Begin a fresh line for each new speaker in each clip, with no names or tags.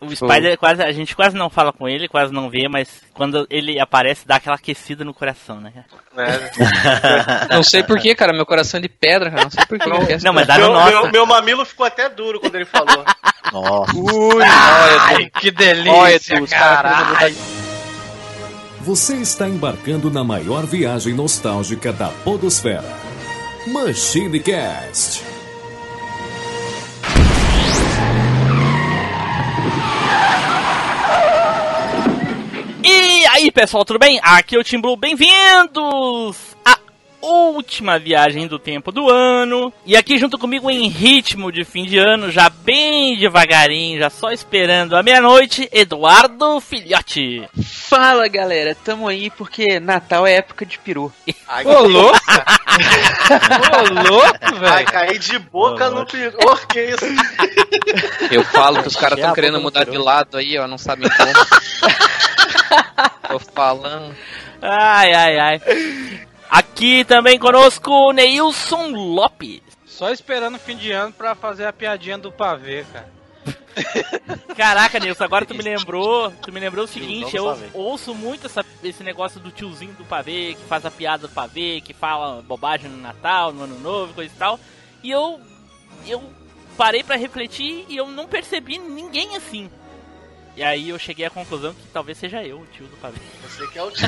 O Spider quase. A gente quase não fala com ele, quase não vê, mas quando ele aparece, dá aquela aquecida no coração, né?
É. não sei porquê, cara. Meu coração é de pedra, cara. Não sei porquê.
Não,
não,
não mas dá
meu,
no nosso.
meu, meu mamilo ficou até duro quando ele falou.
Nossa.
Ui,
Ai, que delícia, caralho.
Você está embarcando na maior viagem nostálgica da Podosfera. Machine Cast.
E aí, pessoal, tudo bem? Aqui é o Tim Blue, bem-vindos à última viagem do tempo do ano. E aqui junto comigo em ritmo de fim de ano, já bem devagarinho, já só esperando a meia-noite, Eduardo Filhote.
Fala, galera. Tamo aí porque Natal é época de peru.
Ai,
Ô, louco! Ô, louco,
ai,
velho.
caí de boca no peru. Oh, que isso?
Eu falo que os caras
Enfiar
tão
a
querendo
boca no
mudar de
peru.
lado aí, ó. Não sabem como. Tô falando.
Ai, ai, ai. Aqui também conosco, Neilson Lopes.
Só esperando o fim de ano pra fazer a piadinha do pavê, cara.
Caraca, Nilson, agora tu me lembrou. Tu me lembrou o seguinte,
Tiozão
eu
do pavê.
ouço muito essa- esse negócio do tiozinho do pavê, que faz a piada do pavê, que fala bobagem no Natal, no Ano Novo, coisa e tal. E eu. Eu parei pra refletir e eu não percebi ninguém assim. E aí eu cheguei à conclusão que talvez seja eu, o tio do pavê.
Você que é o tio.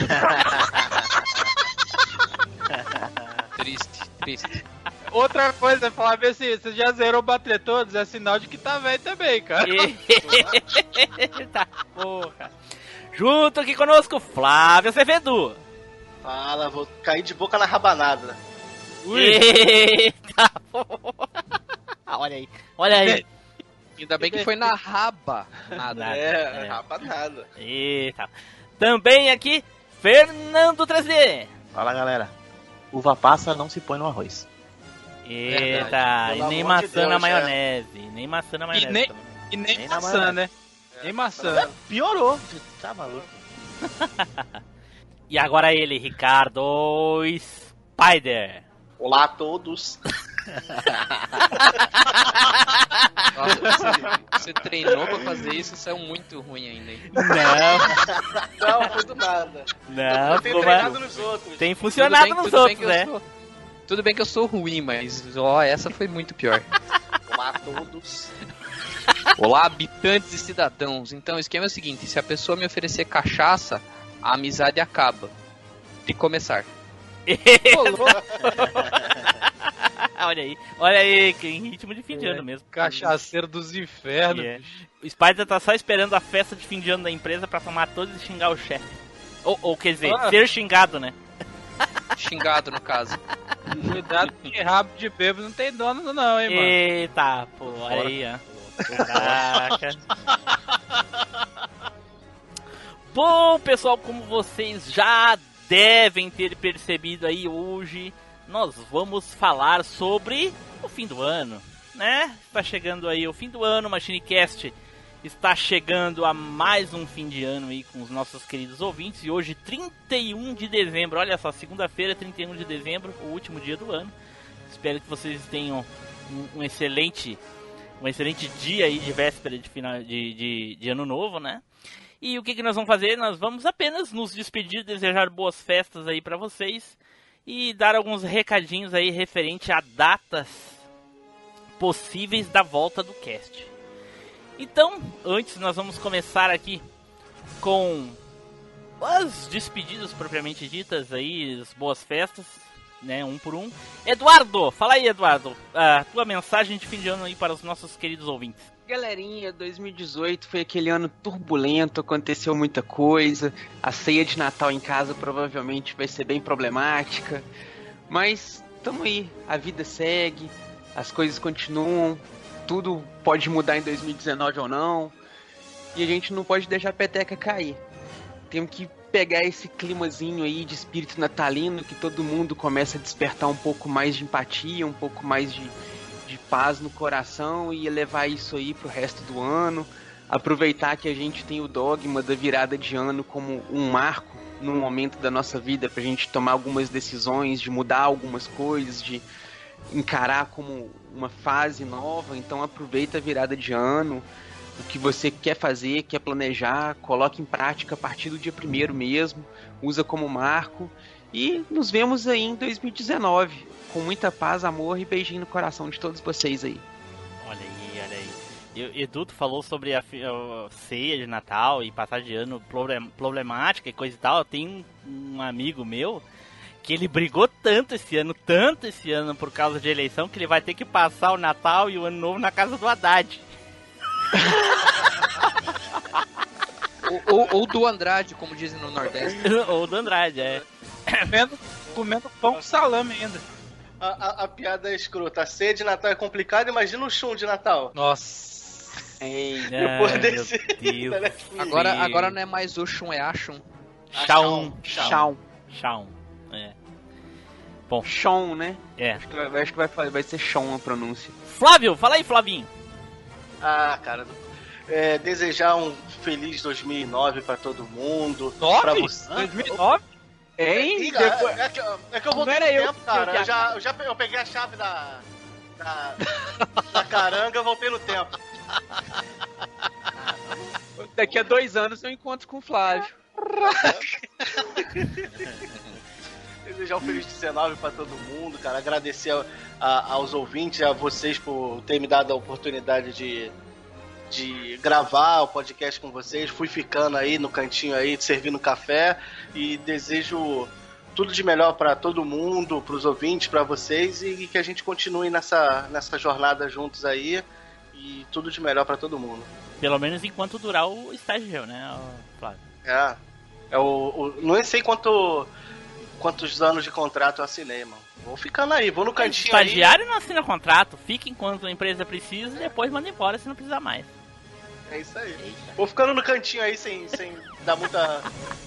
Triste, triste.
Outra coisa, é falar bem assim, você já zerou bater todos, é sinal de que tá velho também, cara.
Eita Tá, porra. Junto aqui conosco, Flávio Acevedo.
Fala, vou cair de boca na rabanada.
Eita porra. Olha aí, olha aí.
Ainda bem que foi na raba. Nada.
Nada.
É,
É.
rabanada.
Eita. Também aqui, Fernando 3D.
Fala galera. Uva passa não se põe no arroz.
Eita, e
Pelo amor
nem
de
maçã
Deus,
na
é.
maionese. Nem maçã na maionese.
nem-
também.
E nem,
Nem na
maçã,
Tá
né? Nem maçã.
Piorou. Tá maluco.
E agora ele, Ricardo Spider.
Olá a todos.
Nossa, você, você treinou pra fazer isso, isso é muito ruim ainda. hein?
Não,
Não, foi do nada.
não,
eu tenho
ficou
treinado
mais...
nos outros.
Tem funcionado nos
tudo bem
outros,
que eu
né?
sou- Tudo bem que eu sou ruim, mas ó, essa foi muito pior.
Olá a todos.
Olá, habitantes e cidadãos. Então, o esquema é o seguinte: se a pessoa me oferecer cachaça, a amizade acaba. De começar.
Ô, louco,
olha aí, olha aí, que em ritmo de fim de ano mesmo.
É, cachaceiro dos infernos.
Yeah. O Spider tá só esperando a festa de fim de ano da empresa pra tomar todos e xingar o chefe. Ou, ou, quer dizer,
Ah.
ser xingado, né?
Xingado, no caso.
Cuidado que rabo de bêbado não tem dono não, hein, mano.
Eita, pô, olha aí, ó. Caraca. Bom, pessoal, como vocês já devem ter percebido aí hoje, nós vamos falar sobre o fim do ano, né? Está chegando aí o fim do ano, o MachineCast está chegando a mais um fim de ano aí com os nossos queridos ouvintes e hoje 31 de dezembro, olha só, segunda-feira, 31 de dezembro, o último dia do ano. Espero que vocês tenham um, um excelente um excelente dia aí de véspera de final de, de, de ano novo, né? E o que, que nós vamos fazer? Nós vamos apenas nos despedir, desejar boas festas aí pra vocês e dar alguns recadinhos aí referente a datas possíveis da volta do cast. Então, antes nós vamos começar aqui com as despedidas propriamente ditas aí, as boas festas, né, um por um. Eduardo, fala aí, Eduardo, a tua mensagem de fim de ano aí para os nossos queridos ouvintes.
Galerinha, 2018 foi aquele ano turbulento, aconteceu muita coisa. A ceia de Natal em casa provavelmente vai ser bem problemática. Mas tamo aí, a vida segue, as coisas continuam, tudo pode mudar em 2019 ou não. E a gente não pode deixar a peteca cair. Temos que pegar esse climazinho aí de espírito natalino que todo mundo começa a despertar um pouco mais de empatia, um pouco mais de de paz no coração e levar isso aí pro resto do ano. Aproveitar que a gente tem o dogma da virada de ano como um marco num momento da nossa vida pra gente tomar algumas decisões, de mudar algumas coisas, de encarar como uma fase nova. Então aproveita a virada de ano, o que você quer fazer, quer planejar, coloque em prática a partir do dia primeiro mesmo, usa como marco. E nos vemos aí em 2019, com muita paz, amor e beijinho no coração de todos vocês aí.
Olha aí, olha aí. E- Edu, tu falou sobre a, fi- a ceia de Natal e passagem de ano problem- problemática e coisa e tal. Tem um, um amigo meu que ele brigou tanto esse ano, tanto esse ano por causa de eleição, que ele vai ter que passar o Natal e o Ano Novo na casa do Haddad.
Ou, ou- ou do Andrade, como dizem no Nordeste.
Ou do Andrade, é.
Comendo, comendo pão com salame ainda.
A, a- a piada é escrota. A ceia de Natal é complicada, imagina o chum de Natal.
Nossa.
Ah,
vou
meu
descer.
Deus.
Agora,
Sim.
agora não é mais Oxum, é Ashum.
Shaun. Shaun.
Tchau.
Shaun. É.
Sean, né?
É.
Acho que vai, acho que vai, fa- vai ser Sean a pronúncia.
Flávio, fala aí, Flavinho.
Ah, cara. é, desejar um feliz 2009 pra todo mundo. Pra
Nove?
você.
2009?
Hein?
Ih, cara, é, que, é que eu voltei
Não era
no
eu
tempo,
que
cara.
tinha
Eu já, eu já pe- eu peguei a chave da. da, da caranga, eu voltei no tempo.
Daqui a dois anos eu encontro com o Flávio.
Desejar um feliz 19 pra todo mundo, cara. Agradecer a- a- aos ouvintes, a vocês por terem me dado a oportunidade de. De gravar o podcast com vocês, fui ficando aí no cantinho aí, servindo café e desejo tudo de melhor pra todo mundo, pros ouvintes, pra vocês e que a gente continue nessa, nessa jornada juntos aí e tudo de melhor pra todo mundo.
Pelo menos enquanto durar o estágio, né, ô, Flávio?
É. É o, o- não sei quanto, quantos anos de contrato eu assinei, mano. Vou ficando aí, vou no cantinho aí.
Estagiário não assina contrato, fica enquanto a empresa precisa e depois manda embora se não precisar mais.
É isso aí. Vou ficando no cantinho aí sem, sem dar muita,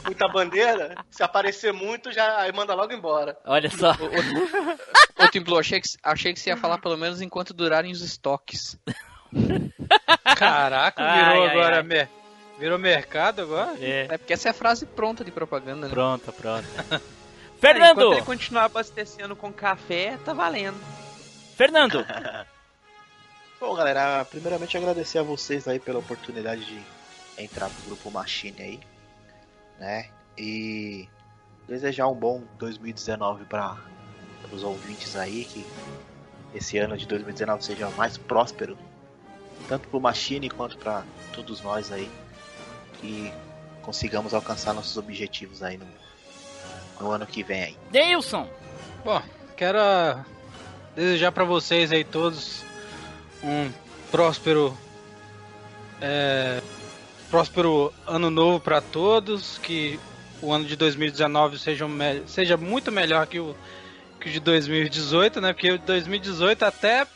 muita bandeira. Se aparecer muito, já aí manda logo embora.
Olha só.
Ô, Timblu, achei que, achei que você ia falar pelo menos enquanto durarem os estoques.
Caraca,
Ai,
virou
ai,
agora.
ai.
mer- Virou mercado agora?
É,
É porque essa é a frase pronta de propaganda, né?
pronto, pronto.
Enquanto
Fernando!
ele continuar abastecendo com café, tá valendo.
Fernando!
Bom, galera, primeiramente
agradecer a vocês aí pela oportunidade de entrar pro grupo Machine aí, né? E desejar um bom 2019 para os ouvintes aí, que esse ano de 2019 seja mais próspero, tanto pro Machine quanto para todos nós aí, que consigamos alcançar nossos objetivos aí no, no ano que vem aí.
Deilson!
Quero ah, desejar pra vocês aí todos um próspero é, próspero ano novo pra todos, que o ano de 2019 seja, um me- seja muito melhor que o, que o de 2018, né? Porque o de 2018 até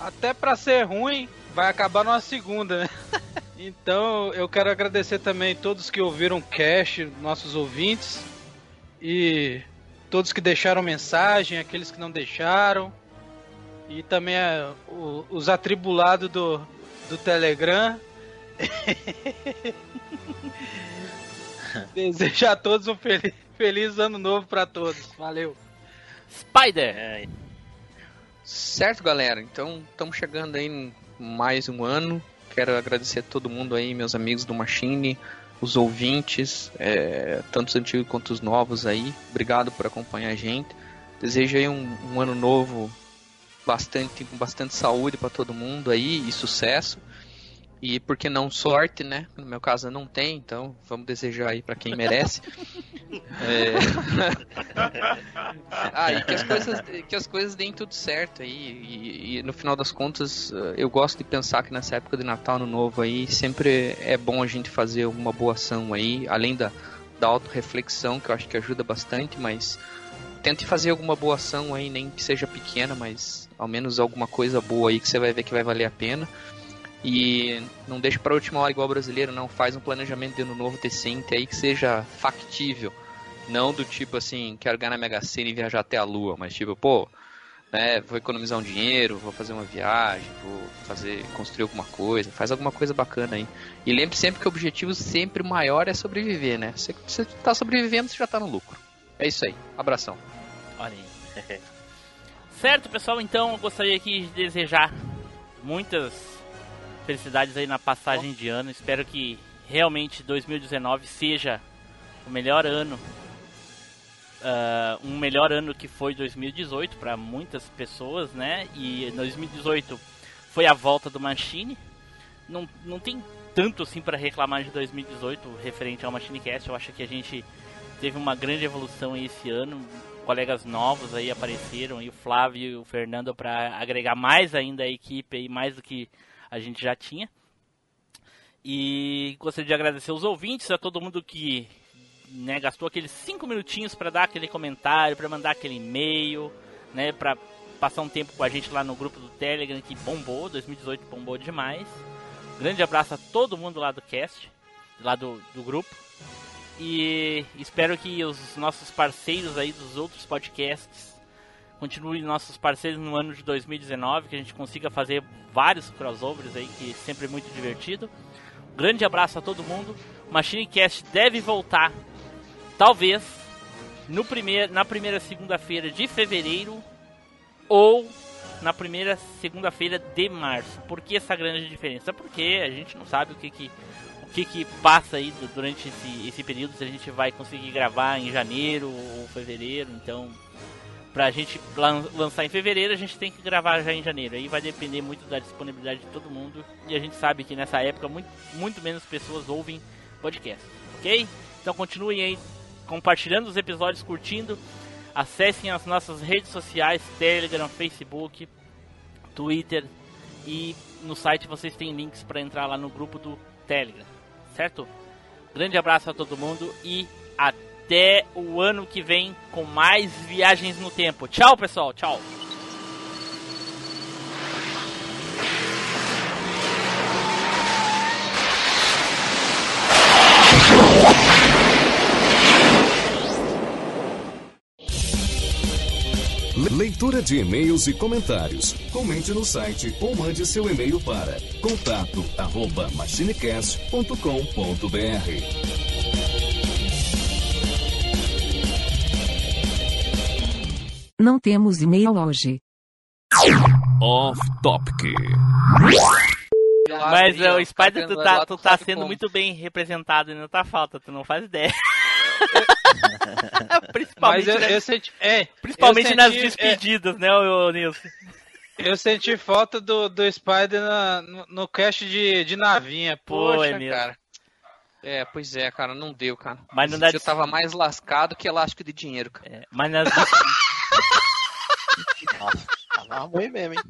até para ser ruim vai acabar numa segunda, né? Então eu quero agradecer também todos que ouviram o cast, nossos ouvintes e todos que deixaram mensagem, aqueles que não deixaram, e também é, o- os atribulados do, do Telegram. Desejo a todos um feliz, feliz ano novo para todos. Valeu.
Spider!
É. Certo, galera? Então, estamos chegando aí em mais um ano. Quero agradecer a todo mundo aí, meus amigos do Machine, os ouvintes, é, tanto os antigos quanto os novos aí. Obrigado por acompanhar a gente. Desejo aí um, um ano novo bastante, com bastante saúde para todo mundo aí e sucesso. E porque não sorte, né? No meu caso eu não tem, então vamos desejar aí para quem merece. É. Ah, e que as coisas, que as coisas deem tudo certo aí. E, e no final das contas, eh, eu gosto de pensar que nessa época de Natal, no novo aí, sempre é bom a gente fazer alguma boa ação aí, além da, da autorreflexão, que eu acho que ajuda bastante, mas tente fazer alguma boa ação aí, nem que seja pequena, mas ao menos alguma coisa boa aí que você vai ver que vai valer a pena. E não deixa pra última hora igual brasileiro, não. Faz um planejamento de ano novo decente aí que seja factível. Não do tipo assim, quero ganhar na Mega Sena e viajar até a Lua, mas tipo, pô, né, vou economizar um dinheiro, vou fazer uma viagem, vou fazer, construir alguma coisa, faz alguma coisa bacana aí. E lembre sempre que o objetivo sempre maior é sobreviver, né? Se você tá sobrevivendo, você já tá no lucro. É isso aí. Abração.
Olha aí. certo, pessoal, então eu gostaria aqui de desejar muitas Felicidades aí na passagem de ano. Espero que realmente 2019 seja o melhor ano. ah, um melhor ano que foi 2018 para muitas pessoas, né? E 2018 foi a volta do Machine. Não, não tem tanto assim para reclamar de 2018 referente ao Machinecast. Eu acho que a gente teve uma grande evolução aí esse ano. Colegas novos aí apareceram, e o Flávio e o Fernando para agregar mais ainda a equipe aí, mais do que a gente já tinha. E gostaria de agradecer aos ouvintes, a todo mundo que né, gastou aqueles cinco minutinhos para dar aquele comentário, para mandar aquele e-mail, né, para passar um tempo com a gente lá no grupo do Telegram que bombou, 2018 bombou demais. Grande abraço a todo mundo lá do cast, lá do, do grupo. E espero que os nossos parceiros aí dos outros podcasts continuem nossos parceiros no ano de 2019, que a gente consiga fazer vários crossovers aí, que sempre é muito divertido. Grande abraço a todo mundo. Machine Cast deve voltar, talvez, no primeir, na primeira segunda-feira de fevereiro ou na primeira segunda-feira de março. Por que essa grande diferença? Porque a gente não sabe o que que, o que, que passa aí du- durante esse, esse período, se a gente vai conseguir gravar em janeiro ou fevereiro. Então, pra gente lan- lançar em fevereiro, a gente tem que gravar já em janeiro. Aí vai depender muito da disponibilidade de todo mundo. E a gente sabe que nessa época muito, muito menos pessoas ouvem podcast, ok? Então continuem aí compartilhando os episódios, curtindo. Acessem as nossas redes sociais, Telegram, Facebook, Twitter e no site vocês têm links para entrar lá no grupo do Telegram, certo? Grande abraço a todo mundo e até o ano que vem com mais viagens no tempo. Tchau, pessoal. Tchau.
Leitura de e-mails e comentários. Comente no site ou mande seu e-mail para contato@machinecast.com.br.
Não temos e-mail hoje.
Off Topic.
Mas o Spider, tu tá, tu tá sendo muito bem representado e não tá falta, tu não faz ideia.
Mas
principalmente né?
eu,
nas-
eu senti. É,
principalmente
eu
nas
senti-
despedidas, né, ô ô, Nilson?
eu senti falta do, do Spider na- no, no cast de, de navinha.
Pô,
Poxa,
é mesmo.
cara.
É, pois é, cara, não deu, cara.
Mas não
Esse
dá
dia Eu
de-
tava mais lascado que elástico de dinheiro, cara.
É, mas nas,
Nossa, tava ruim mesmo, hein?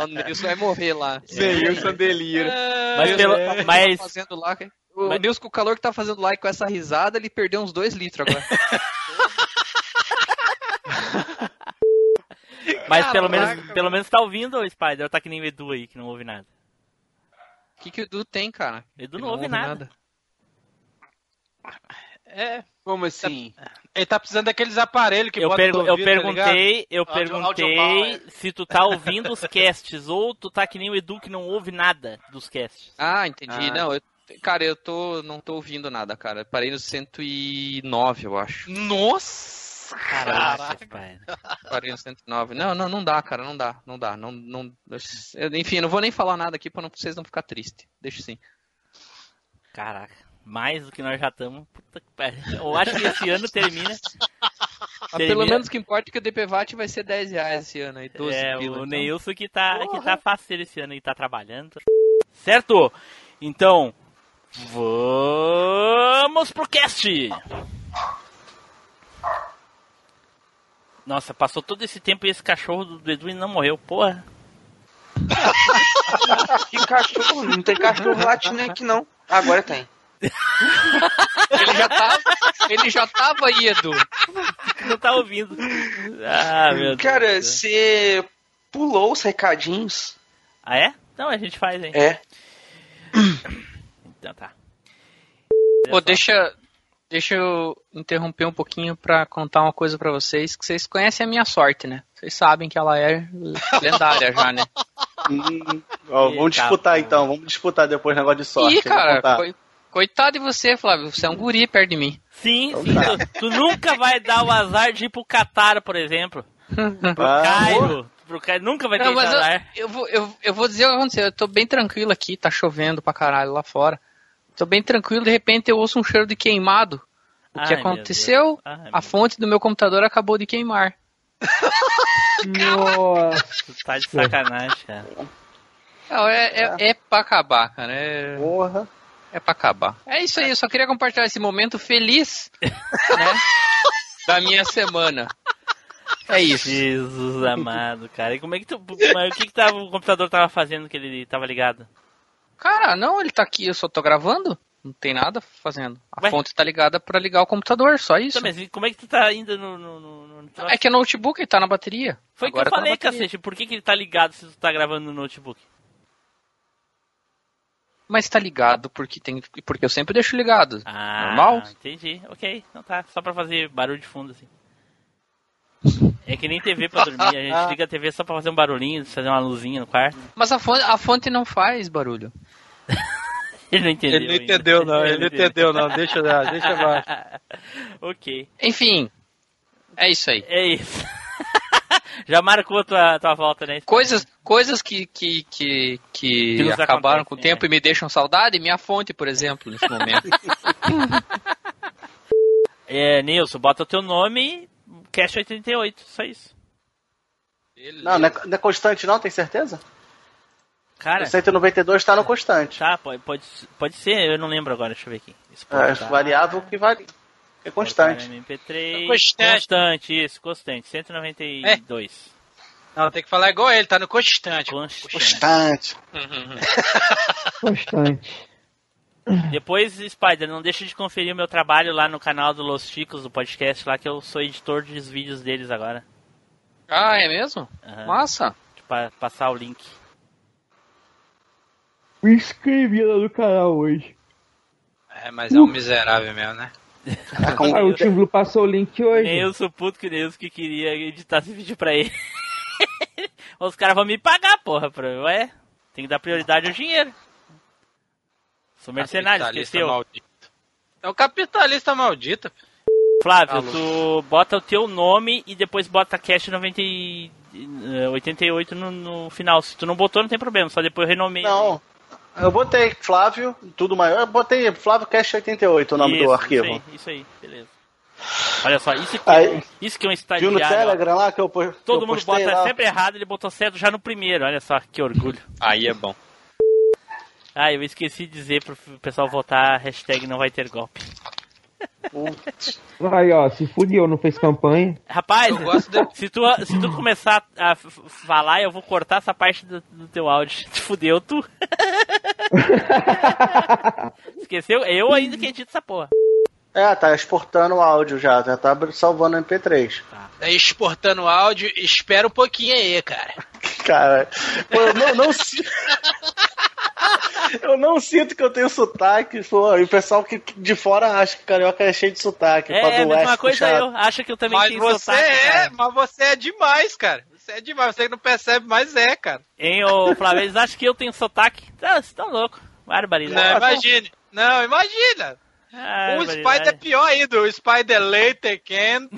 O Nilson vai morrer lá.
Neilson delírio.
mas
Deus,
pelo,
é.
mas
Tá fazendo lá, cara. O
Mas-
Nilson, com o calor que tá fazendo lá e com essa risada, ele perdeu uns dois litros agora.
Mas pelo
Caraca,
menos, pelo menos tá ouvindo o Spider, tá que nem o Edu aí, que não ouve nada.
O que, que o Edu tem, cara?
Edu
Ele
não, ouve, nada.
É,
Como assim?
ele tá precisando daqueles aparelhos que
Eu,
bota
pergu-
no
eu
ouvido, tá ligado?
perguntei, eu
Áudio-
perguntei
é.
áudio
se tu tá ouvindo os casts, ou tu tá que nem o Edu que não ouve nada dos casts.
Ah, entendi.
Ah.
Não, eu- cara, eu tô, não tô ouvindo nada, cara. Eu parei no 109, eu acho.
Nossa!
Caraca, pai.
Parei no 109. Não, não, não dá, cara, não dá, não dá. Não, não, eu- enfim, eu não vou nem falar nada aqui pra não, pra vocês não ficar tristes. Deixa assim.
Caraca. Mais do que nós já estamos. Puta que pariu. Eu acho que esse ano termina.
Mas pelo menos o que importa é que o DPVAT vai ser 10 reais esse ano aí, 12
é,
pila,
o
então.
Neilson que tá, que tá faceiro esse ano e tá trabalhando. Certo? Então, vamos pro cast! Nossa, passou todo esse tempo e esse cachorro do Edu ainda não morreu, porra.
Que cachorro? Não tem cachorro latino aqui, não. Agora tem.
Ele já tava, ele já tava aí, Edu.
Não tá ouvindo. Ah, meu Deus.
Cara,
do céu.
você pulou os recadinhos.
Ah, é? Então a gente faz, hein?
É.
Então tá.
Pô, deixa, deixa eu interromper um pouquinho pra contar uma coisa pra vocês, que vocês conhecem a minha sorte, né? Vocês sabem que ela é lendária já, né?
Hum, ó, vamos
Eita,
disputar
porra.
então, vamos disputar depois negócio de sorte.
Ih,
eu vou
cara,
contar.
coi- coitado de você, Flávio, você é um guri perto de mim.
Então tá.
Sim, sim. Tu, tu nunca vai dar o azar de ir pro Catar, por exemplo. Pro
Ah.
Cairo. Pro Cairo nunca vai ter
Não, mas eu,
radar.
eu, vou, eu, eu vou dizer o que aconteceu. Eu tô bem tranquilo aqui, tá chovendo pra caralho lá fora. Tô bem tranquilo, de repente eu ouço um cheiro de queimado. O que
Ai, meu
aconteceu?
Deus. Ai,
A fonte do meu computador acabou de queimar.
Nossa,
meu, tu tá de sacanagem, cara.
Não, é, é, é pra acabar, cara. É,
porra.
é pra acabar. É isso aí, eu só queria compartilhar esse momento feliz né, da minha semana. É isso.
Jesus amado, cara. E como é que tu. Mas o que, que tava, o computador tava fazendo que ele tava ligado?
Cara, não, ele tá aqui, eu só tô gravando. Não tem nada fazendo. A
Ué?
fonte tá ligada pra ligar o computador, só isso.
Tá, mas e como é que tu tá ainda no. no- no- no- no troço?
É que é notebook, ele tá na bateria.
Foi o que eu
Agora tá na
falei,
bateria.
cacete. Por que, que ele tá ligado se tu tá gravando no notebook?
Mas tá ligado porque tem. Porque eu sempre deixo ligado.
Ah,
Normal?
Entendi. Ok, então tá. Só pra fazer barulho de fundo, assim. É que nem TV pra dormir. A gente liga a TV só pra fazer um barulhinho, fazer uma luzinha no quarto.
Mas a fonte, a fonte não faz barulho.
Ele não entendeu.
Ele não
ainda.
entendeu, não. Ele não entendeu, não. Deixa lá, deixa abaixo.
ok.
Enfim. É isso aí.
É isso. Já marcou tua, tua volta, né?
Coisas, coisas que, que, que, que,
Que é. nos
acabaram
acontecem,
com o tempo e me deixam saudade, minha fonte, por exemplo, nesse momento.
É, Nilson, bota teu nome, Cash 88, só isso.
Não, não é, não é constante não, tem certeza?
Cara,
O 192 tá no constante.
tá, pode, pode, pode ser, eu não lembro agora, deixa eu ver aqui.
É
Exportar,
variável que varia. É constante.
exportar MP3,
Constante.
constante, isso, constante, 192.
Não, tem que falar igual ele, tá no constante.
Constante.
É Constante.
Constante.
Depois, Spider, não deixa de conferir o meu trabalho lá no canal do Los Chicos, do podcast lá, que eu sou editor dos vídeos deles agora.
ah, é mesmo?
Aham,
Massa.
pra passar o link.
Me inscrevi lá no canal hoje.
É, mas é um miserável mesmo, né?
Tá com-
Ah, o Tíbulo passou o link hoje.
Nem eu sou puto que nem eu que queria editar esse vídeo pra ele. Os caras vão me pagar, porra, pra... ué. Tem que dar prioridade ao dinheiro. Sou mercenário,
Capitalista
esqueceu.
maldito. É um capitalista maldito. Tá
Flávio,
Alô.
tu bota o teu nome e depois bota cash 90 e- eh, 88 no, no final. Se tu não botou, não tem problema, só depois eu renomeio.
Não. Eu botei Flávio, tudo maior. Eu botei Flávio Cash 88 o nome
Isso,
do arquivo.
Isso aí, isso aí, beleza. Olha só, isso que,
Aí,
isso que é um
viu no
estagiário. ó.
Telegram lá que eu, po- que
Todo
eu
mundo
postei
bota
lá?
sempre errado, ele botou certo já no primeiro. Olha só, que orgulho.
Aí é bom.
Ah, eu esqueci de dizer pro pro pessoal votar hashtag não vai ter golpe.
Aí, ó, se fudeu, não fez campanha.
Rapaz,
Eu gosto de-
se, tu, se tu começar a f- f- falar, eu vou cortar essa parte do, do teu áudio. Te fudeu, tu. Esqueceu? Eu ainda que edito essa porra.
É, tá exportando o áudio já, já tá salvando o MP3.
Tá exportando o áudio, espera um pouquinho aí, cara.
Cara, pô, eu não, não sinto. Eu não sinto que eu tenho sotaque, pô. E o pessoal que que de fora acha que carioca é cheio de sotaque.
É,
pra do
é a mesma
oeste
coisa
puxado.
eu. Acho que eu também
Mas
tenho
você
sotaque,
é,
cara.
mas você é demais, cara. Você é demais, você não percebe, mas é, cara.
Hein, ô Flávio? é Eles acham que eu tenho sotaque? Tá, vocês estão loucos.
Não,
Barbaridade.
imagine. Não, imagina.
então- Ah,
o
barbaridade.
Spider é pior ainda. O Spider leite quente,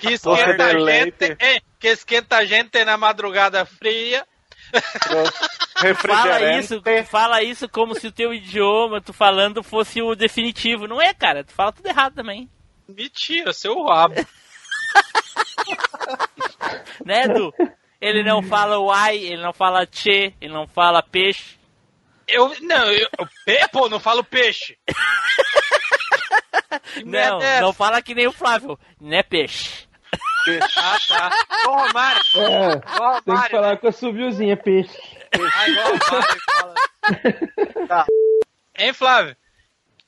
que esquenta a
leite.
gente, é, que esquenta a gente na madrugada fria.
Fala
Refrigerante.
isso, fala isso como se o teu idioma, tu falando, fosse o definitivo. Não é, cara. Tu fala tudo errado também.
Mentira, seu rabo.
Né, Edu? Ele não fala uai, ele não fala tchê, ele não fala peixe.
Eu, não, eu, eu pe- pô, não falo peixe. Que
Não,
merda é essa?
não fala que nem o Flávio. Não é peixe.
Ah, tá. Igual o Romário.
É,
Igual o
tem que
Romário,
né?
falar com a subiuzinha, peixe.
Ah, igual o Flávio fala. Tá. Hein, Flávio?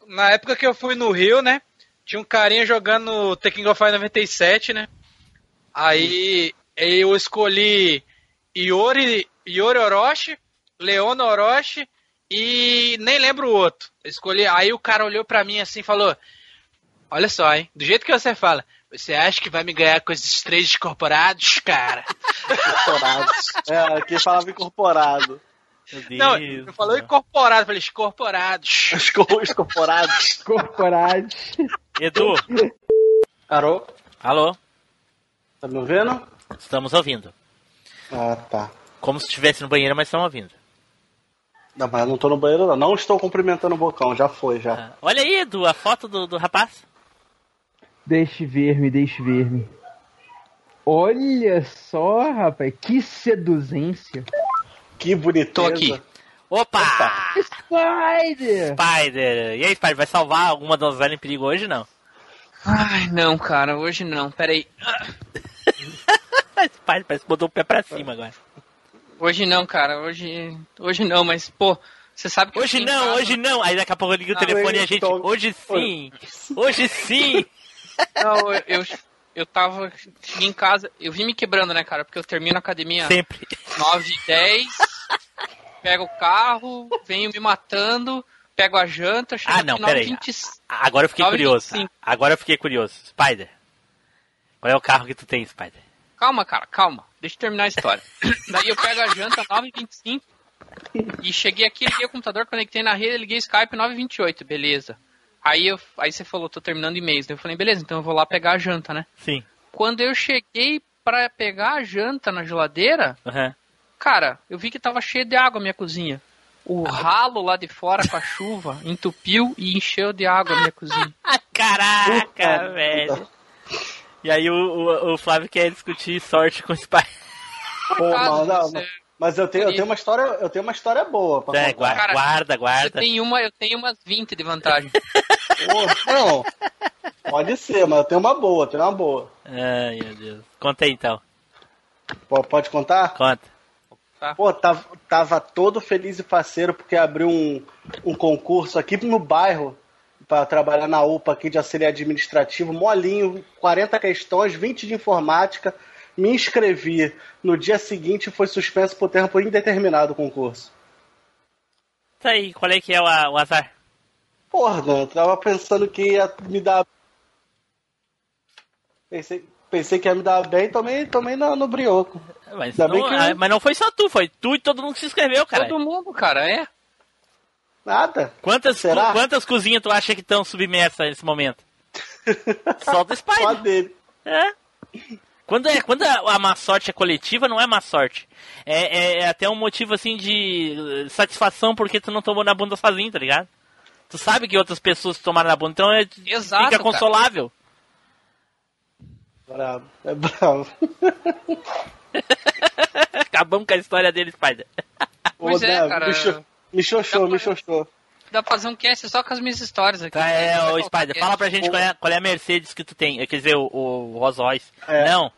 Na época que eu fui no Rio, né? Tinha um carinha jogando The King of Fighters 97, né? Aí eu escolhi Iori, Iori Orochi, Leona Orochi e nem lembro o outro. Eu escolhi, aí o cara olhou pra mim assim e falou: Olha só, hein? Do jeito que você fala, você acha que vai me ganhar com esses três descorporados, cara?
Incorporado. É, aqui falava incorporado.
Meu
não, ele não falou incorporado, eu falei descorporados.
Esco- Escorporado.
Corporade.
Edu,
Carol?
alô?
Tá me ouvindo?
Estamos ouvindo.
Ah, tá.
Como se estivesse no banheiro, mas estão ouvindo.
Não, mas eu não tô no banheiro, não. Não estou cumprimentando o bocão, já foi, já.
Olha aí, Edu, a foto do, do rapaz.
Deixe ver-me, deixe ver-me. Olha só, rapaz, que seduzência.
Que boniteza.
Tô aqui. Opa!
Spider!
Spider! E aí, Spider, vai salvar alguma das velhas em perigo hoje não?
Ai, não, cara, hoje não, peraí.
Spider parece que botou o pé pra cima agora.
Hoje não, cara, hoje. Hoje não, mas, pô, você sabe que. eu
Hoje
fiquei em
não,
casa-
hoje não. Aí daqui a pouco eu ligo o
Não,
telefone e a
eu
gente.
tô-
Hoje sim! Hoje sim!
Não, eu, eu, eu tava. Cheguei em casa, eu vim me quebrando, né, cara? Porque eu termino a academia
Sempre.
9 e 10, pego o carro, venho me matando, pego a janta, chego
Ah, não, peraí. Agora eu fiquei curioso. Agora eu fiquei curioso. Spider. Qual é o carro que tu tem, Spider?
Calma, cara, calma. Deixa eu terminar a história. Daí eu pego a janta 9h25 e cheguei aqui, liguei o computador, conectei na rede, liguei o Skype 9h28, beleza. Aí, eu, aí você falou, tô terminando e-mails. Daí eu falei, beleza, então eu vou lá pegar a janta, né?
Sim.
Quando eu cheguei pra pegar a janta na geladeira,
Aham.
cara, eu vi que tava cheio de água a minha cozinha. O
Ah.
ralo lá de fora com a chuva entupiu e encheu de água a minha cozinha.
Caraca, velho. E aí o, o, o Flávio quer discutir sorte com o Spider.
Pô, mas, não,
você-
mas eu, tenho, eu tenho uma história, eu tenho uma história boa pra
É,
contar.
gua- guarda,
Eu
guarda.
tenho, uma, eu tenho umas 20 de vantagem.
Pô, não. Pode ser, mas eu tenho uma boa, eu tenho uma boa.
Ai, meu Deus. Conta aí então.
Po- Pode contar?
Conta.
Pô, tava, tava todo feliz e faceiro porque abriu um, um concurso aqui no bairro para trabalhar na UPA aqui de auxiliar administrativo, molinho, 40 questões, 20 de informática. Me inscrevi. No dia seguinte foi suspenso por tempo indeterminado o concurso.
Tá aí, qual é que é o, a- o azar?
Porra, né? eu tava pensando que ia me dar. Pensei, pensei que ia me dar bem, tomei, tomei no, no brioco.
Mas
Ainda bem
não,
que- é
ah, mas não foi só tu, foi tu e todo mundo que se inscreveu, cara.
Todo mundo, cara, é?
Nada. É
Quantas,
Será?
cu- quantas cozinhas tu acha que estão submersas nesse momento? Só do Spider. Só
dele.
É. Quando, é, quando a, a má sorte é coletiva, não é má sorte. É, é- é até um motivo assim de eh, satisfação porque tu não tomou na bunda sozinho, tá ligado? Tu sabe que outras pessoas tomaram na bunda, então é,
Exato,
fica
cara.
consolável.
Bravo, é bravo.
Acabamos com a história dele, Spider.
Pois
Ô,
é,
Deb,
cara.
Me, cho- me xoxou, me xoxou.
Dá pra fazer um cast só com as minhas histórias aqui.
Tá, é,
Vai
ô
faltar
Spider,
cast.
fala pra gente qual é, qual é a Mercedes que tu tem. eh, Quer dizer, o, o Rolls Royce. Não.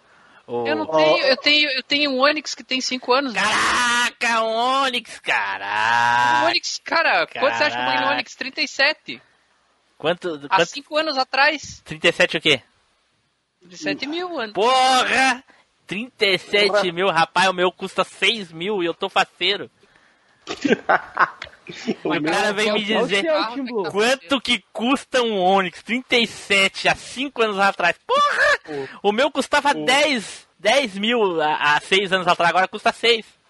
O...
É. Eu não tenho, eu tenho, eu tenho um Onix que tem 5 anos. né?
Caraca, um Onix, caraca.
Um Onix, cara, quanto você acha que eu ganhei no
Caraca.
Onix? 37.
Quanto, quanto...
Há 5 anos atrás,
37 o quê?
37 mil anos.
Porra! 37 mil, rapaz, o meu custa 6 mil e eu tô faceiro. o cara vem me
Qual
dizer
que é o Timbu?
quanto que custa um Onix 37 há 5 anos atrás. Porra! O meu custava 10, 10 mil há 6 anos atrás, agora custa 6.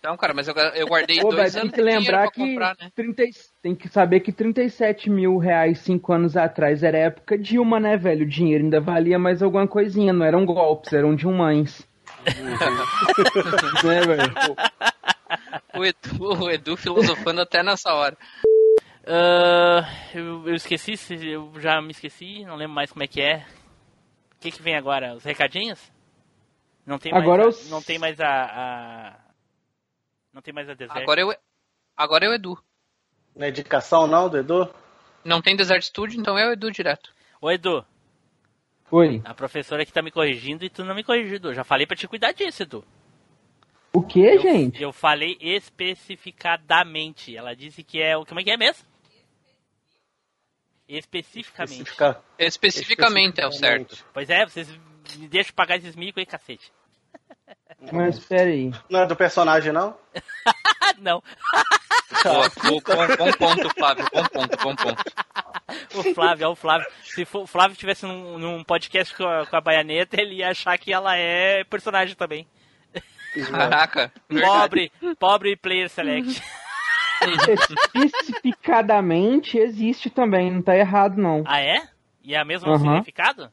Então, cara, mas eu, eu guardei
Ô,
É
velho,
dois
tem
anos
que
de dinheiro
lembrar
pra
que
comprar, né?
30 e- tem que saber que 37 mil reais cinco anos atrás era época de uma, né, velho? O dinheiro ainda valia mais alguma coisinha, não eram golpes, eram de humães. né, velho?
O Edu, o Edu filosofando até nessa hora.
Ah, eu, eu esqueci, se- eu já me esqueci, não lembro mais como é que é. O que, que vem agora? Os recadinhos? Não tem
Agora
mais, a-
eu-
não tem mais a, a- não tem mais a deserto.
Agora eu, agora eu Edu.
Não é indicação não, do Edu?
Não tem Desert Studio, então é o Edu direto.
Ô Edu,
Oi.
a professora aqui tá me corrigindo e tu não me corrigiu, Edu. Eu Já falei pra te cuidar disso, Edu.
O que, gente?
Eu falei especificadamente. Ela disse que é o como é que é mesmo? Especificamente.
Especifica-
Especificamente é o certo.
Pois é, vocês me deixam pagar esses mico aí, cacete.
Mas peraí.
Não é do personagem, não?
Ah, não.
Boa, bo- bom, bom ponto, Flávio. Bom ponto, bom ponto.
O Flávio, é o Flávio. Se for- o Flávio tivesse num, num podcast com a, com a Baianeta, ele ia achar que ela é personagem também.
Caraca. verdade.
Pobre, pobre player select.
Especificadamente existe
é
também, não tá errado, não.
Ah, é? E é o mesmo
Aham.
significado?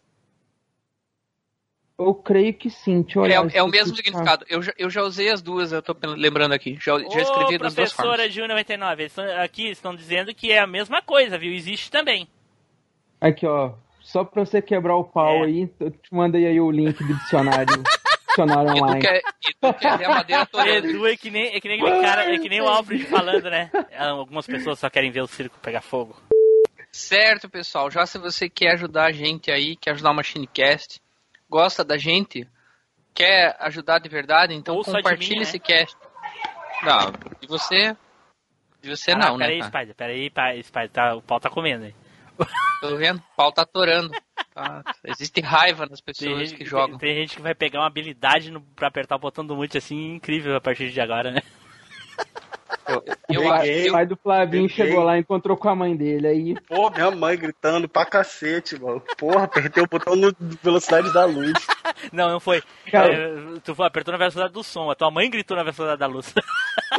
Eu creio que sim. Deixa eu
É,
olhar
o- é o
aqui,
mesmo
tá?
significado. Eu já, eu já usei as duas, eu tô pe- lembrando aqui. Já, já escrevi
Ô,
das duas formas.
professora de 99, eles estão- aqui estão dizendo que é a mesma coisa, viu? Existe também.
Aqui, ó. Só pra você quebrar o
É.
pau aí, eu te mandei aí o link do dicionário. dicionário online.
Edu é que nem, é que nem aquele cara, é que nem o Alfred falando, né? Algumas pessoas só querem ver o circo pegar fogo.
Certo, pessoal. Já se você quer ajudar a gente aí, quer ajudar o Machinecast, gosta da gente, quer ajudar de verdade, então
Ou só de
compartilha
mim, né?
esse cast. Não, de você. De você
Caraca,
não, né?
Ah, Peraí,
cara?
Spider, peraí, pa- Spider, tá, o pau tá comendo aí.
Tô vendo, o pau tá atorando. Tá- Existe raiva nas
Tem
pessoas
gente,
que jogam.
tem- tem gente que vai pegar uma habilidade no, pra apertar o botão do mute assim, incrível a partir de agora, né?
o pai, pai do Flavinho chegou lá e encontrou com a mãe dele aí.
Pô, minha mãe gritando pra cacete, mano. Porra, apertei o botão no velocidade da luz.
Não, não foi.
Cara-
É, tu apertou na velocidade do som, a tua mãe gritou na velocidade da luz.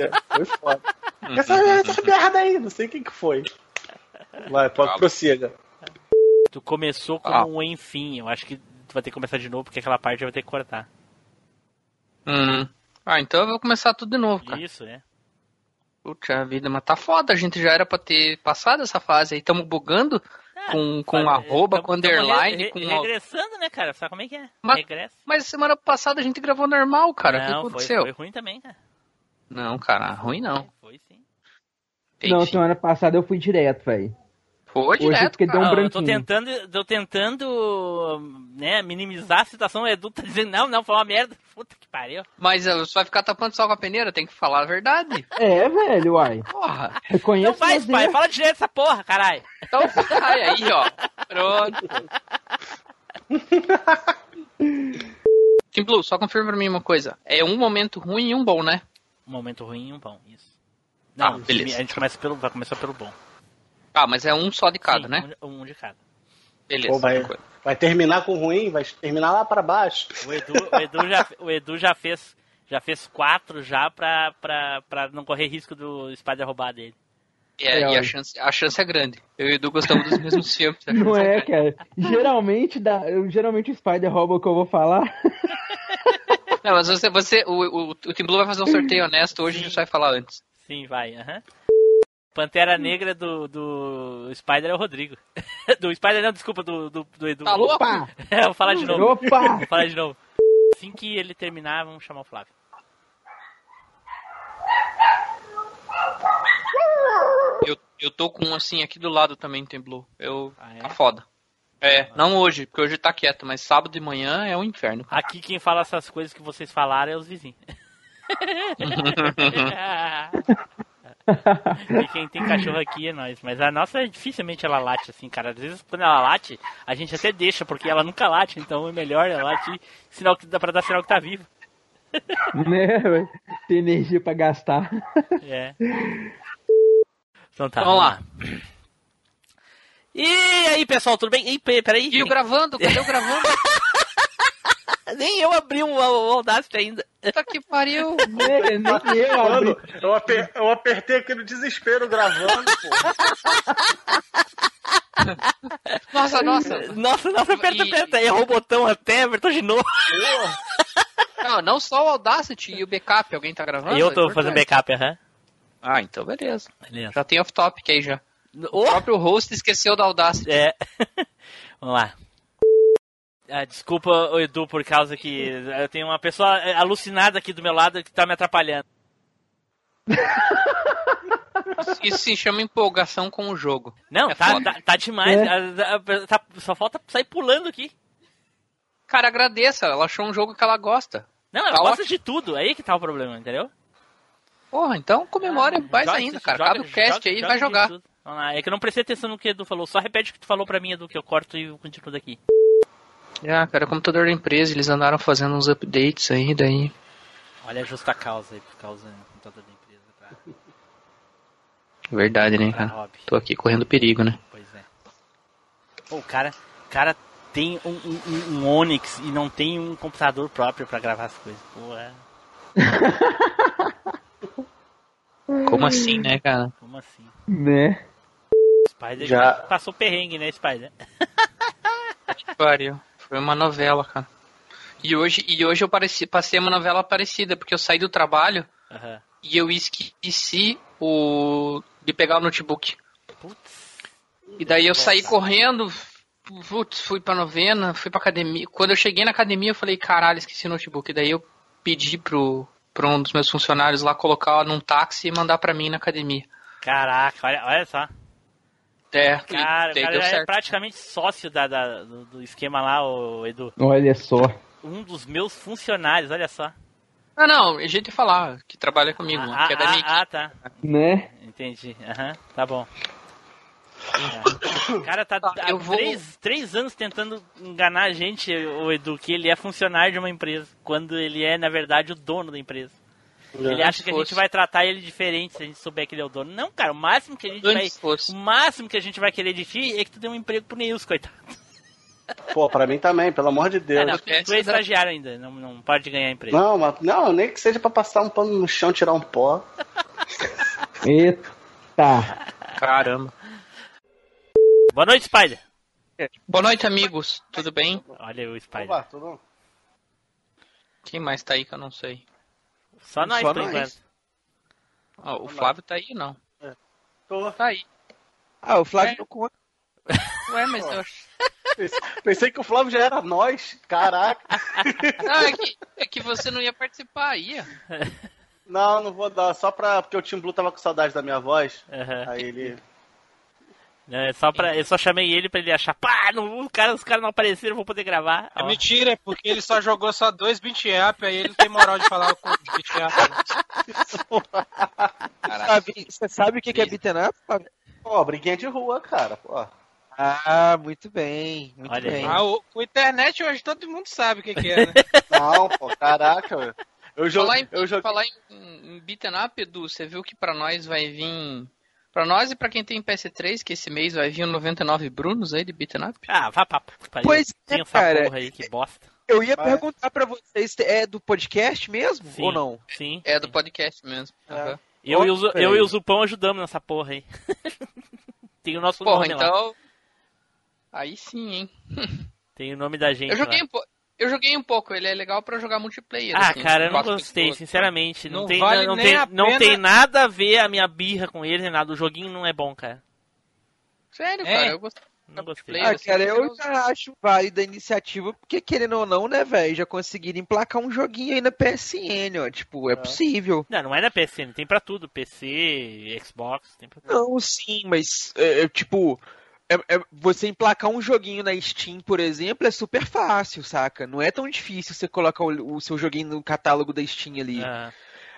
É, foi foda.
Uhum.
Essa,
Uhum.
essa merda aí, não sei o que que foi. Vai, pode, prossiga.
Tu começou com
Ah.
um enfim, eu acho que tu vai ter que começar de novo, porque aquela parte já vai ter que cortar.
Hum. Ah, então eu vou começar tudo de novo, cara.
Isso, né?
Puta vida, mas tá foda. A gente já era pra ter passado essa fase aí. Tamo bugando com, com arroba, com
Ah, Tamo re-
underline,
re-
com...
regressando, né, cara? Sabe como é que é?
Mas-
Regressa.
Mas semana passada a gente gravou normal, cara. o
não,
que
foi,
aconteceu?
foi ruim também, cara.
Não, cara, ruim não.
É, Foi sim.
Não, semana passada eu fui direto, velho.
Foi
Hoje
é
eu fiquei deu um
eu tô
branquinho.
tentando, tô tentando né, minimizar a situação. O Edu tá dizendo, não, não, foi uma merda. Puta que pariu.
Mas eh, você vai ficar tapando só com a peneira? Tem que falar a verdade.
É, velho, uai.
Porra.
Reconheço
Não faz,
meus
pai.
erros.
Fala direito essa porra, caralho.
Então sai aí, ó. Pronto. Tim Blue, só confirma pra mim uma coisa. É um momento ruim e um bom, né?
Um momento ruim e um bom, isso.
Ah,
Não,
beleza.
a gente começa pelo, vai começar pelo bom.
Ah, mas é um só de cada,
Sim,
né?
Um, um de cada.
Beleza.
Pô, vai, vai terminar com ruim, vai terminar lá pra baixo.
O Edu, o Edu já, o Edu já fez já fez quatro já pra, pra, pra não correr risco do Spider roubar dele.
É, e a chance, a chance é grande. Eu e o Edu gostamos dos mesmos filmes. a
Não
chance
é,
grande.
cara. Geralmente, dá, eu- geralmente o Spider rouba o que eu vou falar.
Não, mas você, você o, o, o Tim Blue vai fazer um sorteio honesto hoje, a gente vai falar antes.
Sim, vai, aham. Pantera Negra do, do Spider é o Rodrigo. Do Spider, não, desculpa, do, do, do Edu.
Tá louco?
Opa!
É, vou falar de novo.
Opa!
Vou falar de novo. Assim que ele terminar, vamos chamar o Flávio.
Eu, eu tô com um assim aqui do lado também, Tim Blue. Eu,
Ah,
Tá foda. É, não hoje, porque hoje tá quieto, mas sábado de manhã é um inferno.
Aqui quem fala essas coisas que vocês falaram é os vizinhos. e quem tem cachorro aqui é nós. Mas a nossa dificilmente ela late assim, cara. Às vezes quando ela late, a gente até deixa, porque ela nunca late, então é melhor ela latir sinal que dá pra dar sinal que tá vivo.
né, velho? Tem energia pra gastar.
É. Então tá.
Vamos lá.
E aí, pessoal, tudo bem? Ei, pe- peraí.
E eu gravando? Cadê eu gravando?
Nem eu abri um, o, o Audacity ainda.
Tá que pariu.
Nem, nem eu abri.
Mano, eu, aper- eu apertei aqui no desespero gravando, pô.
Nossa, nossa.
Nossa, nossa, Tá aperta,
E-
aperta. Errou o botão até, apertou de novo.
Não, não só o Audacity e o backup. Alguém tá gravando?
eu
É
tô fazendo
importante.
backup, aham.
Ah, então beleza.
Beleza.
Já tem off-topic aí já. O próprio host esqueceu da Audacity.
É. Vamos lá. Ah, desculpa, ô, Edu, por causa que eu tenho uma pessoa eh, alucinada aqui do meu lado que tá me atrapalhando.
Isso se chama empolgação com o jogo.
Não,
É
tá,
foda.
tá, tá demais.
É.
Ah, ah, tá- só falta sair pulando aqui.
Cara, agradeça. Ela achou um jogo que ela gosta.
Não,
Tá
ela gosta
ótimo.
de tudo. Aí que tá o problema, entendeu?
Porra, então comemore mais
Joga-
ainda, cara.
joga-
Cabe o cast
joga-
aí e
joga
vai
de
jogar.
tudo. Vamos lá. É que eu não prestei atenção no que o Edu falou. Só repete o que tu falou pra mim, Edu, que eu corto e eu continuo daqui.
Ah, cara, o computador da empresa, eles andaram fazendo uns updates aí, daí.
Olha a justa causa aí, por causa do computador da empresa. Pra...
Verdade, né,
Pra
cara?
hobby.
Tô aqui correndo perigo, né?
Pois é. Pô, o cara, o cara tem um, um- um- um Onix e não tem um computador próprio pra gravar as coisas. Pô, é...
Como assim, né, cara?
Como assim?
Né?
Spider
Já-
passou perrengue, né, Spider?
Pariu. Foi uma novela, cara. E hoje, e hoje eu pareci, passei uma novela parecida, porque eu saí do trabalho
Aham.
e eu esqueci o, de pegar o notebook. E daí eu saí correndo, putz, fui pra novena, fui pra academia. Quando eu cheguei na academia, eu falei, caralho, esqueci o notebook. E daí eu pedi pro, pro um dos meus funcionários lá colocar num táxi e mandar pra mim na academia.
Caraca, olha, olha só.
É, e
Cara, o
daí
cara
deu
é
certo.
praticamente sócio da, da- do, do esquema lá, o Edu.
Olha só.
Um dos meus funcionários, olha só.
Ah, não, é jeito de falar, que trabalha comigo,
Ah,
que é da minha
ah, ah, tá.
Né?
Entendi. Aham, tá bom. É. O cara tá há
Ah, eu vou-
três, três anos tentando enganar a gente, o Edu, que ele é funcionário de uma empresa, quando ele é, na verdade, o dono da empresa.
Não,
ele acha que a
fosse.
gente vai tratar ele diferente se a gente souber que ele é o dono. Não, cara, o máximo que a gente vai.
Antes fosse.
O máximo que a gente vai querer de ti é que tu dê um emprego pro Nils, coitado.
Pô, pra mim também, pelo amor de
É,
Deus.
não, tu tu é estagiário ainda, não, não pode ganhar emprego.
Não, mas, não, nem que seja pra passar um pano no chão, tirar um pó.
Eita.
Caramba.
Boa noite, Spider.
Boa noite, amigos. Tudo bem?
Olha o Spider.
Opa, tudo bom?
Quem mais tá aí que eu não sei?
Só nós,
Só
por
nós.
enquanto.
Ah, o Flávio tá aí, não?
É. Tô.
Tá aí.
Ah, o Flávio
É.
não conta.
Ué, mas eu acho...
Pensei- Pensei que o Flávio já era nós. Caraca.
Não, é que, é que você não ia participar, ia.
Não, não vou dar. Só pra. Porque o Tim Blue tava com saudade da minha voz.
Aham.
Aí ele.
Não, é só pra, eu só chamei ele pra ele achar, pá, não, o cara, os caras não apareceram, eu vou poder gravar.
É
Ó.
mentira, é porque ele só jogou só dois beat up, aí ele não tem moral de falar com o beat up.
Caraca.
Flavinho, Você sabe o que que é beaten up? Flavinho?
Pô, briguinha de rua, cara. Pô.
Ah, muito bem. Muito
Olha aí.
bem.
Ah, o, com internet hoje todo mundo sabe o que, que é, né?
Não, pô, caraca. Eu jogo.
Falar em,
Eu jogo.
falar em, em beaten up, Edu, você viu que pra nós vai vir... Pra nós e pra quem tem PS3, que esse mês vai vir o 99 Brunos aí de beaten up.
Ah, vá pra puta
Pois é,
Tem essa
cara.
porra aí, que bosta.
Eu ia
Mas-
perguntar pra vocês, é do podcast mesmo
Sim.
ou não? Ah,
Sim. É.
É do podcast mesmo. Aham.
Eu, e o, Zu-
Opa,
eu
aí.
e o Zupão ajudamos nessa porra aí. Tem o nosso
Porra,
nome lá.
então... Aí sim, hein?
Tem o nome da gente
Eu joguei,
lá.
um po- eu joguei um pouco, ele é legal pra jogar multiplayer.
Ah,
assim,
cara, eu não
quatro
gostei,
pessoas.
sinceramente. Não,
Não
tem,
vale
não,
nem
tem,
a
não
pena-
tem nada a ver a minha birra com ele, nem nada. O joguinho não é bom, cara.
Sério,
É.
cara, eu gostei.
Não gostei.
Multiplayer,
Ah,
assim,
cara, eu
porque
já acho válida a iniciativa, porque querendo ou não, né, velho, já conseguiram emplacar um joguinho aí na PSN, ó, tipo, é possível.
Não, não é na PSN, tem pra tudo. PC, Xbox, tem pra tudo.
Não, sim, mas, é, é, tipo, é- é- você emplacar um joguinho na Steam, por exemplo, é super fácil, saca? Não é tão difícil você colocar o, o seu joguinho no catálogo da Steam ali.
Ah.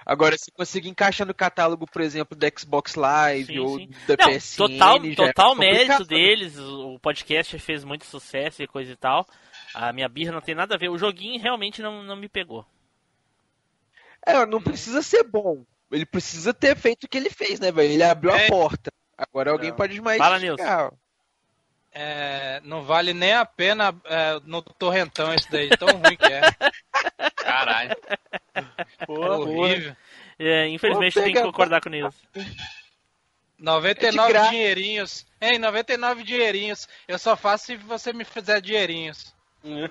Agora, se conseguir encaixar no catálogo, por exemplo, da Xbox Live
Sim,
ou
sim.
da
Não,
PSN...
total,
já é
total
complicado.
mérito deles, o podcast fez muito sucesso e coisa e tal. A minha birra não tem nada a ver. O joguinho realmente não, não me pegou.
É, não precisa ser bom. Ele precisa ter feito o que ele fez, né, velho? Ele abriu
É.
a porta. Agora alguém
Não.
pode mais.
É. Fala, Nilson.
chegar.
É, não vale nem a pena é, no torrentão isso daí, tão ruim que é.
Caralho.
É horrível.
É, infelizmente
Ô,
eu tenho que
pega-
concordar com o Nilson.
É de
99
graça.
dinheirinhos. Ei, 99 dinheirinhos. Eu só faço se você me fizer dinheirinhos.
É.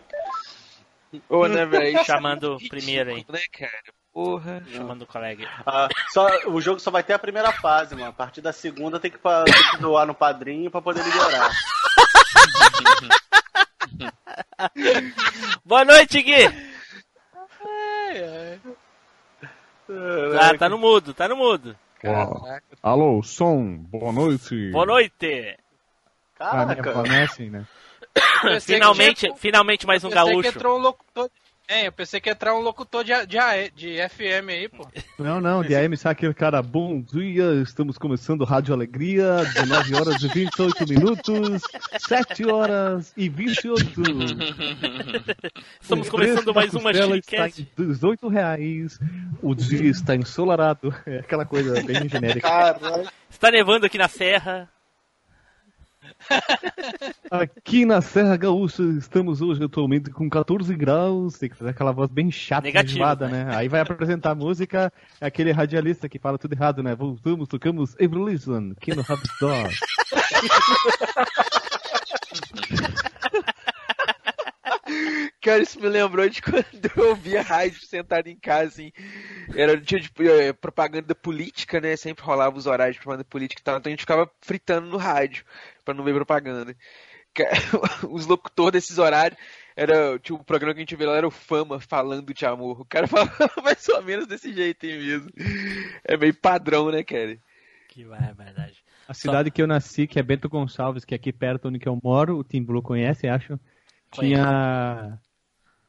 Ô, né, velho?
Chamando o primeiro aí.
Né, cara? Porra.
Chamando o colega.
Ah, só, o jogo só vai ter a primeira fase, mano. A partir da segunda tem que, pa- tem que doar no padrinho pra poder liberar.
Boa noite, Gui!
É,
Ah, tá no mudo, tá no mudo.
né?
Alô, som, boa noite.
Boa noite!
Ah, minha
Caraca.
voz não é assim, né?
Pensei que
Finalmente,
tinha-
finalmente mais um
pensei que
gaúcho.
entrou um locutor. É, eu pensei que ia entrar um locutor de, de, AE de FM aí, pô.
Não, não, de AM, sabe aquele cara, bom dia, estamos começando Rádio Alegria, 19 horas e 28 minutos, 7 horas e 28.
Estamos
O
começando
preço
mais
da
uma
costela está
Chicast.
em 18 reais, o dia está ensolarado, é aquela coisa bem genérica.
Caraca.
Está tá nevando aqui na serra.
Aqui na Serra Gaúcha estamos hoje atualmente com 14 graus, tem que fazer aquela voz bem chata,
Negativo,
enjoada, né? Aí vai apresentar a música, é aquele radialista que fala tudo errado, né? Voltamos, tocamos Evolution, aqui no Hub Store.
Cara, isso me lembrou de quando eu ouvia rádio sentado em casa, assim. Era um dia de eh, propaganda política, né? Sempre rolava os horários de propaganda política e tal. Então a gente ficava fritando no rádio pra não ver propaganda. Ca- Os locutores desses horários. Era, tipo, o programa que a gente vê lá era o Fama falando de amor. O cara falava mais ou menos desse jeito aí mesmo. É meio padrão, né, cara?
Que barbaridade.
A cidade que eu nasci, que é Bento Gonçalves, que é aqui perto onde que eu moro, o Tim Blue conhece, acho. Tinha.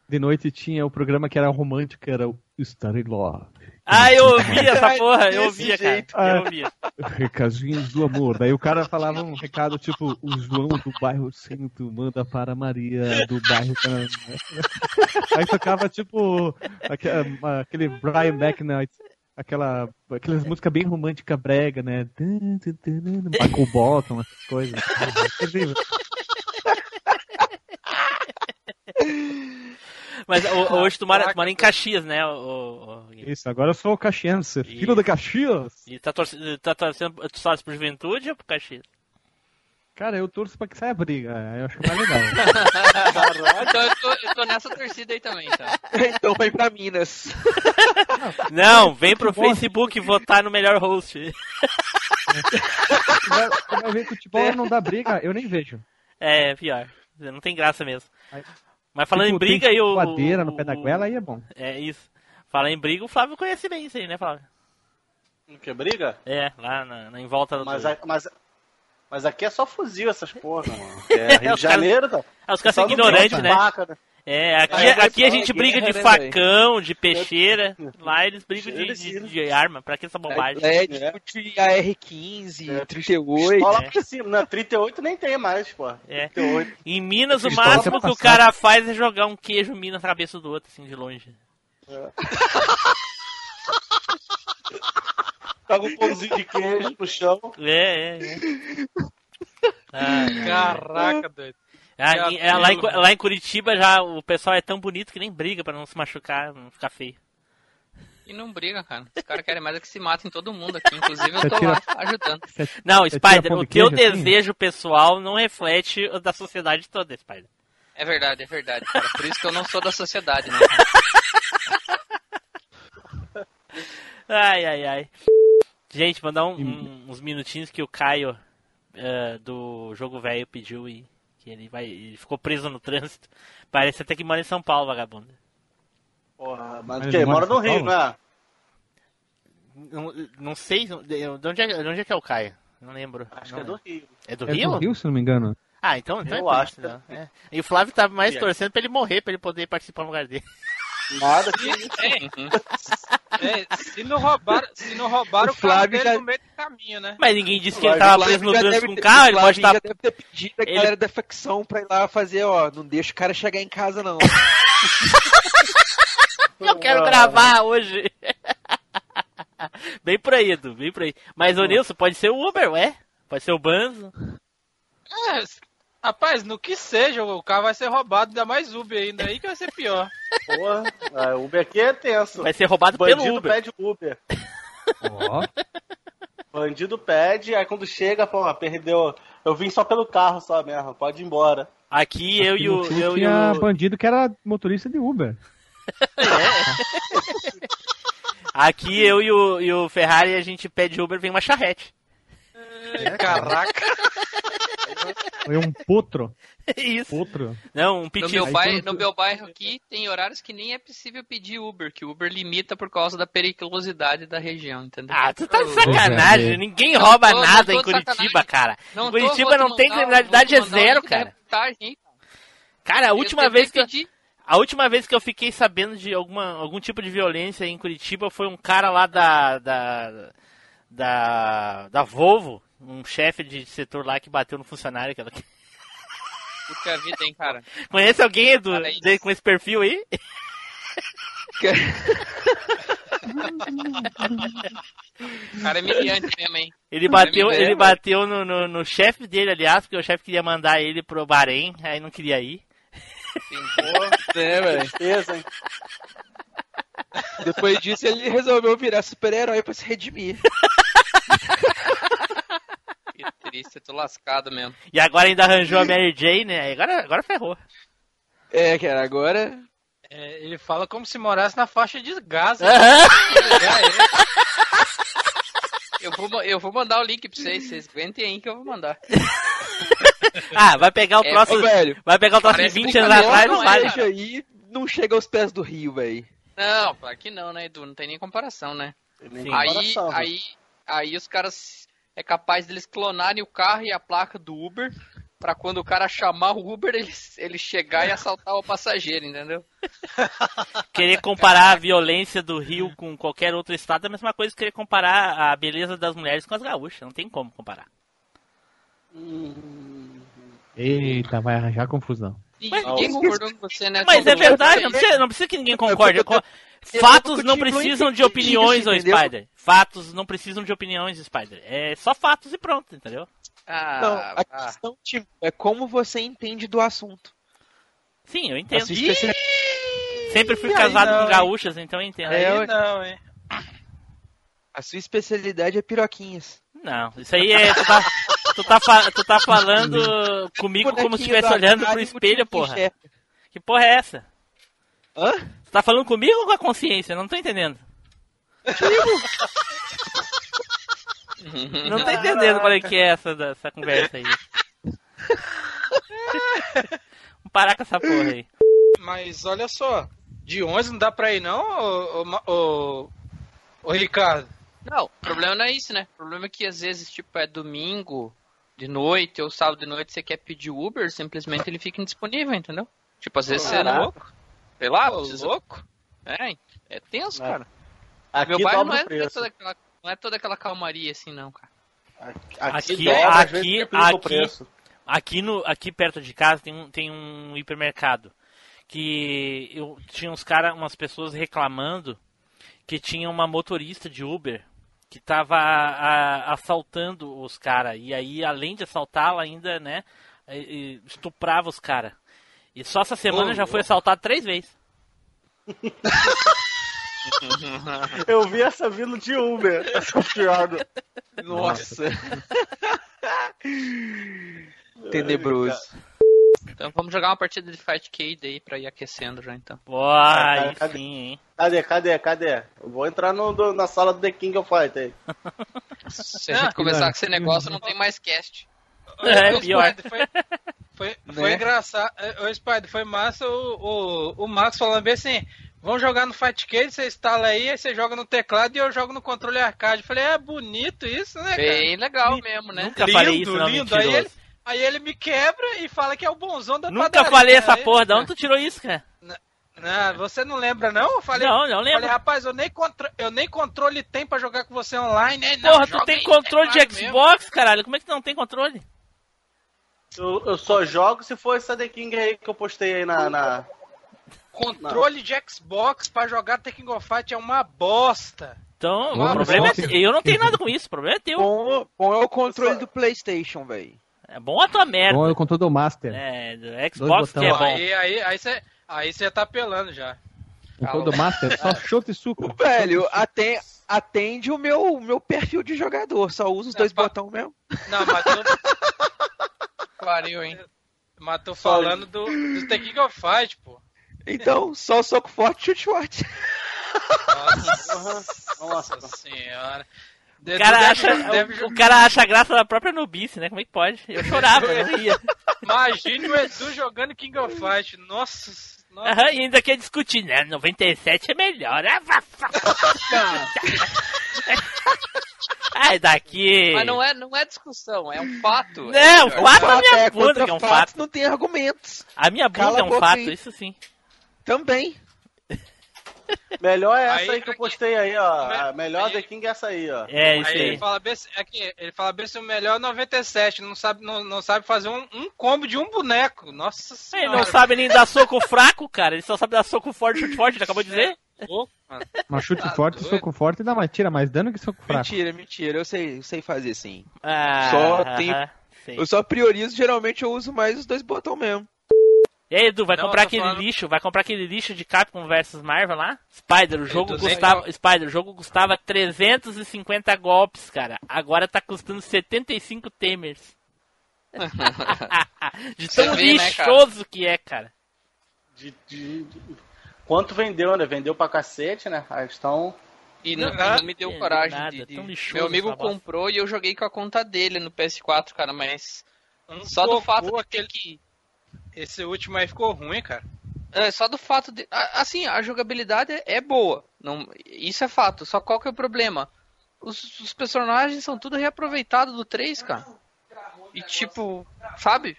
De noite tinha o programa que era romântico, era o Star in Love.
Ah, eu ouvi essa porra, eu
Desse
ouvia, cara.
jeito.
Eu ouvia.
Recadinhos do amor. Daí o cara falava um recado tipo: O João do bairro Centro manda para a Maria do bairro. Canaã." Aí tocava tipo aque- ah, aquele Brian McKnight, aquela, aquelas músicas bem romântica brega, né? Michael Bolton, essas coisas. Terrível.
Mas o- hoje tu mora, tu mora em Caxias, né? o- o-
Isso, agora eu sou o Caxiense, filho da Caxias.
e tá torcendo, tá torcendo tu torce pro Juventude ou pro Caxias?
Cara, eu torço pra que saia briga, é, eu acho mais legal.
Então eu tô, eu tô nessa torcida aí também, tá? Então vai pra Minas.
Não, vem pro
Futebol.
Facebook votar no melhor host.
Tu vai, tu vai ver futebol não dá briga, eu nem vejo.
É, pior. Não tem graça mesmo. Mas falando
Tipo,
em briga,
tem
e o.
Madeira no pé da goela, aí é bom.
É isso. Falando em briga, o Flávio conhece bem isso aí, né, Flávio?
Que briga?
É, lá na, na- em volta do.
Mas, é, a- mas, mas aqui é só fuzil essas porra, mano.
É,
É,
os
Rio
caras-
de Janeiro, tá?
Ah, os caras são
Só no
ignorantes,
Bronx,
né?
Baca, né?
É, aqui,
É,
aqui a
é,
gente
é,
briga de
né,
facão, de peixeira. Lá eles brigam de,
Eles-
de, de arma. Pra que essa bobagem?
É,
tipo
discutir AR-15, 38.
Bola É. pra cima. Não, 38 nem tem mais, pô.
É.
38.
Em Minas, o
Pistola
máximo
pra
que o
passar.
cara faz é jogar um queijo mina na cabeça do outro, assim, de longe.
É. Joga um pãozinho de queijo pro chão.
É, é, é. Ai, ai,
Ah, Caraca, doido.
ai. Ah,
Que
e- é, lá, em, Cu-
apelo,
lá em Curitiba já o pessoal é tão bonito que nem briga pra não se machucar, não ficar feio.
E não briga, cara. Os caras querem mais é que se matem todo mundo aqui. Inclusive eu
Você
tô
tira-
lá ajudando.
Não,
Você tira
Spider,
pão
o
de
teu
queijo, assim?
desejo pessoal não reflete o da sociedade toda, Spider.
É verdade, é verdade, cara. Por isso que eu não sou da sociedade, né?
Ai, ai, ai. Gente, mandar um- um- uns minutinhos que o Caio eh, do Jogo Velho pediu e que ele vai. Ele ficou preso no trânsito. Parece até que mora em São Paulo, vagabundo.
Porra, mas
Mas
o quê?
não mora
Mora
em
no
São
Rio,
Paulo?
né?
Não, não sei de de onde, é, de onde é que é o Caio. Não lembro. Acho
que é do Rio.
É do
é
Rio?
do Rio, se não me engano.
Ah, então, então
Eu
por
acho
isso,
que
não. É. E o Flávio tá mais
É.
torcendo pra ele morrer, pra ele poder participar no lugar dele.
Nada.
É, se não roubaram, se não roubaram o,
O
carro
Flávio
dele
já-
no meio do caminho, né?
Mas ninguém disse que
O
ele tava
Flávio
preso no
já
trânsito
deve
com o
ter-
carro, ele
Flávio
pode tá- estar.
já deve ter pedido a
Ele-
galera da facção pra ir lá fazer, ó, não deixa o cara chegar em casa, não.
Eu quero gravar hoje. bem por aí, Edu, bem por aí. Mas, ô Nilson, pode ser o Uber, ué? Pode ser o Banzo.
É, rapaz, no que seja, o carro vai ser roubado, ainda mais Uber ainda aí que vai ser pior.
Porra, ah, Uber aqui é tenso.
Vai ser roubado
Bandido
pelo Uber.
pede Uber. Bandido pede, aí quando chega, pô, perdeu. Eu vim só pelo carro só mesmo, pode ir embora.
Aqui eu
Aqui no Sul tinha bandido que era motorista de Uber.
Aqui eu e o, e o Ferrari, a gente pede Uber, vem uma charrete.
Caraca.
É um potro.
Isso.
Potro.
Não, um
No
pitinho.
meu, bairro, no meu bairro aqui tem horários que nem é possível pedir Uber, que o Uber limita por causa da periculosidade da região, entendeu?
Ah, tu tá de sacanagem. Ninguém
Não
rouba
tô- não
nada
tô
em
de
Curitiba,
sacanagem.
cara.
Não
Em
tô,
Curitiba
vou te
não tem
mandar-
criminalidade,
vou
é
te mandar um
zero,
link da
cara.
reportagem, hein?
Cara, a última
tentei
vez que eu, a última vez que eu fiquei sabendo de alguma algum tipo de violência em Curitiba foi um cara lá da da da, da Volvo, um chefe de setor lá que bateu no funcionário. Que ela...
Puta vida, hein, cara.
Conhece alguém Edu, de- com esse perfil aí?
O cara é miliante mesmo, hein?
Ele
O cara é
bateu,
miliante.
ele bateu no, no, no chefe dele, aliás, porque o chefe queria mandar ele pro Bahrein, aí não queria ir.
É, velho. Depois disso, ele resolveu virar super-herói pra se redimir. que triste, eu tô lascado mesmo.
E agora ainda arranjou a Mary Jane, né? Aí Agora, agora ferrou.
É, cara, agora.
É, ele fala como se morasse na faixa de Gaza.
Eu vou, ma- eu vou mandar o link pra vocês, vocês aguentem aí que eu vou mandar.
Ah, vai pegar o
É,
troço.
ô, velho,
vai pegar o troço de
parece
20 anos atrás
brincadeira,
não vale.
não é,
aí não chega aos pés do rio, velho.
Não, claro que não, né, Edu? Não tem nem comparação, né?
nem
aí,
comparação, né?
aí, aí os caras é capaz deles clonarem o carro e a placa do Uber pra quando o cara chamar o Uber ele, ele chegar e assaltar o passageiro, entendeu?
Querer comparar a violência do Rio com qualquer outro estado é a mesma coisa que querer comparar a beleza das mulheres com as gaúchas. Não tem como comparar.
Eita, vai arranjar confusão.
E ninguém É concordou com você, né?
Mas
Todo
é
mundo-
verdade, não precisa, não precisa que ninguém concorde. Co- Fatos não precisam de opiniões, ô
entendeu?
Spider. Fatos não precisam de opiniões, Spider. É só fatos e pronto, entendeu?
Ah,
Não,
ah.
a
questão,
tipo,
é como você entende do assunto.
Sim, eu entendo.
Assiste esse-
Sempre fui
Aí
casado
não,
com
hein?
gaúchas, então eu entendo.
Aí
Eu-
não, hein? É, A sua especialidade é piroquinhas.
Não, isso aí é. Tu tá, tu tá, fa- tu tá falando comigo como se estivesse olhando pro espelho, porra. Que porra é essa? Hã? Tu tá falando comigo ou com a consciência? Eu não tô entendendo. Não tô entendendo qual é que é essa, da- essa conversa aí. Vamos parar com essa porra aí.
Mas olha só, de 11 não dá pra ir não, ô, ô, Ma- ô, ô Ricardo?
Não, o problema não é isso, né? O problema é que às vezes, tipo, é domingo de noite ou sábado de noite você quer pedir Uber, simplesmente ele fica indisponível, entendeu? Tipo, às vezes você
Caraca.
não. Sei lá,
Ô,
precisa... louco? É, é tenso,
É.
cara.
Aqui
Meu bairro
dobra o
não é, não é
preço.
toda aquela, não é toda aquela calmaria assim, não, cara.
Aqui,
dobra, às vezes
aqui,
triplica o
aqui,
preço.
aqui, no, aqui perto de casa tem um, tem um hipermercado que eu tinha uns cara, umas pessoas reclamando que tinha uma motorista de Uber que tava a- a- assaltando os caras e aí além de assaltar ela ainda, né, e- e estuprava os caras. E só essa semana
Ô,
já foi
louco.
assaltado três vezes.
Eu vi essa vindo de Uber, essa piada.
Nossa. Tenebroso. Então vamos jogar uma partida de Fight Cade aí pra ir aquecendo já então.
Uai,
Cadê?
sim, hein?
Cadê, cadê, cadê? Eu vou entrar no, do- na sala do The King of Fight aí.
Se a gente começar com esse negócio, não tem mais cast.
Ah, É,
Ô,
pior.
Spider, Foi, foi, foi
Né?
engraçado. É, Ô, Spider, foi massa o, o, o Max falando bem assim: vamos jogar no Fight Case, você instala aí, aí você joga no teclado e eu jogo no controle arcade. Eu Falei, é bonito isso, né, cara?
Bem legal mesmo, né?
Nunca falei isso, não,
Aí
mentiroso.
ele, aí ele me quebra e fala que é o bonzão da
Nunca
padaria.
falei essa
Aí-
porra, da onde tu tirou isso, cara?
Não, você não lembra, não? Eu Falei,
Não, não lembro.
Falei, rapaz, eu nem, contro- eu nem controle tem pra jogar com você online. Aí, não,
Porra, tu
joga
tem
aí,
controle de
teclado mesmo.
Xbox, caralho? Como é que tu não tem controle?
Eu, eu só jogo se for essa The King aí que eu postei aí na. na...
Controle de Xbox pra jogar Tekken Go Fight é uma bosta.
Então,
Não,
o problema é
não.
teu. Eu não tenho nada com isso, o problema é teu.
Bom, bom é o controle do PlayStation, velho.
É bom a tua merda.
Bom, eu com todo o Master.
É, do
Dois
Xbox que é
botões.
bom.
Aí, aí, aí você aí você tá apelando já.
Com todo o Master, só chuta e suco.
Velho, até, atende o meu, o meu perfil de jogador. Só usa os dois botões mesmo.
Não, matou. Pariu, hein? Mas tô falando do, do The King of Fight, pô.
Então, só soco forte, chute forte.
Nossa, nossa senhora.
O cara,
Deve-
acha,
deve-
o cara acha graça da própria nubice, né? Como é que pode? Eu chorava, eu
É.
ria.
Imagine o Edu jogando King of Fight. Nossa, nossa.
Aham, e ainda quer discutir, né? 97 é melhor. Ah, vá, vá, vá. Ai, daqui.
Mas não é, não é discussão, é um fato.
Não,
melhor.
fato é minha bunda, que é um fato.
Não tem argumentos.
A minha
Cala
bunda é
a
um
boca
fato,
aí.
isso sim.
Também.
Melhor é essa aí,
Aí,
que eu postei aí, ó. A melhor The King é essa aí, ó.
É, isso
Aí
aí.
ele fala bem, se- é que ele fala bem se o melhor é 97, não sabe, não, não sabe fazer um, um combo de um boneco. Nossa
Ele
senhora.
não sabe nem dar soco fraco, cara. Ele só sabe dar soco forte, chute forte, ele acabou
é
de dizer.
Mas chute
Tá
forte, soco forte, dá mais, tira mais dano que soco fraco.
Mentira, mentira, eu sei, eu sei fazer sim.
Ah,
Só
aham,
tem-
sei.
Eu só priorizo, geralmente eu uso mais os dois botões mesmo.
E aí, Edu, vai
Não,
comprar
eu tô
aquele
falando-
lixo? Vai comprar aquele lixo de Capcom versus Marvel lá? Spider, o jogo
Edu,
custava. Spider, o jogo custava 350 golpes, cara. Agora tá custando 75 temers. de tão
Você vê, né, cara?
lixoso que é, cara.
de, de- de- Quanto vendeu, né? Vendeu pra cacete, né? Aí estão.
E não,
Ah.
não me
É,
deu coragem
Nada,
de, de-
tão lixoso
Meu amigo
essa bosta.
comprou e eu joguei com a conta dele no PS4, cara, mas. só do
Pô,
fato
pô,
de ter
Um aquele... Esse último aí ficou ruim, cara.
É, só do fato de. a- Assim, a jogabilidade é- é boa. Não, isso é fato. Só qual que é o problema? Os, os personagens são tudo reaproveitados do 3, cara. E tipo, sabe?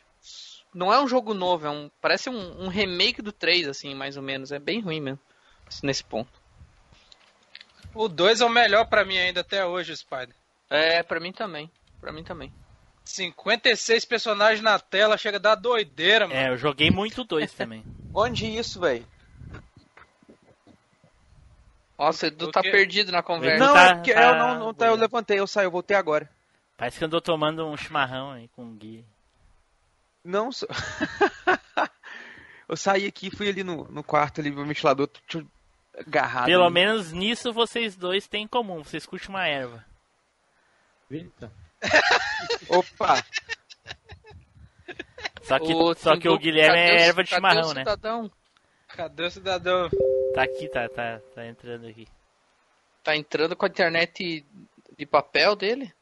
Não é um jogo novo, é um. Parece um, um remake do 3, assim, mais ou menos. É bem ruim mesmo. assim, Nesse ponto.
O 2 é o melhor pra mim ainda até hoje, Spider.
É, pra mim também. Pra mim também.
56 personagens na tela, chega a dar doideira, mano.
É, eu joguei muito dois também.
Onde isso, velho?
Nossa, o Edu tá
quê?
perdido na conversa.
Não, é porque eu não- não tá- eu
levantei, eu saí, eu voltei agora.
Parece que andou tomando um chimarrão aí com o Gui.
Não sou. eu saí aqui, fui ali no, no quarto ali, meu ventilador tinha
Ah,
agarrado.
Pelo
ali.
menos nisso vocês dois têm em comum. Vocês curtem uma erva.
Opa!
Só que o, só que o Guilherme é erva de chimarrão, né?
cidadão?
Cadê o cidadão?
Tá aqui, tá, tá, tá entrando aqui.
Tá entrando com a internet de papel dele?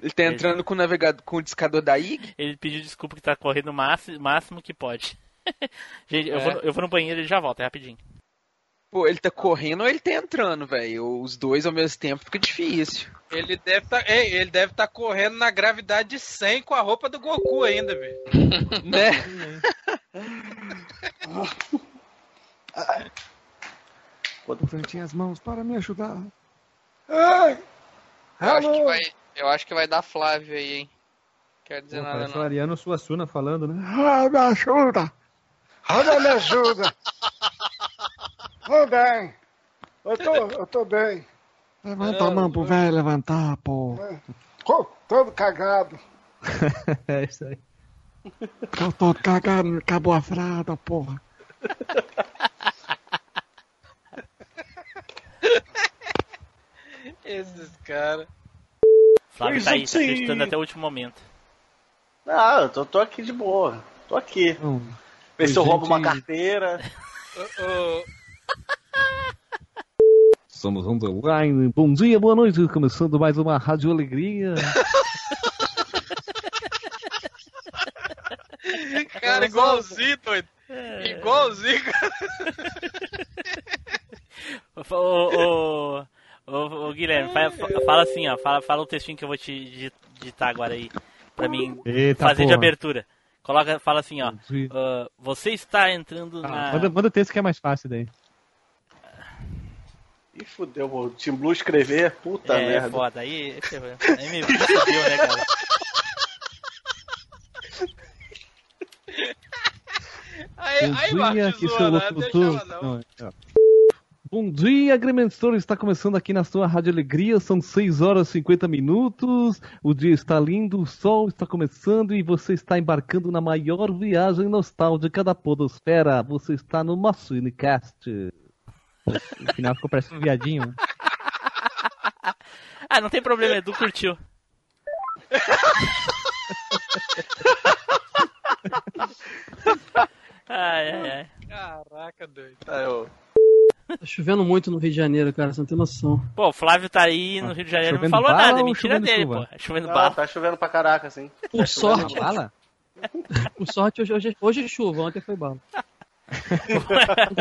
Ele tá entrando com o navegador, com o discador da IG?
Ele pediu desculpa que tá correndo o máximo, máximo que pode. Gente,
É.
eu, vou, eu vou no banheiro e ele já volta, é rapidinho.
Pô, ele tá correndo ou ele tá entrando, velho? Os dois ao mesmo tempo fica difícil.
Ele deve tá, Ei, ele deve tá correndo na gravidade de 100 com a roupa do Goku ainda, velho.
Né?
Levante as mãos para me ajudar.
Eu acho, que vai, eu acho que vai dar Flávio aí, hein? Quer dizer nada,
Parece o
não.
Ariano Suassuna falando, né?
Ah, me ajuda! Roda, me ajuda! Tô bem! Eu tô, eu tô bem!
Levanta a mão pro velho levantar, pô.
Tô todo cagado!
é isso aí. Eu tô cagando, acabou a fralda, porra.
Esses caras.
Flávio
Pois
tá aí, tá
um
assim.
acreditando até o último momento.
Ah, eu tô, tô aqui de boa. Tô aqui. Vê se eu roubo uma carteira.
Somos online. Bom dia, boa noite. Começando mais uma Rádio Alegria.
Cara, igualzinho, doido.
É.
Igualzinho, cara.
Ô, ô, ô, ô, ô, Guilherme, fa- fa- fala, assim, ó. Fala, fala o textinho que eu vou te digi- digitar agora aí. Pra mim
Eita,
fazer de
porra.
abertura. Coloca, fala assim, ó. ah, você está entrando na.
Ah, Manda, manda o texto que é mais fácil daí.
Ih, fudeu, o Tim Blue escrever, puta
é,
merda.
foda. Aí, aí me fudeu, né, cara?
Aí, aí
Bom dia,
Marcos,
aqui seu
zoa, né?
locutor.
Deixa ela não.
Não, é. Bom dia, Agrimensor. Está começando aqui na sua Rádio Alegria. São 6 horas e 50 minutos. O dia está lindo, o sol está começando e você está embarcando na maior viagem nostálgica da Podosfera. Você está no Massinecast. No final ficou parecendo um viadinho. né?
Ah, não tem problema, Edu curtiu. ai, ai, ai.
Caraca, doido.
Tá chovendo muito no Rio de Janeiro, cara, você não tem noção.
Pô, o Flávio tá aí no Rio de Janeiro não
Chovendo
falou
bala
nada, é
ou
mentira
chovendo
dele,
chuva?
pô. É Chovendo
Não,
bala.
tá chovendo pra caraca, assim.
Por sorte. Por sorte, hoje, hoje, hoje é chuva, ontem foi bala.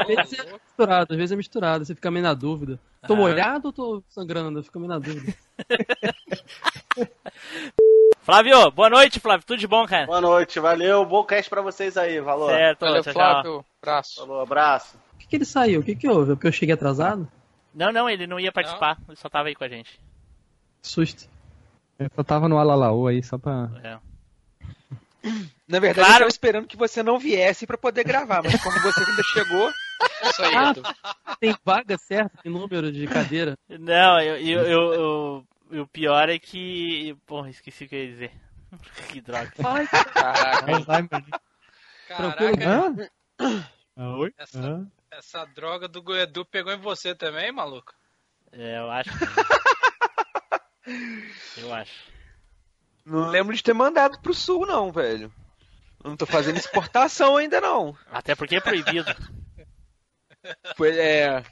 às vezes é misturado, às vezes é misturado, você fica meio na dúvida. Tô
Ah.
molhado ou tô sangrando? Fica meio na dúvida.
Flávio, boa noite, Flávio. Tudo de bom, cara?
Boa noite, valeu. Bom cast pra vocês aí, valor.
Certo, Valeu, tchau, tchau. Flávio.
Abraço.
Falou, abraço.
Por que, que ele saiu? O que, que houve? É Porque eu cheguei atrasado?
Não, não, ele não ia participar, ele só tava aí com a gente.
Susto.
Eu só tava no Alalaô aí, só pra.
É.
Na verdade,
Claro.
eu tava esperando que você não viesse pra poder gravar, mas como você ainda chegou.
Isso
Ah, tem vaga certa, tem número de cadeira?
Não, eu, eu, eu- eu- e o pior é que. Porra, esqueci o que eu ia dizer. que droga.
Ai,
Caraca.
Oi? Hã?
Essa droga do Goedu pegou em você também, maluco?
É, eu acho. eu acho.
Não lembro de ter mandado pro sul, não, velho.
Não tô fazendo exportação ainda, não.
Até porque é proibido.
Por, é,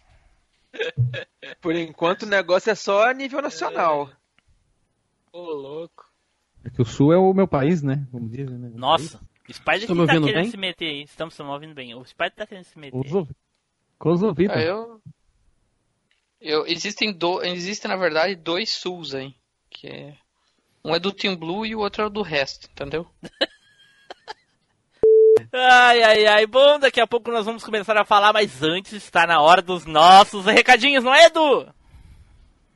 por enquanto o negócio é só a nível nacional.
Ô, louco.
É que o Sul é o meu país, né? Como dizem, né?
Nossa, o Spider
Estão
que
me
tá
ouvindo
querendo
bem?
se meter aí. Estamos se movendo bem. O Spider tá querendo se meter.
Kosovo. Kosovita.
É,
Ah, eu... Eu, existem, do, existem, na verdade, dois SUS aí. Que é... Um é do Team Blue e o outro é o do resto, entendeu?
Ai, ai, ai. Bom, daqui a pouco nós vamos começar a falar, mas antes está na hora dos nossos recadinhos, não é, Edu?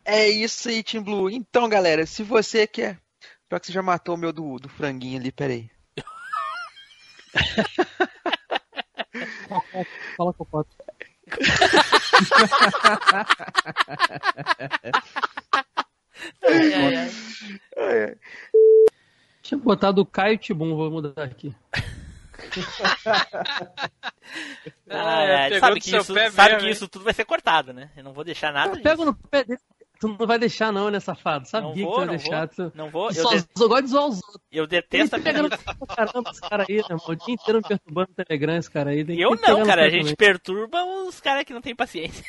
É isso aí, Team Blue. Então, galera, se você quer. Pior que você já matou o meu do, do franguinho ali, peraí.
Fala com o Pato.
Ai, ai, ai.
Tinha botado o Caio Tibum, vou mudar aqui.
Ai,
é,
ai,
pegou
Ah, sabe
do
que,
seu
isso,
pé
sabe
mesmo,
que
hein? Tá
isso tudo vai ser cortado, né? Eu não vou deixar nada. disso.
Pega no pé dele. Tu não vai deixar, não, né, safado? Sabia
Não
que
vou,
tu ia
não
deixar.
vou.
Tu...
Não vou.
tu
Eu,
só,
de-
só gosta de zoar os outros.
eu
Ele
detesto a
pega
minha
no pé pra caramba esse cara aí, né, irmão? O dia inteiro me perturbando no Telegram, esse cara aí. Tem
Eu
tem que pegar
não,
no
cara.
pé
A gente
também.
perturba os caras que não tem paciência.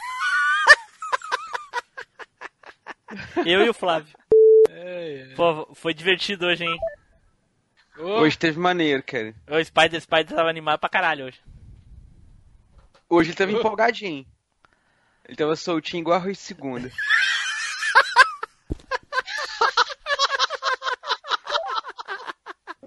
Eu e o Flávio. Pô, foi divertido hoje, hein?
Hoje teve maneiro, cara.
O Spider Spider tava animado pra caralho hoje.
Hoje ele tava empolgadinho. Ele tava soltinho igual arroz de segunda.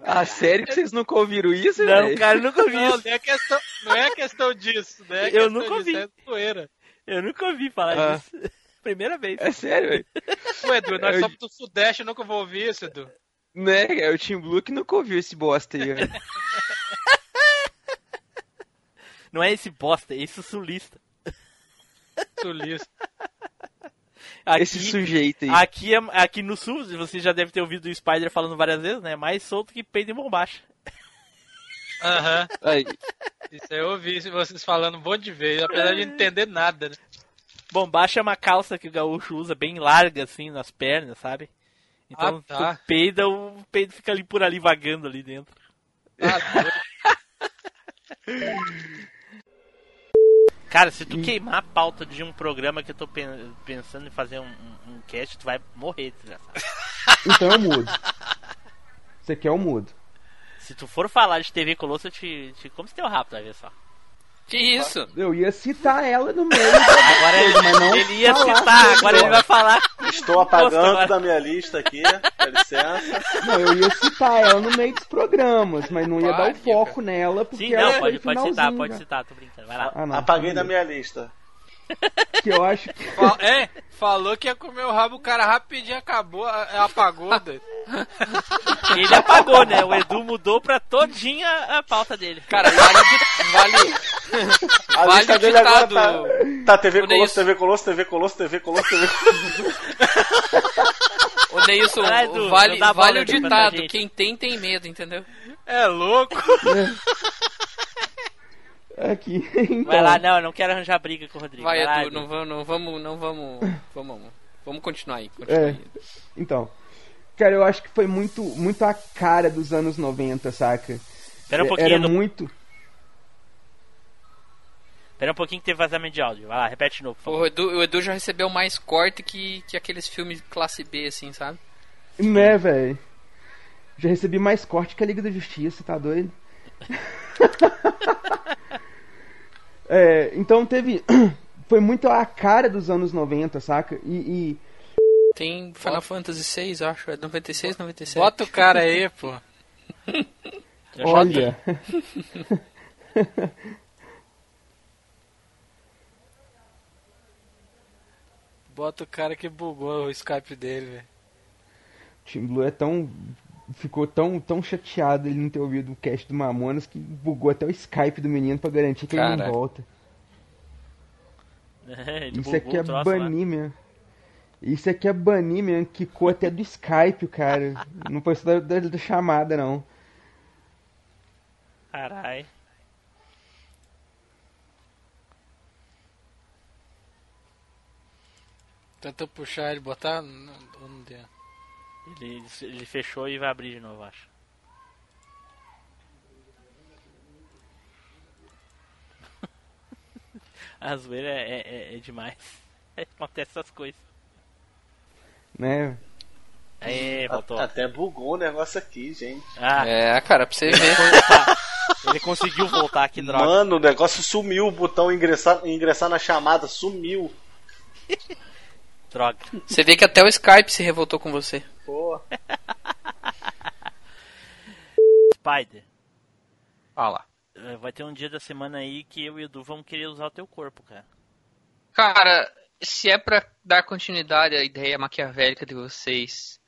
ah, sério que vocês nunca ouviram isso,
Não,
velho?
cara, eu nunca ouvi
Não,
isso.
não é questão, não é questão disso, né?
Eu nunca ouvi.
É zoeira.
Eu nunca ouvi falar
Ah.
disso. Primeira vez.
É sério, velho?
Pô, Edu, nós
Eu-
somos do Sudeste, eu nunca vou ouvir isso, Edu.
Né? É o Team Blue que nunca ouviu esse bosta aí, né? velho.
Não é esse bosta, é esse sulista.
Sulista.
Esse sujeito aí.
Aqui, é- aqui no sul, você já deve ter ouvido o Spider falando várias vezes, né? Mais solto que peito em bombacha.
Aham.
Aí.
Isso aí eu ouvi vocês falando um monte de vez, apesar de não entender nada, né?
Bombacha é uma calça que o gaúcho usa bem larga, assim, nas pernas, sabe? Então,
Ah, tá.
tu peida, o peido fica ali por ali, vagando ali dentro.
Ah,
Cara, se tu queimar a pauta de um programa que eu tô pen- pensando em fazer um, um, um cast, tu vai morrer, desgraçado.
Então eu mudo. Você quer eu mudo.
Se tu for falar de TV Colosso, eu te, te como se teu rápido, vai ver só.
Que isso?
Eu ia citar ela no meio da Agora
ele- ele ia citar, agora ele vai falar.
Estou apagando da minha lista aqui, dá licença.
Não, eu ia citar ela no meio dos programas, mas não ia dar o foco nela, porque
Sim,
ela
não,
foi
pode, pode citar,
finalzinho,
pode
né?
citar, tô brincando, vai lá.
Ah, não.
Apaguei da minha lista.
Que eu acho que...
Fa- É, falou que ia comer o rabo, o cara rapidinho acabou, a- apagou, né? doido.
Ele apagou, né? O Edu mudou pra todinha a pauta dele.
Cara, vale. de- vale...
A
Vale
lista
o
dele agora
ditado.
tá, tá TV
Olha
Colosso,
isso.
TV Colosso, TV Colosso, TV Colosso, TV Colosso.
Ô, Neilson,
Ah, Edu,
vale,
não dá bola
vale o
aqui pra
ditado.
gente.
Quem tem, tem medo, entendeu?
É louco.
Aqui,
Vai
então.
lá, não, eu não quero arranjar briga com o Rodrigo.
Vai,
lá,
Edu, não vamos, não vamos, não vamos, vamos, vamos continuar aí. continua
É.
aí.
Então. Cara, eu acho que foi muito, muito a cara dos anos 90, saca?
Pera um
É-
pouquinho,
Era
Edu.
muito.
Pera um pouquinho que teve vazamento de áudio. Vai lá, repete de novo. por favor.
O Edu, o Edu já recebeu mais corte que, que aqueles filmes classe B, assim, sabe?
Né, velho? Já recebi mais corte que a Liga da Justiça, tá doido? É, então teve. Foi muito a cara dos anos 90, saca? E. e-
Tem Final Fantasy VI, acho. É 96, 97.
Bota o cara aí, pô.
É
olha.
Bota o cara que bugou o Skype dele, velho.
Tim Blue é tão. Ficou tão, tão chateado ele não ter ouvido o cast do Mamonas que bugou até o Skype do menino pra garantir que ele
Cara.
não volta.
É, ele
Isso
bugou
aqui é
o troço lá.
banir mesmo. Isso aqui é banir mesmo. Quicou até do Skype, o cara. Não foi só da, da- da chamada, não.
Carai.
Tentou puxar ele, botar, não, não deu.
Ele, ele fechou e vai abrir de novo, acho. A zoeira é, é- é demais. Acontece essas coisas.
Né?
É, voltou.
Até bugou o negócio aqui, gente.
Ah.
É, cara, pra você ver.
Ele conseguiu voltar, que droga.
Mano, o negócio sumiu, o botão ingressar, ingressar na chamada sumiu.
Droga.
Você vê que até o Skype se revoltou com você.
Pô.
Spider.
Fala.
eh, Vai ter um dia da semana aí que eu e o Edu vamos querer usar o teu corpo, cara.
Cara, se é pra dar continuidade à ideia maquiavélica de vocês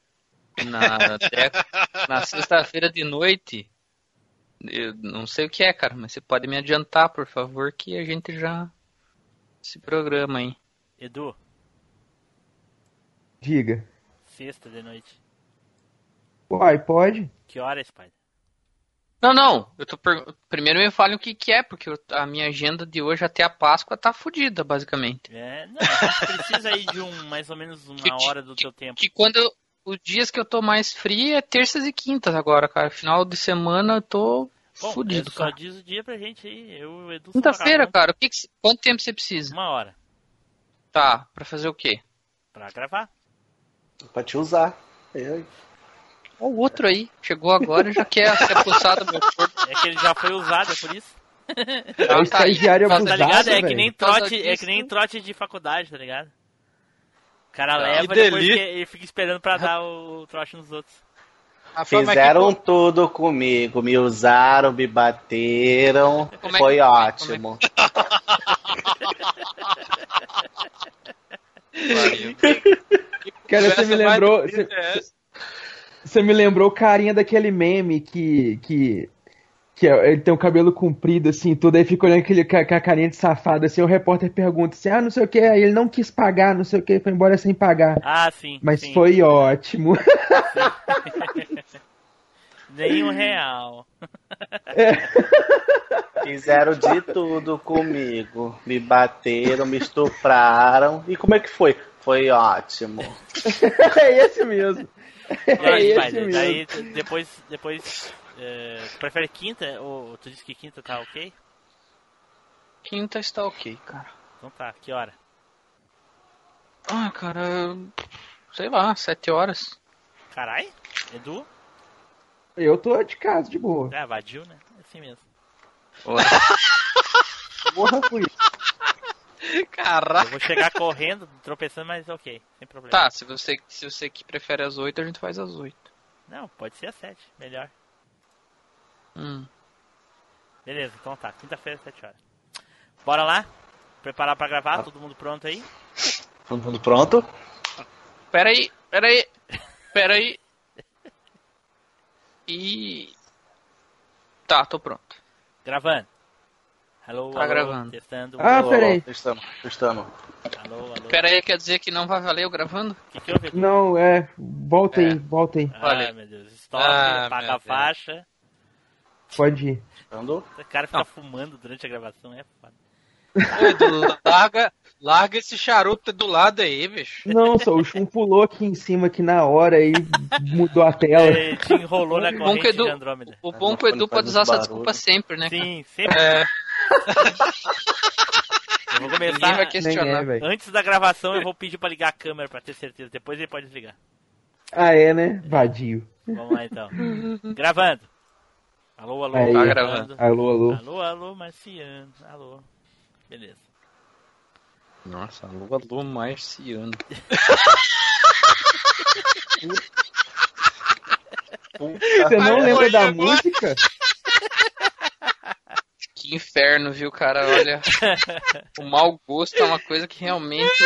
na, década- na sexta-feira de noite, eu não sei o que é, cara, mas você pode me adiantar, por favor, que a gente já se programa, hein?
Edu,
Diga.
sexta de noite.
Uai, pode?
Que hora, Spider?
Não, não, eu tô per- primeiro me fale o que que é, porque eu- a minha agenda de hoje até a Páscoa tá fodida, basicamente.
É, não, a gente precisa aí de um mais ou menos uma hora do teu tempo.
que quando eu- os dias que eu tô mais free é terças e quintas agora, cara. Final de semana eu tô
Bom,
fudido,
é, só
cara.
diz o dia pra gente aí. Eu, e o Edu somos
Quinta-feira,
vagabundos.
cara. o que que cê- quanto tempo você precisa?
né? Uma hora.
Tá, pra fazer o quê?
Pra gravar.
Pra te usar. Eu...
Ó, o outro aí. Chegou agora e já quer se apossar do meu corpo.
É que ele já foi usado, é por isso.
É um estagiário
Tá
abusado,
ligado? É que
velho.
nem
Por causa
trote, é que nem trote de faculdade, tá ligado? O cara
Tá.
leva
Que
e depois
delícia.
que- ele fica esperando pra dar o trote nos outros.
é
Fizeram tudo comigo, me usaram, me bateram.
Como é-
Foi
como é-
ótimo.
Cara, você me lembrou.
É.
Você, você me lembrou o carinha daquele meme que. que... Que é- ele tem o cabelo comprido, assim, tudo, aí fica olhando aquele ca- com a carinha de safado, assim, o repórter pergunta assim, ah, não sei o que, aí ele não quis pagar, não sei o que, foi embora sem pagar.
Ah, sim,
Mas
sim.
foi ótimo.
Nem um real.
Fizeram de tudo comigo. Me bateram, me estupraram. E como é que foi? Foi ótimo.
é esse mesmo.
Não,
É esse
Spider,
mesmo.
daí tu- depois. depois eh, tu prefere quinta? Ou tu disse que quinta tá ok?
Quinta está ok, cara.
Então tá, que hora?
Ah, cara, eu- sei lá, sete horas.
Carai? Edu?
Eu tô de casa, de boa.
É, vadio, né? Assim mesmo.
Morra com isso.
Caraca.
Eu vou chegar correndo, tropeçando, mas ok, sem problema.
Tá, se você, se você que prefere às oito, a gente faz às oito.
Não, pode ser às 7, melhor.
Hum.
Beleza, então tá, quinta-feira, às 7 horas. Bora lá? Preparar pra gravar? Todo mundo pronto aí?
Todo mundo pronto?
Peraí, peraí, peraí. E. Tá, tô pronto.
Gravando. Alô,
Tá
alô,
gravando.
Testando.
Ah, peraí.
Estamos, estamos.
Alô, alô.
Peraí, quer dizer que não vai valer eu gravando?
Que que houve?
Não, é, volta aí, volta aí.
Ah,
Olha.
meu Deus. Stop,
Ah,
apaga
meu
a
Deus.
faixa.
Pode ir.
O cara fica fumando durante a gravação, é foda.
Ô, Edu, larga, larga esse charuto do lado aí, bicho.
Não, só o chum pulou aqui em cima, aqui na hora, e mudou a tela.
É, te enrolou na
O bom
corrente
que Edu-
de Andrômeda.
O bom que o Edu pode usar essa desculpa sempre, né?
Sim, sempre. Eu vou começar.
Ninguém vai questionar. Ninguém, velho.
Antes da gravação, eu vou pedir pra ligar a câmera pra ter certeza. Depois ele pode desligar.
Ah, é, né? Vadio.
Vamos lá então. gravando. Alô, alô.
Aí. Tá gravando. Alô, alô.
Alô, alô, Marciano. Alô. Beleza.
Nossa, alô, alô, marciano.
Você não lembra da música?
Que inferno, viu, cara? Olha, o mau gosto é uma coisa que realmente.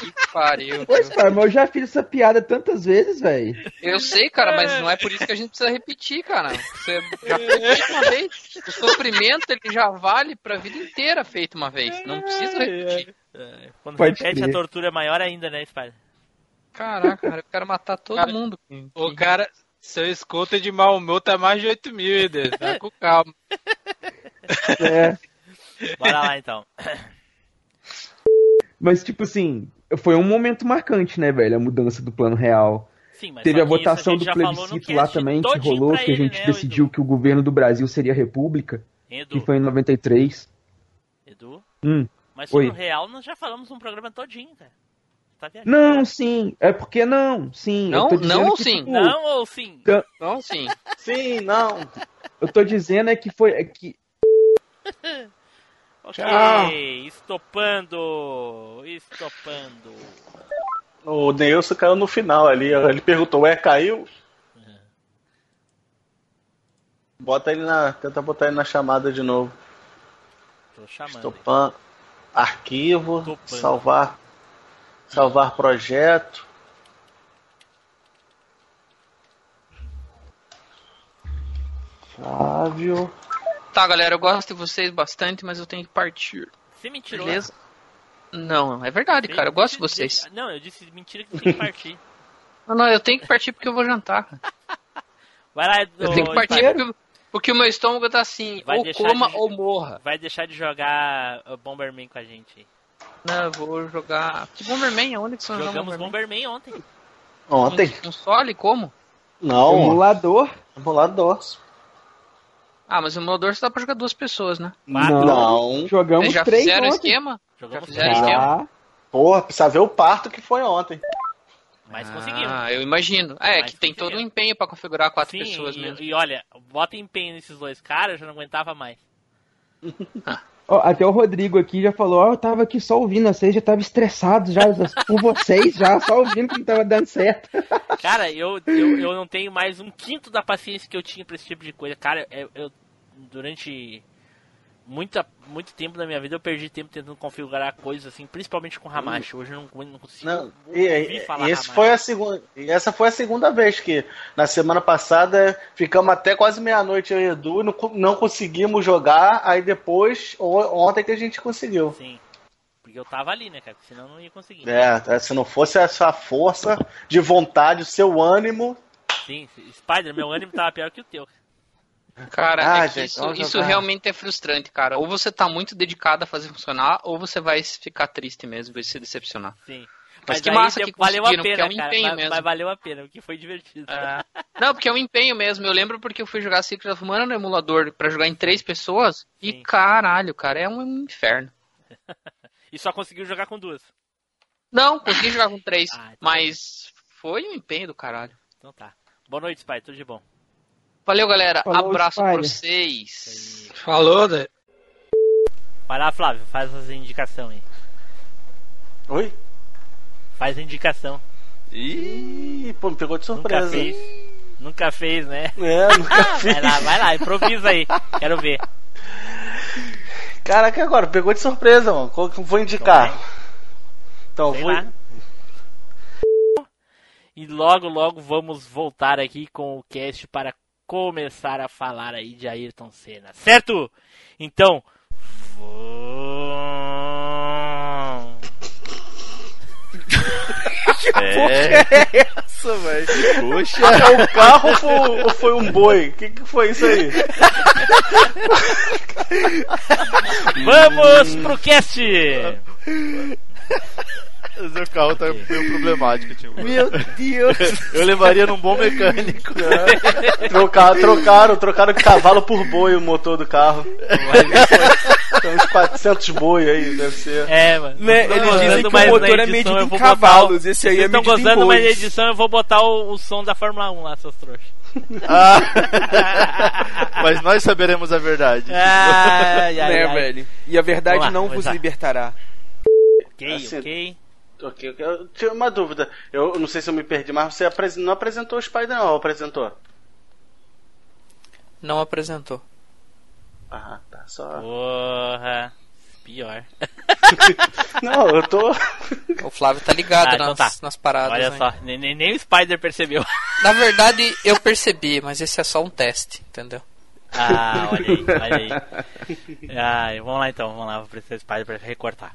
Que pariu.
Pois, cara, mas eu já fiz essa piada tantas vezes, velho.
Eu sei, cara, mas não é por isso que a gente precisa repetir, cara. Você já fez uma vez. O sofrimento ele já vale pra vida inteira feito uma vez. Não precisa repetir.
É, Quando
Pode
repete,
crer.
a tortura é maior ainda, né, Spider?
Caraca, cara, eu quero matar Tá todo
Cara,
mundo.
O cara, seu escolta de mau humor tá mais de 8 mil, hein, Deus? Vai com calma.
É.
Bora lá então.
Mas, tipo assim, foi um momento marcante, né, velho? A mudança do plano real.
Sim, mas
Teve
só
a
que isso
votação
gente
do
já falou no
plebiscito
cast
lá também, que
todinho
rolou,
pra
que a
ele,
gente
né,
decidiu que o governo do Brasil seria república, que
Edu?
foi em 93.
Edu,
Hum.
Mas
Oi.
sobre o real nós já falamos um programa todinho, cara. Tá viajando.
Não, sim. É porque não, sim. eu
Não,
tô dizendo
não ou
que,
sim?
tipo,
Não ou sim?
tá-
Não, sim.
Sim, não.
Eu tô dizendo é que foi. É que...
Ok,
Tchau.
estopando. Estopando.
O Neilson caiu no final ali. Ele perguntou, ué, caiu?
É.
Bota ele na. Tenta botar ele na chamada de novo.
Tô chamando.
Estopan. Arquivo. Salvar. Salvar projeto. Flávio.
Tá, galera, eu gosto de vocês bastante, mas eu tenho que partir.
Você me tirou.
Beleza? Não, é verdade, cara. Eu gosto de vocês.
Não, eu disse mentira que você tem que partir.
Não, não, eu tenho que partir porque eu vou jantar. cara.
Vai lá,
Eu tenho que partir porque, porque o meu estômago tá assim,
Vai
ou
deixar
coma
de-
ou morra.
Vai deixar de jogar uh, Bomberman com a gente. aí.
Não, eu vou jogar. Que Bomberman? Onde que você joga
Jogamos Bomberman ontem.
Ontem?
Console? Como?
Não.
Emulador.
Emulador.
Ah, mas o emulador só dá pra jogar duas pessoas, né?
Não.
Vocês já fizeram o esquema? já fizeram o esquema?
Ah, Porra, precisa ver o parto que foi ontem.
Mas
Ah, eu imagino. É,
Mas
que tem todo um empenho pra configurar quatro
Sim,
pessoas
e,
mesmo.
e olha, bota empenho nesses dois caras, eu já não aguentava mais.
Ah,
Ó, até o Rodrigo aqui já falou, ó, eu tava aqui só ouvindo vocês, já tava estressado já por vocês, já, só ouvindo que não tava dando certo.
Cara, eu, eu, eu não tenho mais um quinto da paciência que eu tinha pra esse tipo de coisa. Cara, eu, eu- durante muita, muito tempo da minha vida eu perdi tempo tentando configurar coisas assim, principalmente com Hamashi. Hoje eu não, eu não consigo
Não, e,
ouvir
e-
falar
e esse foi a segunda, e essa foi a segunda vez que na semana passada ficamos até quase meia-noite eu e o Edu e não, co- não conseguimos jogar, aí depois o- ontem que a gente conseguiu.
Sim. Porque eu tava ali, né, cara? Porque senão eu não ia conseguir.
É, se não fosse a sua força de vontade, o seu ânimo,
Sim, Spider, meu ânimo tava pior que o teu.
Cara,
Ah,
é que
gente,
isso,
vamos
isso
jogar.
realmente é frustrante, cara. Ou você tá muito dedicado a fazer funcionar, ou você vai ficar triste mesmo, vai se decepcionar.
Sim.
Mas, que
aí
massa
deu-
que
valeu a
conseguiram,
pena,
porque é um
cara,
empenho
mas,
mesmo.
mas valeu a pena, porque foi divertido.
Não, porque é um empenho mesmo. Eu lembro porque eu fui jogar Secret of Mana no emulador pra jogar em três pessoas. E caralho, cara, é um inferno.
E só conseguiu jogar com duas. Ah,
Não, consegui jogar com três, mas foi um empenho do caralho.
Então tá. Boa noite, Spider, tudo de bom.
Valeu, galera.
Falou,
Abraço pra
Spider.
vocês.
Falou, né?
Vai lá, Flávio, faz as indicação aí.
Oi?
Faz a indicação.
Ih, pô, me pegou de
Nunca
surpresa.
fez. Nunca fez, né?
É, nunca fiz.
Vai lá, vai lá, improvisa aí. Quero ver.
Caraca, agora pegou de surpresa, mano. Qual que eu vou indicar? Então,
Sei
vou...
lá. E logo, logo vamos voltar aqui com o cast para começar a falar aí de Ayrton Senna, certo? Então. vão.
porra é essa, velho?
Puxa.
É um carro ou foi- ou foi um boi? O que, que foi isso aí?
Vamos pro cast!
O seu carro tá meio problemático, tipo.
Meu Deus.
Eu levaria num bom mecânico.
Trocaram, trocaram, trocaram de cavalo por boi o motor do carro. Tem uns 400 boi aí, deve ser.
É, mano.
Né,
Vocês
eles
tão
dizem
gozando,
que o
mas
motor
na
é medido
edição eu
em
vou botar o-
cavalos, esse aí é
Vocês tão
medido em
gozando, mas na
bois.
edição eu vou botar o, o som da Fórmula 1 lá, seus trouxas.
Ah. Mas nós saberemos a verdade.
Ai, ai,
né,
ai.
velho? E a verdade
Vamos lá,
não
vamos
vos
lá.
libertará.
Ok, ok.
Ah, Ok, ok. Eu tinha uma dúvida. Eu não sei se eu me perdi, mas você apresen- não apresentou o Spider, não, apresentou?
Não apresentou.
Ah, tá, só.
Porra. Pior.
Não, eu tô.
O Flávio tá ligado
Ah, então
nas,
tá.
nas paradas.
Olha
né?
só, nem, nem- nem o Spider percebeu.
Na verdade, eu percebi, mas esse é só um teste, entendeu?
Ah, olha aí, olha aí. Ai, vamos lá então, vamos lá, vou precisar do Spider pra recortar.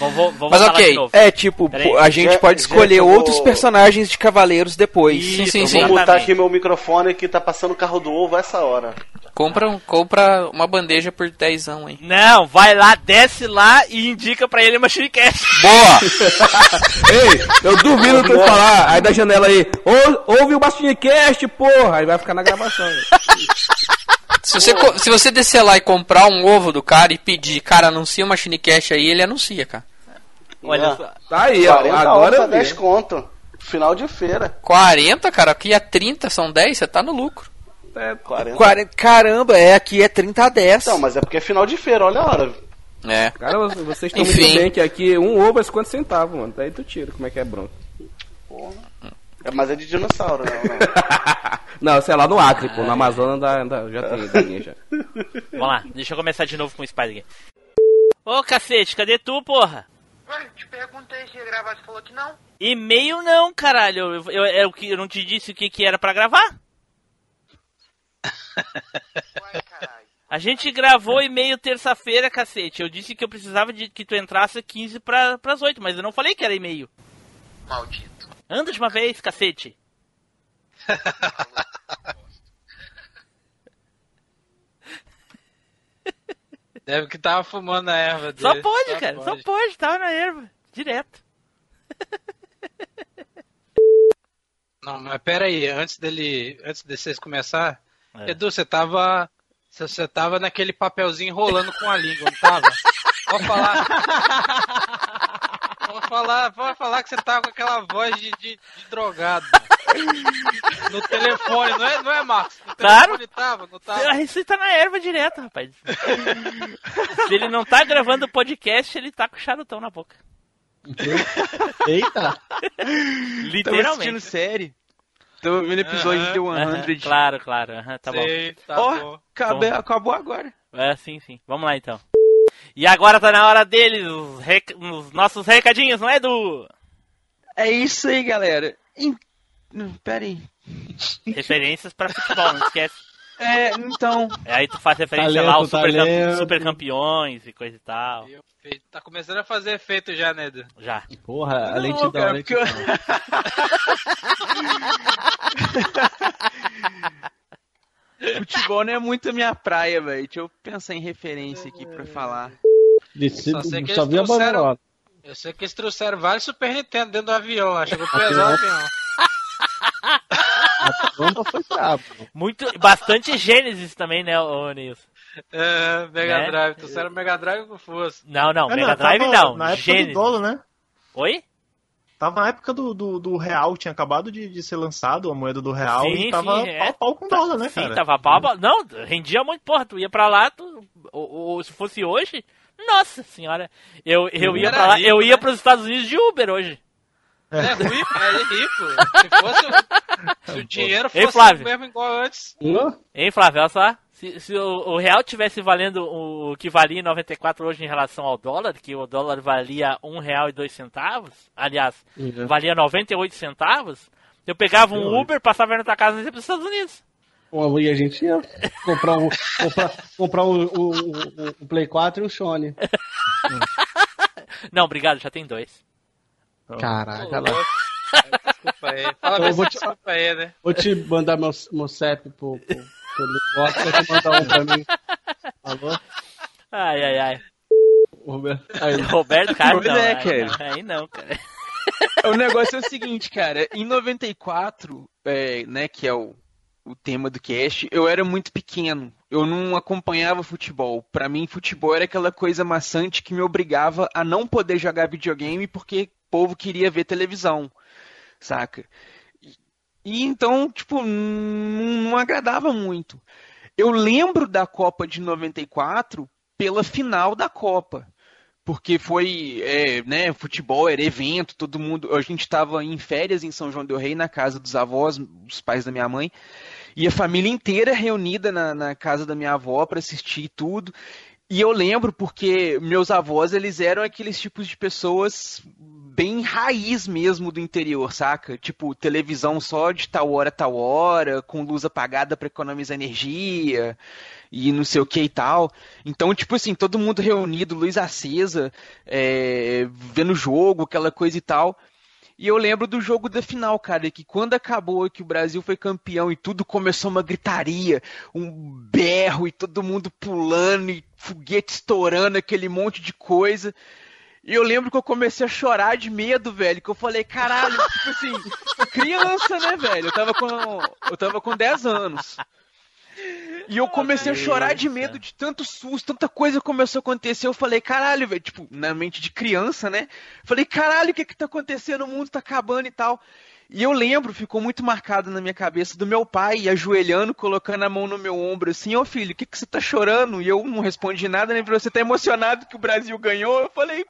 Vamos, vou- vamos
Mas
falar
ok,
de novo.
é tipo,
Pera aí.
pô, a gente pode escolher
eu vou-
outros personagens de cavaleiros depois.
eu vou mutar aqui meu microfone que tá passando o carro do ovo a essa hora.
Compra, um- compra uma bandeja por dezão, hein?
Não, vai lá, desce lá e indica pra ele uma shuriken.
Boa! Ei, eu duvido tu falar. Aí da janela aí, "Ou- ouve o Bastinecast, porra! Aí vai ficar na gravação.
Se você, co- se você descer lá e comprar um ovo do cara e pedir, cara, anuncia uma Shinecast aí, ele anuncia, cara.
Ah.
É.
Olha só.
Tá aí, ó, agora eu vi.
10 conto. Final de feira.
40, cara, aqui é 30, são 10, você tá no lucro.
É, 40.
Quare- Caramba, é aqui é 30 a 10.
Não, mas é porque é final de feira, olha a hora.
É.
Cara, vo- vocês estão muito
Enfim.
bem que aqui um ovo é 50 centavos, mano. Daí tu tira, como é que é bronco.
É, mas é de dinossauro, né?
Não, sei lá, no Acre, pô,
Ah.
no Amazonas dá- dá- já tem daninha já.
Vamos lá, deixa eu começar de novo com o Spider aqui. Ô cacete, cadê tu, porra? Ué, te perguntei se ia gravar, você falou que não. E-mail não, caralho. Eu, eu, eu, eu não te disse o que, que era pra gravar? A gente gravou e-mail terça-feira, cacete. Eu disse que eu precisava de que tu entrasse 15 pra, pras 8, mas eu não falei que era e-mail.
Maldito.
Anda de uma vez, cacete.
Deve que tava fumando a erva dele.
Só pode, cara. Só pode, tava na erva. Direto.
Não, mas pera aí, antes dele, antes de vocês começar,
É.
Edu, você tava, você- você tava naquele papelzinho enrolando com a língua, não tava? Pode falar. Pode falar, pode falar que você tava com aquela voz de, de- de drogado. No telefone, não é, não é Marcos? No
Claro.
telefone tava, não tava?
Tá.
A receita tá na erva direto, rapaz. Se ele não tá gravando o podcast, ele tá com charutão na boca.
Eita!
Literalmente.
assistindo série. Tô vendo episódio
Aham,
de 100.
aham, claro, claro. aham, tá
Sei,
bom.
tá Ó, bom. acabei- acabou agora.
É, sim, sim. Vamos lá então. E agora tá na hora deles, os, rec- os nossos recadinhos, não é, Edu?
É isso aí, galera. Em- Não, Pera aí.
Referências pra futebol, não esquece.
É, então.
Aí tu faz referência
Talento,
lá aos super, cam-
talento.
super campeões e coisa e tal.
Tá começando a fazer efeito já, né, Edu?
Já.
Ah,
Porra, a
Não,
lentidão,
cara,
a
porque
lentidão.
Futebol não é muito a minha praia, velho. Deixa eu pensar em referência aqui pra falar.
Disse,
Só sei que
só
eles
vi a
trouxeram-
banderola.
Eu sei que eles trouxeram vários Super Nintendo dentro do avião, lá. chegou pesado o avião.
foi brabo. Muito, bastante Gênesis também, né, ô Nilson?
É, Mega
Né?
Drive, trouxeram Mega Drive com força.
Não, não,
É, tava
Mega Drive não.
Na época do
Gênesis.
Dolo, né?
Oi?
Tava na época do, do, do real, tinha acabado de, de ser lançado a moeda do né? real
Sim,
e tava pau
sim, é.
a pau com dólar, né,
Sim,
cara?
tava pau a pau. Não, rendia muito. Porra, tu ia pra lá, tu, ou, ou se fosse hoje, nossa senhora. Eu, eu ia
Era
pra lá, eu
rico,
ia pros Estados Unidos de Uber hoje.
Ele é rico, ele é rico. Se fosse o- se o dinheiro
Tá Ei,
fosse o
Flávio.
mesmo igual antes.
Hein, Flávio, olha só. Se, se o, o real tivesse valendo o, o que valia em 94 hoje em relação ao dólar, que o dólar valia um real e dois centavos, aliás,
Uhum.
valia 98 centavos, eu pegava um
Uhum.
Uber, passava na tua casa e ia pros Estados Unidos.
Pô, E a gente ia comprar o, comprar, comprar o, o, o- o Play 4 e o Sony.
Não, obrigado, já tem dois.
Caraca, lá.
Desculpa aí.
Então
Fala
eu vou
mesmo,
te-
desculpa aí, né?
Vou te mandar meu, meu CEP pro, pro, pro Vox, vai te mandar um pra mim. Alô?
Ai, ai, ai.
Roberto,
Roberto Carlos,
Pois
não,
é,
aí
cara.
não, aí não, cara.
O negócio é o seguinte, cara. Em 94, é, né, que é o, o tema do cast, eu era muito pequeno. Eu não acompanhava futebol. Pra mim, futebol era aquela coisa maçante que me obrigava a não poder jogar videogame porque o povo queria ver televisão, saca? E então, tipo, não, não agradava muito. Eu lembro da Copa de 94 pela final da Copa. Porque foi, é, né, futebol era evento, todo mundo. A gente estava em férias em São João Del Rei, na casa dos avós, os pais da minha mãe, e a família inteira reunida na, na casa da minha avó para assistir tudo. E eu lembro porque meus avós, eles eram aqueles tipos de pessoas bem raiz mesmo do interior, saca? Tipo, televisão só de tal hora a tal hora, com luz apagada para economizar energia e não sei o que e tal. Então, tipo assim, todo mundo reunido, luz acesa, é, vendo jogo, aquela coisa e tal. E eu lembro do jogo da final, cara, que quando acabou e que o Brasil foi campeão e tudo começou uma gritaria, um berro e todo mundo pulando e foguete estourando, aquele monte de coisa. E eu lembro que eu comecei a chorar de medo, velho, que eu falei, caralho, tipo assim, criança, né, velho? Eu tava com eu tava com 10 anos. E eu comecei a chorar de medo de tanto susto, tanta coisa começou a acontecer. Eu falei, caralho, velho, tipo, na mente de criança, né? Falei, caralho, o que que tá acontecendo? O mundo tá acabando e tal. E eu lembro, ficou muito marcado na minha cabeça, do meu pai ajoelhando, colocando a mão no meu ombro, assim, ô filho, o que que você tá chorando? E eu não respondi nada, nem falou, você tá emocionado que o Brasil ganhou? Eu falei,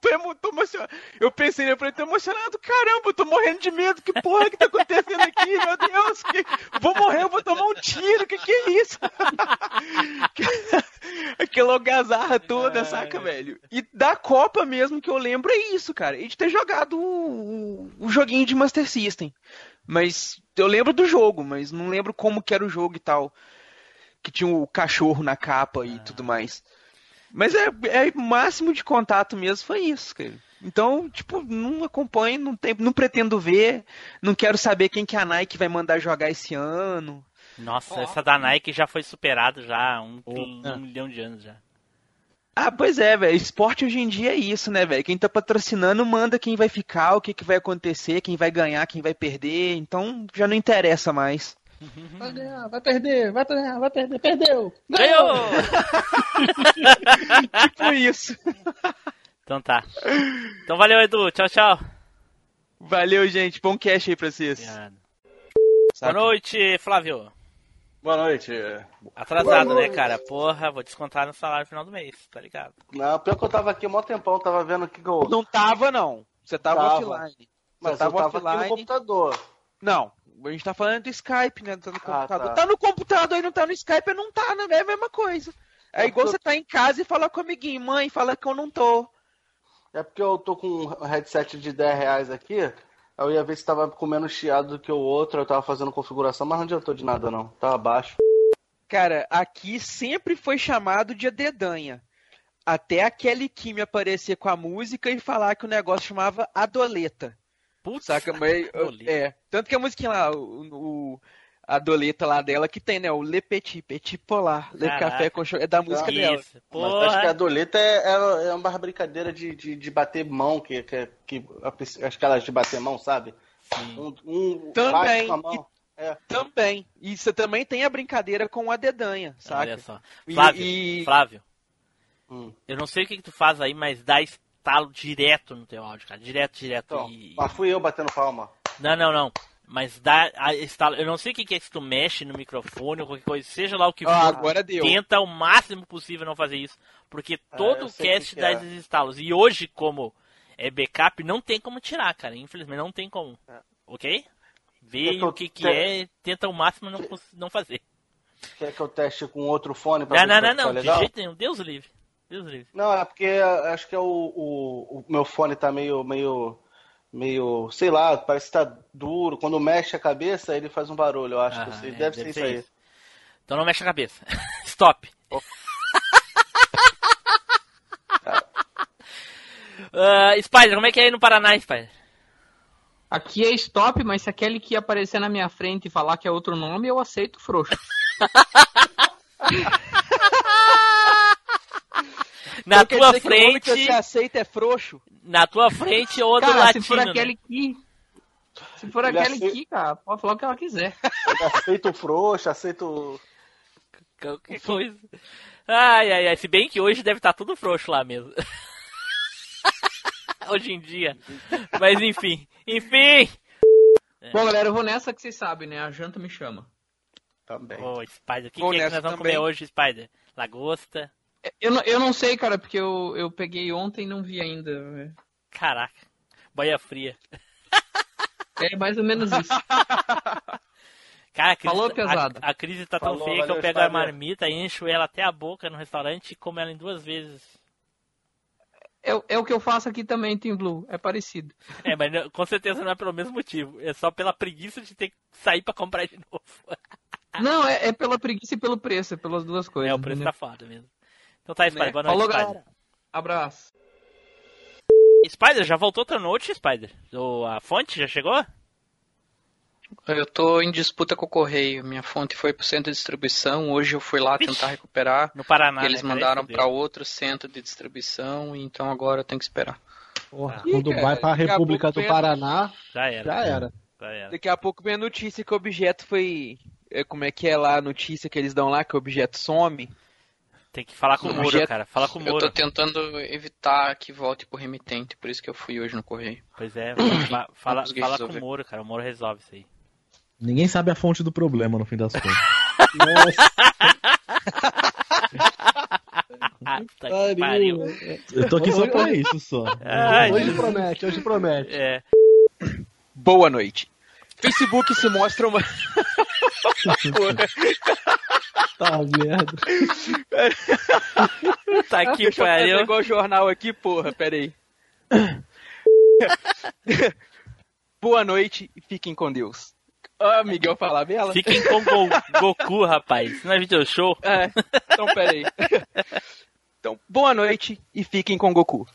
tô, emo- tô emocionado. Eu pensei, né, eu falei, tô emocionado, caramba, eu tô morrendo de medo, que porra que tá acontecendo aqui, meu Deus, que- vou morrer, eu vou tomar um tiro, que que é isso? Aquela algazarra toda, saca, velho? E da Copa mesmo que eu lembro é isso, cara, e de ter jogado o, o- o joguinho de Master System. Mas eu lembro do jogo, mas não lembro como que era o jogo e tal. Que tinha o cachorro na capa e tudo mais. Mas é, é o máximo de contato mesmo foi isso, cara. Então, tipo, não acompanho, não, tem, não pretendo ver, não quero saber quem que a Nike vai mandar jogar esse ano.
Nossa, essa da Nike já foi superada já há um, tem um milhão de anos já.
Ah, pois é, velho. Esporte hoje em dia é isso, né, velho? Quem tá patrocinando manda quem vai ficar, o que, que vai acontecer, quem vai ganhar, quem vai perder. Então já não interessa mais.
Uhum.
Vai ganhar, vai perder, vai perder, vai perder, perdeu!
Ganhou!
tipo isso.
Então tá. Então valeu, Edu. Tchau, tchau.
Valeu, gente. Bom cast aí pra vocês.
Boa noite, Flávio.
Boa noite.
Atrasado,
Boa
né,
noite.
cara? Porra, vou descontar no salário no final do mês, tá ligado?
Não, pior que eu tava aqui mó tempão, tava vendo que eu.
Não tava, não. Você tava, offline.
Mas
Você tava
eu tava aqui
offline.
no computador.
Não, a gente tá falando do Skype, né? Tá
Ah,
no computador.
tá.
tá. no computador e não tá no Skype, não tá, né? É a mesma coisa. É igual você tá em casa e falar com o amiguinho, mãe, fala que eu não tô.
É porque eu tô com um headset de 10 reais aqui. aí Eu ia ver se tava com menos chiado do que o outro. Eu tava fazendo configuração, mas não adiantou de nada, não. Tava baixo.
Cara, aqui sempre foi chamado de dedanha. Até a Kelly Kim aparecer com a música e falar que o negócio chamava Adoleta.
Putz,
Saca, mas
Adoleta.
é, tanto que a musiquinha lá, o, o a Adoleta lá dela que tem, né, o Le Petit, Petit Polar, Le
Caraca.
Café com Chocolate, é da música dela.
Mas acho que a doleta é, é, é uma brincadeira de, de, de bater mão, que, que, que a- as caras de bater mão, sabe? Um, um bate
Também.
com a mão. É.
e- Também. E você também tem a brincadeira com a dedanha, saca?
Olha só.
E-
Flávio,
e- Hum.
Flávio. Eu não sei o que, que tu faz aí, mas dá estalo direto no teu áudio, cara. Direto, direto.
Então,
E-
mas fui eu batendo palma.
Não, não, não. Mas dá a- estalo. Eu não sei o que, que é se tu mexe no microfone ou qualquer coisa, seja lá o que
Ah, agora deu.
Tenta o máximo possível não fazer isso. Porque todo
eu
o
sei o
cast
que que
dá
é.
esses estalos. E hoje, como é backup, não tem como tirar, cara. Infelizmente não tem como.
É
Ok? Vê
que eu
o que, que
te-
é, tenta o máximo não, cons- não fazer.
Quer que eu teste com outro fone pra
Não, não,
ver
não,
se tá
não. De
legal?
jeito nenhum. Deus o livre. Deus o livre.
Não, é porque acho que é o, o, o meu fone tá meio, meio, meio, sei lá, parece que tá duro. Quando mexe a cabeça, ele faz um barulho, eu acho que
Ah,
isso-
é,
deve ser isso aí.
Então não mexe a cabeça. Stop.
Oh.
Ah, Spider, como é que é aí no Paraná, Spider?
Aqui é stop, mas se aquele que aparecer na minha frente e falar que é outro nome, eu aceito frouxo.
Na
Então quer
tua
dizer que o nome
frente.
que você
aceita é frouxo?
Na tua frente ou do
cara, se
latino.
for
né?
aquele que. Se for
Ele
aquele
aceita-
que, cara, pode falar o que ela quiser.
Aceito o frouxo, aceito.
Qualquer coisa. Ai, ai, ai. Se bem que hoje deve estar tudo frouxo lá mesmo. hoje em dia. Mas enfim. Enfim!
Bom, galera, eu vou nessa que vocês sabem, né? A janta me chama.
Também.
Ô, Spider, o que,
Vou
que é que nós
nessa
vamos
também.
comer hoje, Spider? Lagosta?
Eu não, eu não sei, cara, porque eu, eu peguei ontem e não vi ainda. né?
Caraca. Boia fria.
É mais ou menos isso.
Cara, a crise,
Falou,
tá-
pesado.
A, a crise tá tão
Falou,
feia que eu
valeu,
pego a
Fábio.
marmita, encho ela até a boca no restaurante e como ela em duas vezes.
É, o- é o que eu faço aqui também, Team Blue. É parecido.
É, mas não- com certeza não é pelo mesmo motivo. É só pela preguiça de ter que sair pra comprar de novo. Ah.
Não, é, é pela preguiça e pelo preço, é pelas duas coisas. É, o
Né?
preço tá foda mesmo. Então tá, Spider, boa noite.
Falou,
Spider.
galera. Abraço.
Spider, já voltou outra noite, Spider? O, a fonte já chegou?
Eu tô em disputa com o correio. Minha fonte foi pro centro de distribuição. Hoje eu fui lá tentar recuperar.
No Paraná,
Eles
né?
mandaram
Parece
pra É outro centro de distribuição. Então agora eu tenho que esperar.
Porra,
Ih,
quando
cara,
vai pra
daqui a
República
pouco
do
vem a-
Paraná.
Já
era. Já era.
Daqui a pouco vem a notícia que o objeto foi. é, Como é que é lá a notícia que eles dão lá, que o objeto some?
Tem que falar com
o
o Moro, cara. Fala com o
Eu
Moro.
tô tentando evitar que volte pro remitente. Por isso que eu fui hoje no correio.
Pois é, fa- fala,
consegui
fala com
resolver.
o Moro, cara. O Moro resolve isso aí.
Ninguém sabe a fonte do problema, no fim das contas.
Puta que pariu.
Eu tô aqui só pra isso, só.
Ai,
hoje
Jesus.
promete, hoje promete.
É.
Boa noite. Facebook se mostra uma.
Tá merda.
Tá que
Deixa eu fazer
pariu.
igual o jornal aqui, porra, peraí. Boa noite e fiquem com Deus. Ó, Miguel Falabella.
Fiquem com Go Goku, rapaz. Não é video show?
É, então peraí. Então, boa noite e fiquem com Goku.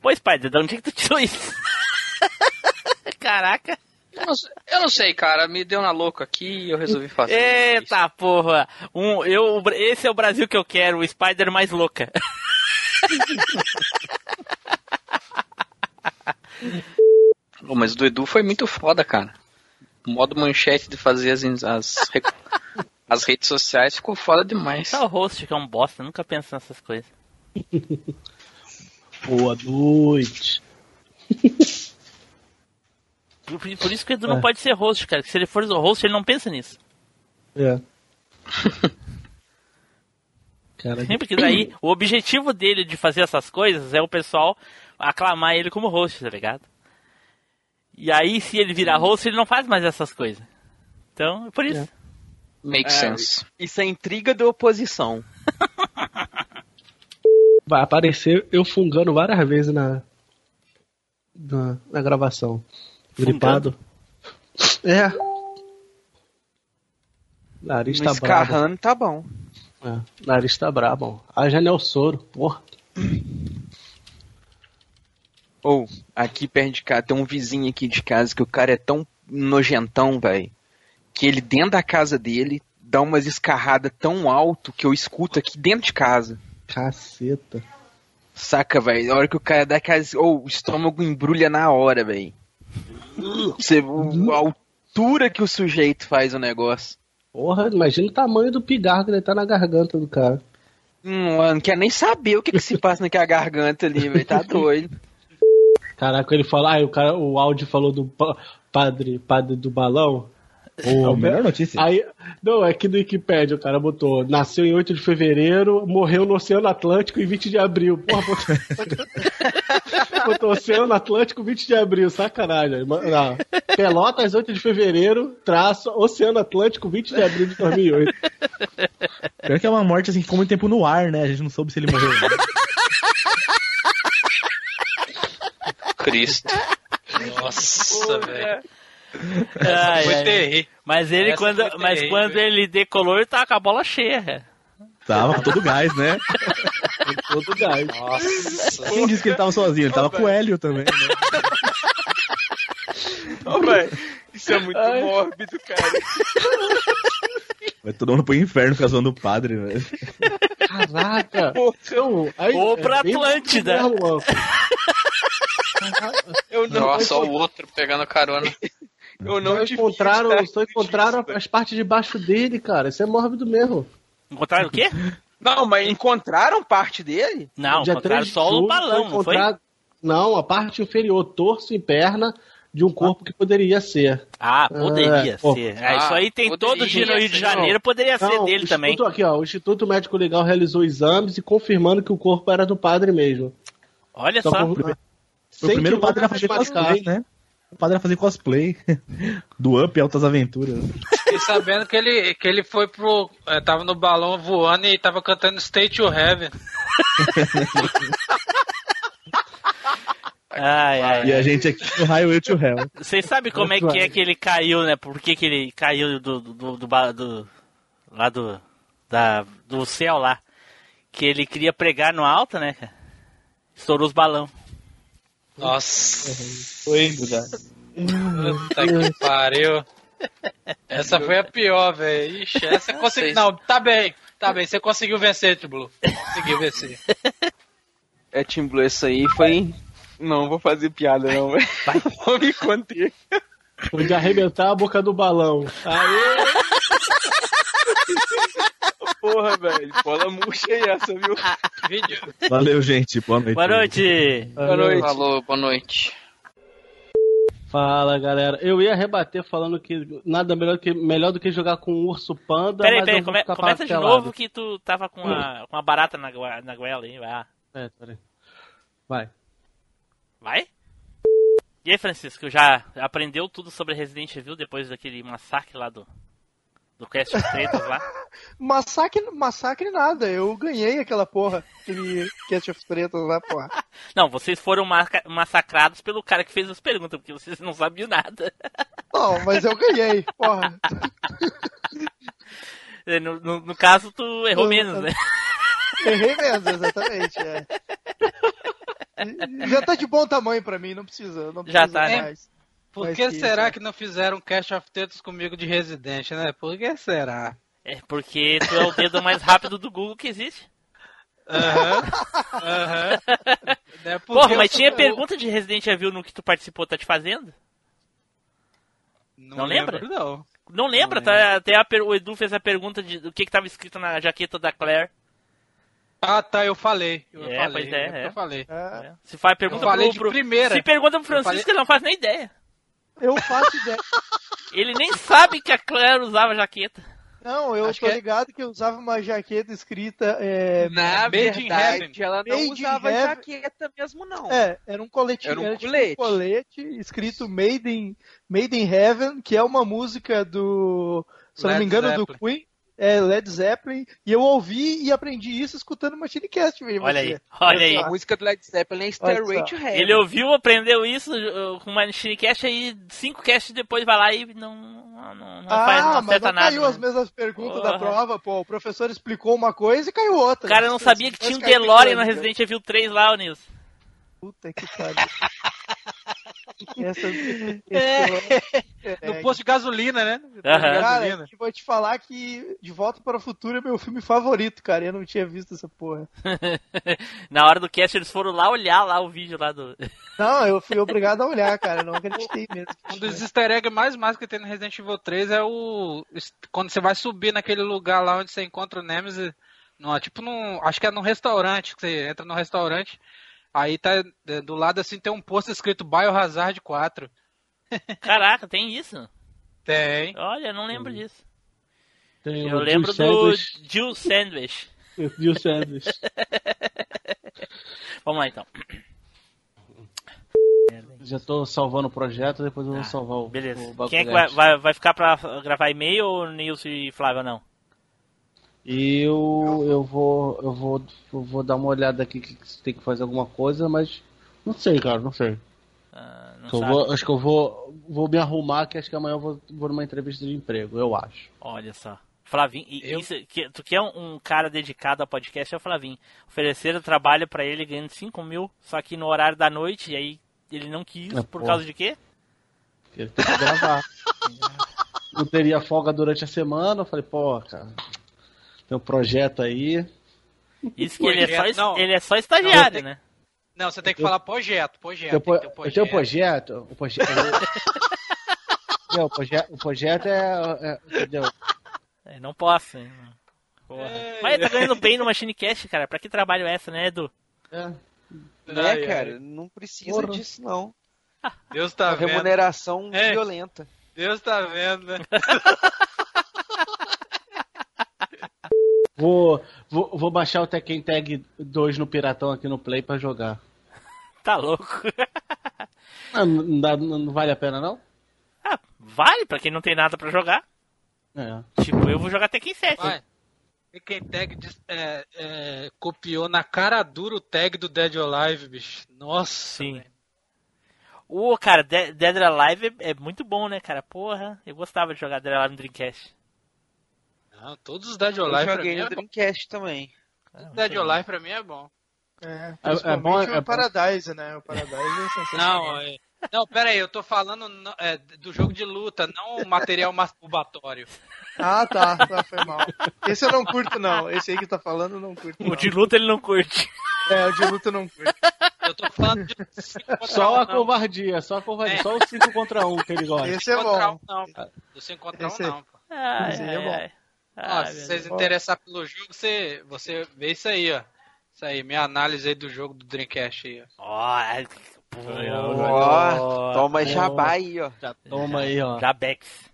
Pô, Spider, de onde é que tu tirou isso? Caraca.
Eu não, eu não sei, cara. Me deu na louca aqui e eu resolvi fazer.
Eita porra! Um, eu, esse é o Brasil que eu quero, o Spider mais louca.
Pô, mas o do Edu foi muito foda, cara. O modo manchete de fazer as, as, re- as redes sociais ficou foda demais.
Só o host que é um bosta, nunca penso nessas coisas.
Boa noite.
Por, por isso que o Edu não
É.
pode ser host, cara. que se ele for host, ele não pensa nisso.
É. Cara,
Sempre que daí, o objetivo dele de fazer essas coisas é o pessoal aclamar ele como host, tá ligado? E aí, se ele
Hum.
virar host, ele não faz mais essas coisas. Então, é por isso.
Make
É,
sense.
Isso é intriga da oposição.
vai aparecer eu fungando várias vezes na na, na gravação. Gripado. É. Nariz tá
Mas
brabo.
Carrano tá bom.
É, nariz tá brabo. A Janel Soro, porra.
Ou, aqui perto de casa, tem um vizinho aqui de casa que o cara é tão nojentão, velho, que ele dentro da casa dele dá umas escarradas tão alto que eu escuto aqui dentro de casa.
Caceta.
Saca, velho? A hora que o cara dá aquelas. Ou o estômago embrulha na hora, velho. Você. o- A altura que o sujeito faz o negócio.
Porra, imagina o tamanho do pigarro que ele tá na garganta do cara.
Hum, eu não quer nem saber o que, que se passa naquela garganta ali, velho. Tá doido.
Caraca, ele fala, ah, o, cara, o áudio falou do pa- padre, padre do balão.
Ô,
Aí,
melhor notícia.
Aí, não, é que no Wikipedia o cara botou, nasceu em 8 de fevereiro, morreu no Oceano Atlântico em 20 de abril. Porra, botou, botou Oceano Atlântico 20 de abril, sacanagem. aí, mano, Não, Pelotas 8 de fevereiro, traço Oceano Atlântico 20 de abril de 2008.
Pior que é uma morte assim,
ficou muito tempo no ar, né? A gente não soube se ele morreu.
Cristo. Nossa, velho.
Ai,
Foi
ai.
terrível.
Mas ele
Essa
quando,
foi
mas
terrível.
quando ele decolou, ele tava com a bola cheia. cara.
Tava com todo gás, né?
Todo gás.
Nossa.
Quem
disse que ele tava sozinho? Ele tava com o Hélio também. né? isso é muito mórbido, cara.
Vai todo mundo pro inferno ficar zoando o padre, velho.
Caraca! Então, aí,
Ou pra
bem
Atlântida.
pro lugar louco.
Eu
Nossa, o outro pegando carona.
Eu
não encontraram, só encontraram as partes de baixo dele, cara. Isso é mórbido mesmo.
Encontraram o quê?
Não, mas encontraram parte dele?
Não,
Dia
encontraram
3 de
só o
julho
balão, não foi?
encontrado- Não, a parte inferior, torso e perna de um corpo que poderia ser.
Ah, poderia
É, pô.
ser. Ah, isso aí tem todo dia no Rio de
ser,
Janeiro,
não.
poderia ser
Não,
dele
o
também.
Instituto, aqui, ó, o Instituto Médico Legal realizou exames e confirmando que o corpo era do padre mesmo.
Olha
Só
só.
por-
Foi Então, o
Sem
primeiro padre a fazer
quilômetros pra
cosplay,
cá.
né? O padre a fazer cosplay do Up Altas Aventuras. Fiquei
sabendo
que ele,
que ele
foi
pro.
eh,
tava
no
balão
voando
e
tava
cantando
State to Heaven.
Ai, ai,
E a
ai.
gente aqui no Highway to Hell.
Vocês sabem como é que é que ele caiu, né? Por que, que ele caiu do, do, do, do ba- do- lá do, da, do céu lá. Que ele queria pregar no alto, né, cara? Estourou os balão.
Nossa.
Foi,
Puta que pariu. Essa foi a pior, velho. Ixi, essa conseguiu. Não, tá bem, tá bem. Você conseguiu vencer, Tim Blue. Conseguiu vencer.
É Team Blue, essa aí foi. Não, vou fazer piada não, velho. Vou me conter.
Foi de arrebentar a boca do balão.
Aê! Porra, velho. Bola murcha aí essa, viu?
Ah,
Vídeo.
Valeu, gente. Boa noite.
Boa noite.
Boa noite. Falou, boa noite.
Fala, galera. Eu ia rebater falando que nada melhor, que, melhor do que jogar com um urso panda.
Peraí,
mas
peraí,
eu vou
come-
ficar
começa de
pelado.
novo que tu tava com a, com a barata na, gua- na goela aí, vai. lá.
É, peraí. Vai.
Vai? E aí, Francisco, já aprendeu tudo sobre Resident Evil depois daquele massacre lá do. Do Quest Tretas lá?
Massacre, massacre nada, eu ganhei aquela porra, aquele Cat of Pretas lá, porra.
Não, vocês foram marca- massacrados pelo cara que fez as perguntas, porque vocês não sabiam nada.
Não, mas eu ganhei, porra.
É, No, no- no caso, tu errou menos, né?
Errei mesmo, exatamente. é. Já tá de bom tamanho pra mim, não precisa, não precisa
Já tá, né?
mais.
Por
Mais
que
isso,
será
né?
que
que
não-
não... Não
fizeram
Cash
of
Tetas comigo de residente, né? Por que será?
É porque tu é o dedo mais rápido do Google que existe.
Aham.
Aham.
Não é porque
Porra, mas
eu-
tinha
eu-
pergunta de Resident Evil no que tu participou, tá te fazendo? Não, lembra?
lembro, não.
Não lembra?
Não
tá?
lembro.
até a per- o Edu fez a pergunta de do que que tava escrito na jaqueta da Claire.
Ah, tá, eu falei.
Eu
falei,
é, pois é,
é
é.
eu falei.
Se faz pergunta
Eu falei
pro,
de
pro-
primeira.
Se pergunta pro
Eu falei-
Francisco, ele não faz nem ideia.
Eu faço ideia.
Ele nem sabe que a Claire usava jaqueta.
Não, eu
é-
tô ligado que eu usava uma jaqueta escrita. É,
Na
Made in Heaven.
verdade, ela não
Made in
usava
Heaven.
jaqueta mesmo, não.
É, era um colete,
Então, Era um
tipo
colete.
colete escrito Made in, Made in Heaven, que é uma música do, se eu não
Led
me engano,
Zeppelin.
do Queen, é Led Zeppelin, e eu ouvi e aprendi isso escutando Machine Cast, velho.
Olha
você.
aí, olha aí.
A música do Led Zeppelin é Stairway to Heaven.
Ele ouviu, aprendeu isso uh, com uma Shinecast aí, cinco casts depois vai lá e não, não, não, não
Ah,
faz, não
mas
acerta
não
nada.
caiu
né?
as mesmas perguntas
Porra.
da prova, pô. O professor explicou uma coisa e caiu
O
outra.
cara não
Isso,
sabia que
isso
tinha um
cai tudo
DeLorean no
junto.
Resident Evil 3 lá, ô Nilson.
Puta né? que pariu. Essa...
É.
É,
No
posto
de gasolina, né?
tá
Aham.
Cara, eu vou te falar que De Volta para o Futuro é meu filme favorito, cara. Eu não tinha visto essa porra.
Na hora do cast eles foram lá olhar lá o vídeo lá do.
Não, eu fui obrigado a olhar, cara. Eu não acreditei mesmo.
Um
dos
easter
eggs
mais
mais
que tem
no
Resident
Evil
3
é
o.
Quando
você
vai
subir
naquele
lugar
lá
onde
você
encontra
o Nemesis,
numa-
tipo
num.
Acho que é num
restaurante,
que você
entra
num restaurante,
aí
tá é, do lado assim tem um posto escrito Biohazard 4.
Caraca, tem isso?
Tem.
Olha, eu não lembro disso.
É
Tem
Eu
o
lembro
Jill
do
Sandwich
Jill Sandwich.
e o Jill Sandwich.
Vamos lá então.
Já tô salvando o projeto, depois eu vou salvar o,
Ah, beleza.
o bagulho.
Quem é que vai, vai, vai ficar pra gravar e-mail ou Nilson e Flávio não?
Eu, eu vou, eu vou, eu vou dar uma olhada aqui que se tem que fazer alguma coisa, mas não sei, cara, não sei.
Ah, não
Que Então, eu
sabe.
vou- acho que eu vou, vou me arrumar, que acho que amanhã eu vou, vou numa entrevista de emprego, eu acho.
Olha só. Flavinho, e- isso- que- tu quer um, um cara dedicado a podcast é o Flavinho. Ofereceram trabalho pra ele ganhando 5 mil, só que no horário da noite, e aí ele não quis,
Ah,
por
porra.
causa de quê?
Porque ele tem que gravar. não teria folga durante a semana, eu falei, pô, cara, tem um projeto aí.
Isso que ele é, só,
Projeto,
es-
não.
ele é só estagiário,
Não,
né?
Não, você tem
que falar
projeto,
Tem um pro- Eu tenho um projeto, o projeto. Não, o projeto, o projeto é, é- Entendeu?
É, não posso, hein? mano. Porra. Mas tá ganhando bem no Machinecast, cara. Pra que trabalho é essa, né, Edu?
Ah,
Né,
É,
Ai, ai.
cara? Não precisa
Porra.
disso, não. É.
Deus
tá
vendo.
remuneração violenta.
Deus tá vendo, né?
Vou, vou, vou baixar o Tekken Tag 2 no Piratão aqui no Play pra jogar.
Tá louco.
Ah, Não, dá- não- não vale a pena, não?
Vale pra quem não tem nada pra jogar.
É.
Tipo, eu vou jogar Tekken 7.
Vai.
E quem tag diz,
É, é, copiou na cara dura o tag do Dead or Alive, bicho. Nossa.
Sim. Ô, cara, De- Dead or Alive é, é muito bom, né, cara? Porra, eu gostava de jogar Dead or Alive no Dreamcast.
Não, todos os Dead or Alive
eu
pra mim
joguei
é
no
bom.
Dreamcast também.
Dead or Alive pra mim é bom.
É,
É- é bom-
bom,
é
o
bom.
Paradise, né? O Paradise é sensacional.
Não, é... não, pera aí, eu tô falando no- é, do jogo de luta, não o material masturbatório.
Ah, tá, tá, foi mal. Esse eu não curto, não. Esse aí que tá falando, eu não curto.
O de luta ele não curte.
É, o de luta eu não curto.
Eu tô falando de um,
Só a covardia, só a covardia, só o 5 contra 1 que ele gosta.
Esse é bom.
É. um, Não, cara. Do 5 contra 1
Esse-
não. pô.
Ah. Ai, Esse aí é ai, bom. ai.
Ó,
Ai,
se
meu
vocês
Deus.
interessar pelo jogo, você, você vê isso aí, ó. Isso aí, minha análise aí do jogo do Dreamcast aí, ó.
Ó, é-
Ó, toma
Ó,
jabá
aí, ó.
Já
Tá toma
já-
aí, ó.
Jabex.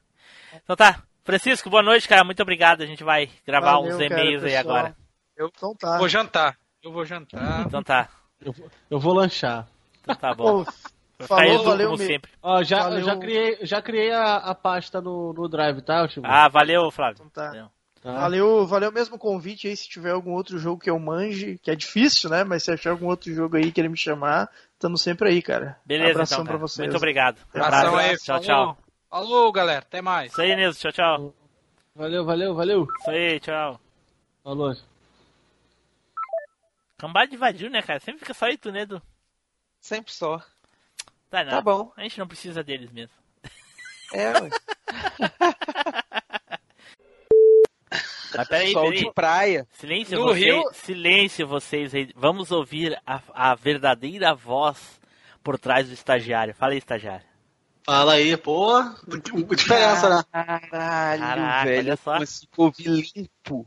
Então tá. Francisco, boa noite, cara. Muito obrigado. A gente vai gravar
Valeu,
uns
cara,
e-mails aí
pessoal.
agora.
Eu
então tá.
vou jantar. Eu vou jantar.
Então tá.
Eu, vou- eu vou lanchar.
tá
bom.
Vai
Tá
Falou,
ficar Edu,
valeu,
como
Mi.
sempre.
Ó, já,
Valeu.
já criei, já criei a, a pasta no, no Drive, tá, Ultimo?
Ah, valeu,
Então
Flávio.
Tá. Valeu, valeu mesmo o convite aí. Se tiver algum outro jogo que eu manje, que é difícil, né? Mas se achar algum outro jogo aí que ele me chamar, tamo sempre aí, cara.
Beleza,
Abração
então,
pra
cara.
vocês.
Muito obrigado.
Abração aí, falou.
Tchau, tchau.
Falou, galera. Até mais.
Isso aí, Nilson. Tchau, tchau.
Valeu, valeu, valeu.
Isso aí, tchau.
Falou.
Cambada de vadio, né, cara? Sempre fica só aí, tu, né, Edu?
Sempre só.
Tá, não.
Tá bom.
A gente não precisa deles mesmo.
É, ué.
Mas peraí,
Sol
peraí.
de praia.
Silêncio,
No
vocês,
Rio-
silêncio vocês aí. Vamos ouvir a, a verdadeira voz por trás do estagiário. Fala aí, estagiário.
Fala aí, pô. Diferença, né?
Caralho,
Caraca,
velho. assim,
olha só.
Mas ficou limpo.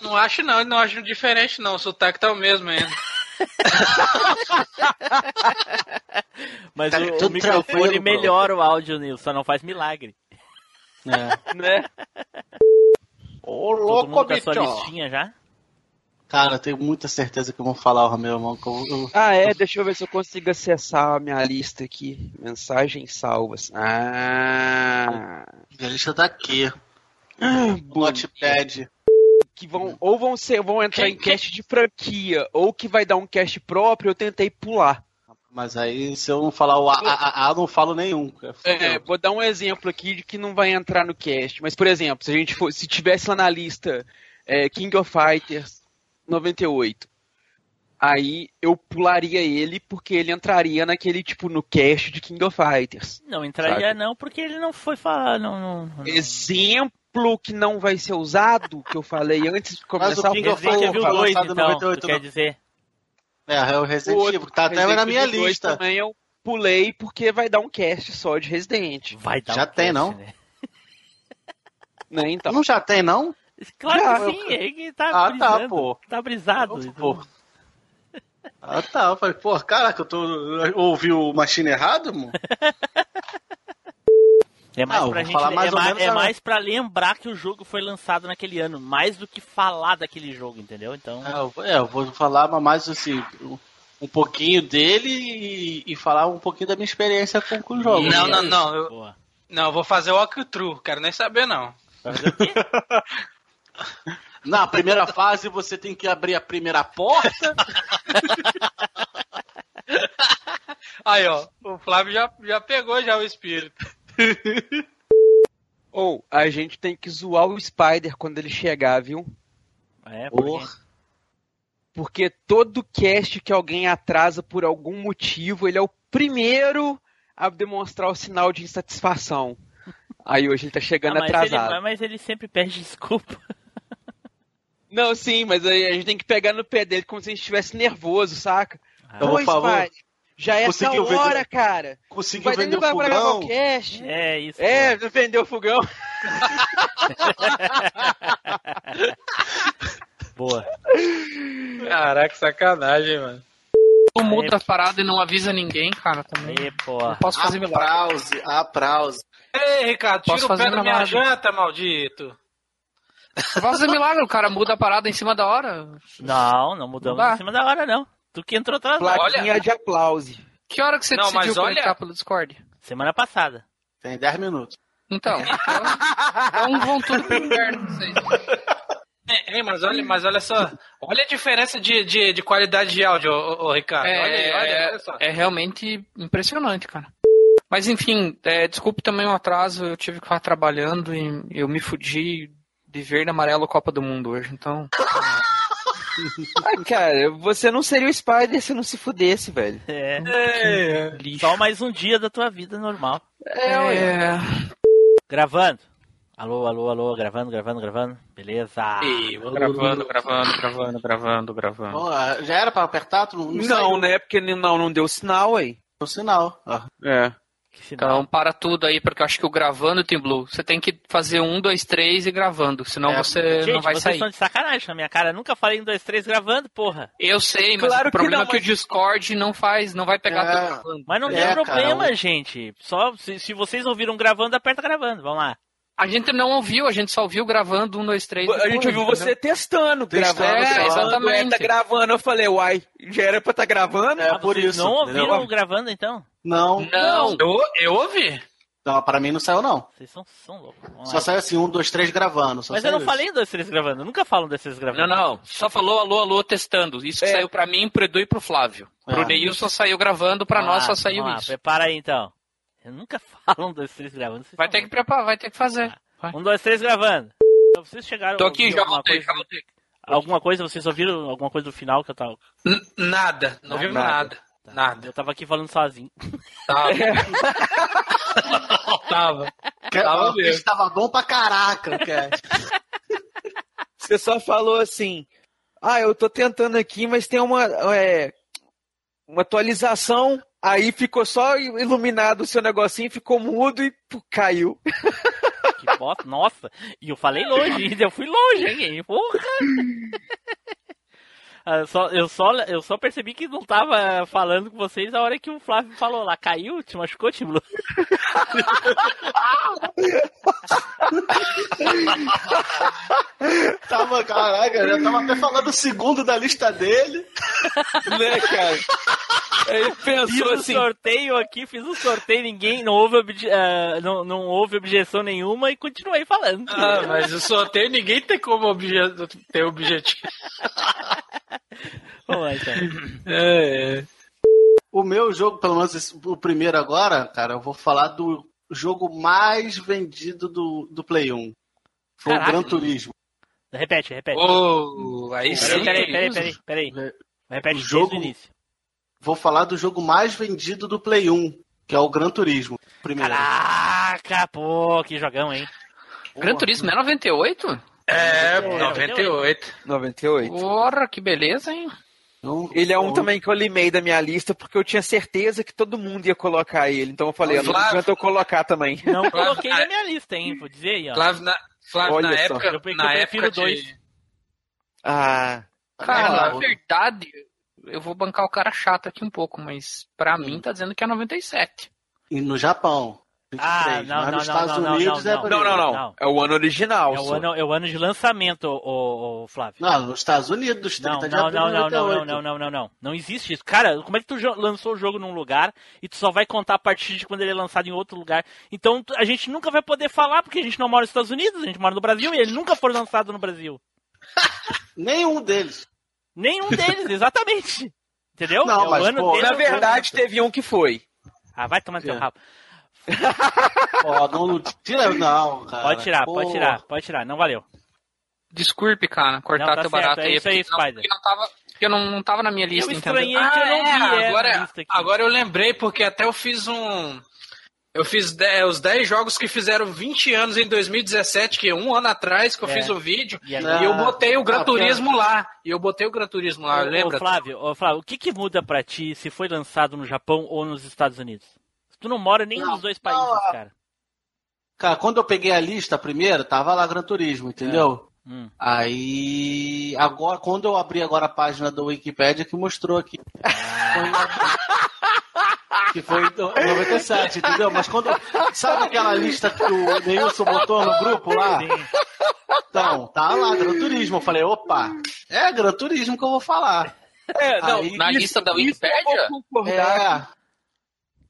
Não acho não, não acho diferente não. O sotaque tá o mesmo ainda.
Mas
Tá
é
o, o
tudo
microfone
tranquilo, bro.
melhora o áudio, Nilson. Só não faz milagre.
É.
né?
Ô,
Todo
louco,
mundo com a sua
bicho.
listinha já?
Cara, eu tenho muita certeza que eu vou falar o meu irmão. que eu- eu-
Ah, é, deixa eu ver se eu consigo acessar a minha lista aqui. Mensagens salvas. Ah.
Minha lista tá aqui.
Notepad. Que vão, ou vão, ser, vão entrar em cast de franquia, ou que vai dar um cast próprio, eu tentei pular.
Mas aí, se eu não falar o A, A, A, A, eu não falo nenhum.
É, vou dar um exemplo aqui de que não vai entrar no cast. Mas, por exemplo, se a gente for, se tivesse lá na lista é, King of Fighters 98, aí eu pularia ele porque ele entraria naquele, tipo, no cast de King of Fighters.
Não entraria
Sabe.
não, porque ele não foi falar. Não, não,
Uhum.
não.
Exemplo que não vai ser usado, que eu falei antes de começar
o King of Fighters viu dois, então, tu
né?
quer dizer?
É, é o Resident Evil, que tá até
Resident
na minha
Evil 2
lista.
Também é um eu pulei porque vai dar um cast só de Resident.
Vai um
Já tem, não?
Né, então.
um né? Não já tem, não?
Claro
Já,
que sim,
eu-
é que tá
Ah, tá,
brisando.
pô.
Tá brisado.
Ah, tá. Eu falei, pô, caraca, eu, tô, eu ouvi o Machine errado, mano?
É mais,
Ah, eu
pra
vou
gente,
falar mais
é
ou
ma-
menos
é
a-
mais pra lembrar que o jogo foi lançado naquele ano, mais do que falar daquele jogo, entendeu? Então.
É, eu vou- é, eu vou falar mais assim, um- um pouquinho dele e, e falar um pouquinho da minha experiência com, com o jogo.
Não, não, não. Eu, não, eu vou fazer o walkthrough, quero nem saber não.
é
Na primeira fase você tem que abrir a primeira porta.
Aí, ó, o Flávio já, já pegou já o espírito.
Ou a gente tem que zoar o Spider quando ele chegar, viu?
É,
porque... porque todo cast que alguém atrasa por algum motivo, ele é o primeiro a demonstrar o sinal de insatisfação. Aí hoje ele tá chegando
Ah, mas, ele,
atrasado.
mas- mas ele sempre pede desculpa.
Não, sim, mas aí a gente tem que pegar no pé dele como se a gente estivesse nervoso, saca?
Ah.
Então, por favor,
Spider, já é essa
conseguiu
hora,
vender- um-
cara.
conseguiu
Vai
vender o
vai pra gravar o
fogão?
cast.
É, isso.
É, vendeu o fogão.
Boa.
Caraca, sacanagem, mano.
Tu
É.
muda a parada e não avisa ninguém, cara, também.
Ê,
Não posso fazer milagre.
Prause, a Prause.
Ei, Ricardo,
Posso
tira o pé
fazer
da
na
minha
margem.
janta, maldito.
Não posso fazer milagre, o cara muda a parada em cima da hora.
Não, não mudamos
Não dá.
em cima da hora, não. Tu que entrou atrasado.
Plaquinha de aplause.
Que hora que você
Não, mas
decidiu
olha-
conectar pelo Discord?
Semana passada.
Tem 10 minutos.
Então, então vão tudo pro inferno vocês.
Ei, ei, mas, olha, mas olha só, olha a diferença de, de, de qualidade de áudio, ô, ô, ô, Ricardo.
É,
olha aí, olha, olha só.
é realmente impressionante, cara. Mas enfim, é, desculpe também o atraso, eu tive que ficar trabalhando e eu me fudi de verde, amarelo, Copa do Mundo hoje, então.
Ah, cara, você não seria o Spider se não se fudesse, velho.
É.
É.
Só mais um dia da tua vida normal.
É, ué.
Gravando. Alô, alô, alô, gravando, gravando, gravando. Beleza.
Gravando, gravando, gravando, gravando, gravando.
Ó, já era pra apertar? Tu não,
Não, né? Porque não, não deu sinal aí.
Deu sinal.
É. Então
Tá.
para tudo aí, porque eu acho que o gravando tem blue. Você tem que fazer um, dois, três e gravando, senão você
É, Gente,
não vai
vocês
sair.
estão de sacanagem na minha cara. Eu nunca falei um, dois, três gravando, porra.
Eu sei, mas o problema é que o Discord não faz, não vai pegar tudo gravando.
É, Mas não tem um problema, gente. Só se, se vocês ouviram gravando, aperta gravando. Vamos lá.
A gente não ouviu, a gente só ouviu gravando um, dois, três.
A gente ouviu você testando,
Testando,
gravando,
é,
gravando,
exatamente.
é, tá gravando. Eu falei, uai, já era pra tá gravando?
É
Ah, vocês Não ouviram gravando então?
Não.
Não, eu, eu ouvi.
Não, pra mim não saiu, não.
Vocês são, são loucos. Vamos
Só
lá.
saiu assim, um, dois, três gravando. Só
é. Mas eu
saiu
não falei um, dois, três gravando. Eu nunca falo um, dois, três gravando.
Não, não. Só falou alô, alô, testando.
É.
Isso que saiu pra mim, pro Edu e pro Flávio. Pro
Ah.
Neil só saiu gravando, pra
Vamos
nós
lá,
só saiu
vamos lá,
isso.
Prepara aí então. Eu nunca falo um, dois, três gravando. Vai ter
que preparar, vai ter que fazer.
Um, dois, três gravando. Então, Vocês chegaram.
Tô aqui,
ouviram
já
alguma
voltei,
coisa-
já voltei.
Alguma coisa, vocês ouviram alguma coisa do final que eu tava. Tá.
Nada, não viu nada. Nada.
Eu tava aqui falando sozinho.
Tava.
Tá.
tava.
Que-
Tava
o bicho tava bom pra caraca, cara.
Você só falou assim, ah, eu tô tentando aqui, mas tem uma, é, uma atualização. Aí ficou só iluminado o seu negocinho, ficou mudo e pô, caiu.
Que bosta, nossa. E eu falei longe ainda, eu fui longe, hein? Porra! Ah, só- eu, só, eu só percebi que não tava falando com vocês a hora que o Flávio falou lá. Caiu, te machucou, Timulo?
tava, caraca, eu tava até falando o segundo da lista dele.
Né, cara? Ele
Fiz um sorteio aqui, fiz um sorteio, ninguém não houve, obje- ah, não, não houve objeção nenhuma e continuei falando.
Ah, mas o sorteio ninguém tem como obje... ter objetivo.
Vamos lá, então.
É. O meu jogo, pelo menos esse- o primeiro agora, cara, eu vou falar do jogo mais vendido do, do Play 1. Foi
Caraca.
o Gran Turismo.
Repete, repete.
Ô, aí
peraí,
sim.
peraí, peraí, peraí, peraí. Repete
O
desde
jogo-
o início.
Vou falar do jogo mais vendido do Play 1, que é o Gran Turismo. Primeiro.
Caraca, pô, que jogão, hein?
Gran Turismo não é 98?
É,
98.
98.
Porra, que beleza, hein?
Ele é um também que eu limei da minha lista porque eu tinha certeza que todo mundo ia colocar ele. Então eu falei,
Ô,
ó, não
Flávio.
adianta eu colocar também.
Não coloquei na minha lista, hein? Vou dizer aí, ó.
Flávio, na, Flávio,
Olha
na
só.
época.
Eu pre-
na
eu prefiro
época de-
dois.
Ah.
é
Cara,
Ah,
na verdade, eu vou bancar o cara chato aqui um pouco, mas pra
Hum.
mim tá dizendo que é 97.
E no Japão.
Ah,
23,
não,
mas nos
não, não,
Estados
não, não,
Unidos
não,
é
não.
por
Não,
aí.
não, não.
É o ano original.
É o
só.
ano, é o ano de lançamento, ô, ô, Flávio.
Não, nos Estados Unidos,
Não,
30 de
não,
abril
não,
de
não, não,
98.
não, não, é não, não, não. Não existe isso. Cara, como é que tu jo- lançou o jogo num lugar e tu só vai contar a partir de quando ele é lançado em outro lugar? Então tu- a gente nunca vai poder falar porque a gente não mora nos Estados Unidos, a gente mora no Brasil e ele nunca foi lançado no Brasil.
Nenhum deles.
Nenhum deles, exatamente. Entendeu?
Não,
É o
mas,
ano
pô,
dele,
na
é o
verdade
ano.
teve um que foi.
Ah, vai tomar no
É.
teu rabo.
Ó, não tira, não, cara.
Pode tirar, pode
Pô.
tirar, pode tirar. Não valeu.
Desculpe, cara, cortar
Não, tá
teu
certo,
barato
é
aí.
isso aí,
porque não-
Spider.
porque não tava- Porque eu não, não tava na minha lista,
Eu
entendeu?
estranhei que eu não
Ah,
vi. é,
agora,
na lista aqui.
agora eu lembrei, porque até eu fiz um. Eu fiz de- é, os 10 jogos que fizeram 20 anos em 2017, que é um ano atrás que eu
É.
fiz o vídeo,
E
e,
agora-
eu botei o Gran
Ah,
Turismo
porque-
lá. E eu botei o Gran Turismo lá,
Ô,
lembra?
Ô, Flávio, ô, Flávio, o que, que muda pra ti se foi lançado no Japão ou nos Estados Unidos? Tu não mora em nenhum dos dois países,
ah.
cara.
Cara, quando eu peguei a lista primeiro, tava lá Gran Turismo, entendeu?
Hum.
Aí, agora, quando eu abri agora a página da Wikipedia que mostrou aqui. que foi em 97, entendeu? Mas quando. Sabe aquela lista que o Neilson botou no grupo lá? Então, tá lá, Gran Turismo. Eu falei, opa, é Gran Turismo que eu vou falar.
É, não,
Aí-
na lista da Wikipédia?
É,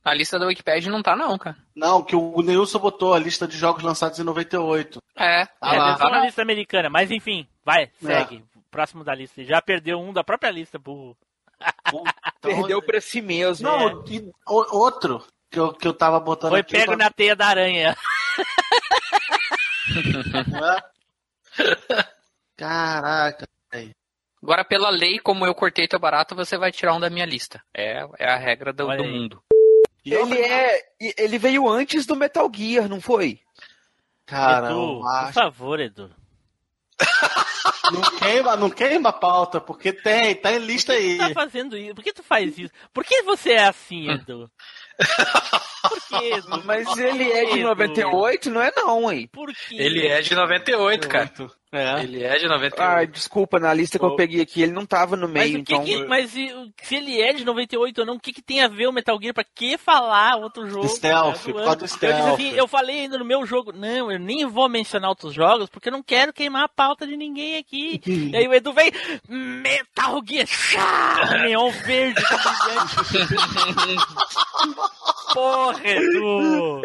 Na lista da Wikipedia não tá, não, cara.
não, que o Neilson botou a lista de jogos lançados em 98.
É,
Tá
é,
lá.
deve ser na lista americana, mas enfim, vai,
É.
segue. Próximo da lista. Já perdeu um da própria lista, burro.
Perdeu pra si mesmo. é.
Não, e o- outro que eu, que eu tava botando
Foi
aqui.
pego
eu
na teia da aranha.
tava-
é?
Caraca. Agora, pela lei, como eu cortei teu barato, você vai tirar um da minha lista. É, é a regra do, do mundo.
Ele é. Ele veio antes do Metal Gear, não foi?
Edu,
eu
por
acho-
favor, Edu.
Não queima, não queima a pauta, porque tem, tá em lista aí.
Tá fazendo isso? Por que tu faz isso? Por que você é assim, Edu? Por que, Edu?
Mas ele é de 98, não é não, hein?
Por quê?
Ele é de 98, cara. Ele é de 98.
Ah, desculpa, na lista que eu peguei aqui, ele não tava no
Mas,
meio,
o que
então.
que- mas e o- se ele é de 98 ou não, o que, que tem a ver o Metal Gear? Pra que falar outro jogo?
Stealth,
cara, do
por
ano?
causa do
Eu,
stealth.
disse assim, eu falei ainda no meu jogo, não, eu nem vou mencionar outros jogos, porque eu não quero queimar a pauta de ninguém aqui. e aí o Edu vem, Metal Gear, chá, neon verde, tá brilhante. Porra, Edu!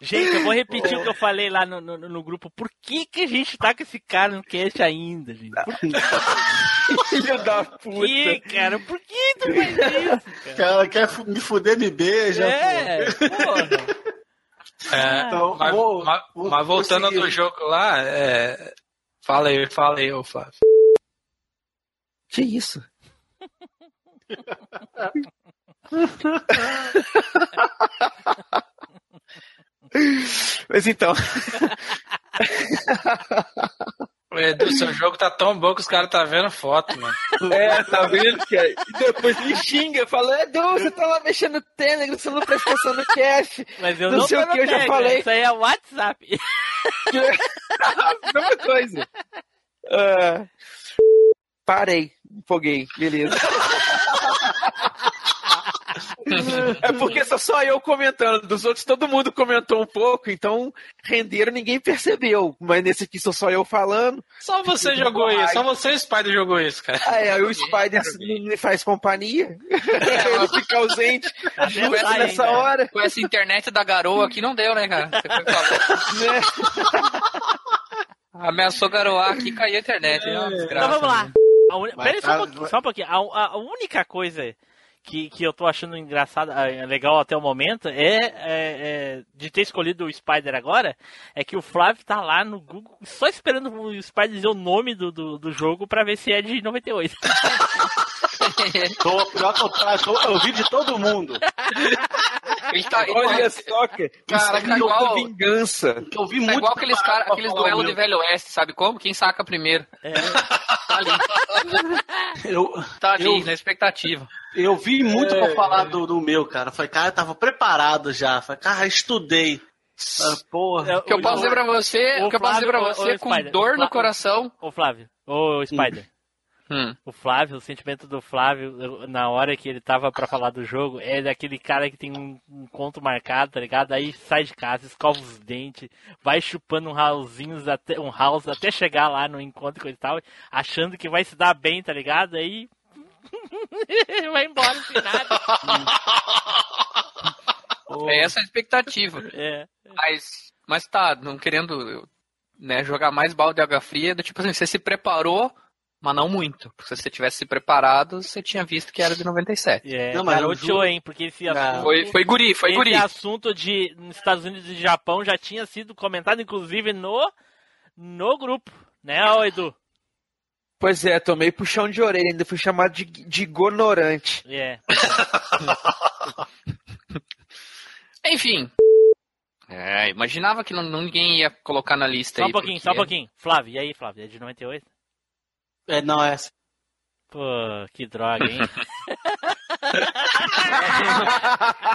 Gente, eu vou repetir o que eu falei lá no, no- no grupo. Por que, que a gente tá com esse cara no cast ainda, gente? Por que? tá
Filho da
Por que, cara? Por que tu faz isso?
Cara, Ela quer fu- me fuder, me beija.
É, Ah,
É,
Então,
mas,
vou-
mas-
vou
mas voltando ao
prosseguir.
do jogo lá, é... fala aí, fala aí, ô Flávio.
Que isso? Mas então.
Ô, Edu, seu jogo tá tão bom que os caras tá vendo foto, mano.
É, tá vendo, cara? E depois me xinga, fala, Edu, você tá lá mexendo no Telegram, você não presta atenção no cash.
Mas eu não,
sei o
tô
que eu
no
já
Telegram,
falei.
Isso aí é WhatsApp.
Mesma coisa. Ah, parei, empolguei, beleza. É porque só, só eu comentando, dos outros todo mundo comentou um pouco, então renderam, ninguém percebeu. Mas nesse aqui sou só eu falando.
Só você jogou isso, só você e o Spider jogou isso, cara.
Ah, é, aí o Spider me faz companhia. Ele fica ausente
Tá
justo nessa
né?
hora.
Com essa internet da garoa aqui não deu, né, cara? Você foi falar. Ameaçou garoar aqui e caiu a internet. É uma desgraça.
então vamos lá.
né?
A uni-
Vai,
Pera aí só um
tá,
pouquinho.
vai.
Só um pouquinho. A, a- a única coisa que, que eu tô achando engraçada, ah, legal até o momento, é, é- é de ter escolhido o Spider agora, é que o Flávio tá lá no Google só esperando o Spider dizer o nome do, do, do jogo pra ver se é de 98.
Tô, pior que eu, tá, tô, eu vi de todo mundo.
Ele tá- ele
Olha
tá-
só, cara.
Cara,
então, Cara,
tá igual-
vingança.
Eu vi
Tá
muito
igual aqueles,
preparado
cara,
pra
aqueles
falar o
duelos
meu.
de Velho Oeste, sabe como? Quem saca primeiro.
É.
Eu,
Tá ali,
eu-
na expectativa.
eu vi muito
É.
pra falar do, do meu, cara. Falei, cara, eu tava preparado já. Falei, cara, estudei. Ah, porra.
O que eu posso dizer pra você, o que eu posso dizer pra
Flávio-
você
ô,
com
Spider,
dor no
Flávio-
coração. Hum.
Ô Flávio, ô Spider. O Flávio, o sentimento do Flávio eu- na hora que ele tava pra falar do jogo é daquele cara que tem um um encontro marcado, tá ligado? Aí sai de casa, escova os dentes, vai chupando um house até, um house até chegar lá no encontro e coisa e tal, achando que vai se dar bem, tá ligado? Aí vai embora no
É essa a expectativa.
É,
Mas, mas tá, não querendo né, jogar mais balde de água fria, do tipo assim, você se preparou, mas não muito. Porque se você tivesse se preparado, você tinha visto que era de 97.
É,
não,
não, hein? Porque esse assunto.
Foi, foi guri, foi
esse
guri.
assunto de nos Estados Unidos e Japão já tinha sido comentado, inclusive, no, no grupo, né, ô Edu?
Pois é, tomei puxão de orelha, ainda fui chamado de, de gonorante.
É.
Enfim. É, imaginava que não, ninguém ia colocar na lista
Só
aí.
um pouquinho,
porque-
só um pouquinho. Flávio, e aí, Flávio? É de 98?
É, não, é essa.
Pô, que droga, hein?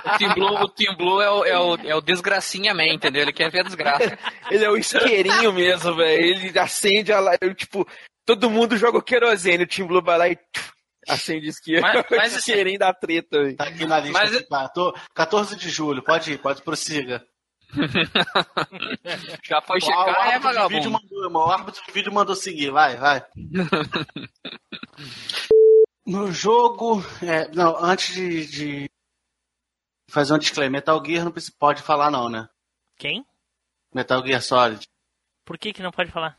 O Tim Blue, o Tim Blue é, o, é, o, é o desgracinha man, entendeu? Ele quer ver a desgraça.
Ele é o isqueirinho mesmo, velho. Ele acende a lá, eu, tipo, todo mundo joga o querosene, o Tim Blue vai lá e tchuf, acende o isqueiro.
Mas- mas assim-
o isqueirinho da treta, velho.
Tá aqui na lista.
Mas-
aqui, tá. Tô- 14 de julho, pode ir, pode prossiga.
Já foi
o
checar, é
árbitro de
vagabundo.
vídeo mandou, irmão. O árbitro de vídeo mandou seguir, vai, vai. No jogo. é, não, antes de, de fazer um disclaimer, Metal Gear não precisa- pode falar, não, né?
Quem?
Metal Gear Solid.
Por que que não pode falar?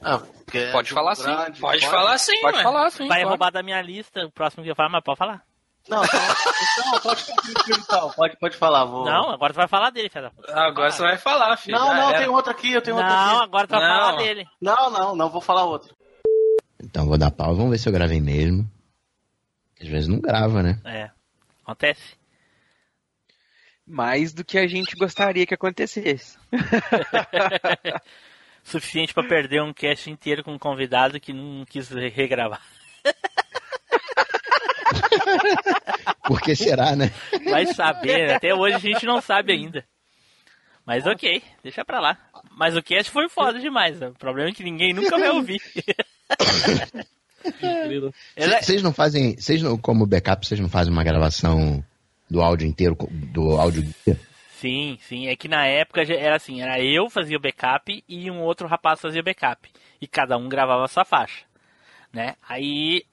Ah, porque é
Pode
jogo
falar sim,
grande,
pode falar sim, Pode ué. falar sim,
Vai
pode.
roubar da minha lista o próximo que eu falar, mas pode falar.
Não, então, pode, então, pode, pode falar, vou.
Não, agora tu vai falar dele, filha da puta.
Agora você vai falar, filho.
Não,
Já
não,
era.
tem outro aqui, eu tenho outro aqui.
Não, agora tu vai falar dele.
Não, não, não vou falar outro.
Então vou dar pausa, vamos ver se eu gravei mesmo. Às vezes não grava, né?
É, acontece.
Mais do que a gente gostaria que acontecesse.
Suficiente pra perder um cast inteiro com um convidado que não quis re- regravar.
Por que será, né?
Vai saber, né? até hoje a gente não sabe ainda. Mas ok, deixa pra lá. Mas o cast foi foda demais. né? O problema é que ninguém nunca vai ouvir.
é-
Ela-
Vocês não fazem. Vocês não, como backup, vocês não fazem uma gravação do áudio inteiro, co- do áudio guia?
Sim, sim. É que na época já era assim, era eu fazia o backup e um outro rapaz fazia o backup. E cada um gravava a sua faixa. Né? Aí,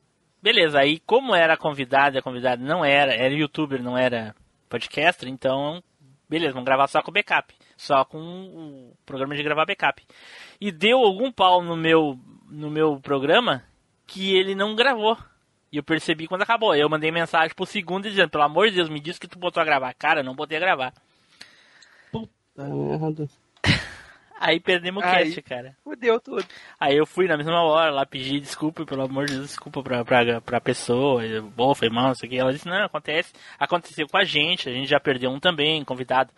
beleza. Aí como era convidado, e a convidada não era, era youtuber, não era podcaster, então, beleza, vamos gravar só com o backup. Só com o programa de gravar backup. E deu algum pau no meu, no meu programa que ele não gravou. E eu percebi quando acabou. Eu mandei mensagem pro segundo dizendo, pelo amor de Deus, me diz que tu botou a gravar. Cara, eu não botei a gravar.
Tá
Aí perdemos o
Aí.
cast, cara.
Fudeu tudo.
Aí eu fui na mesma hora lá pedir desculpa, pelo amor de Deus, desculpa pra, pra, pra pessoa. Eu, Bom, foi mal, não sei o que. Ela disse, não, acontece. Aconteceu com a gente, a gente já perdeu um também, convidado.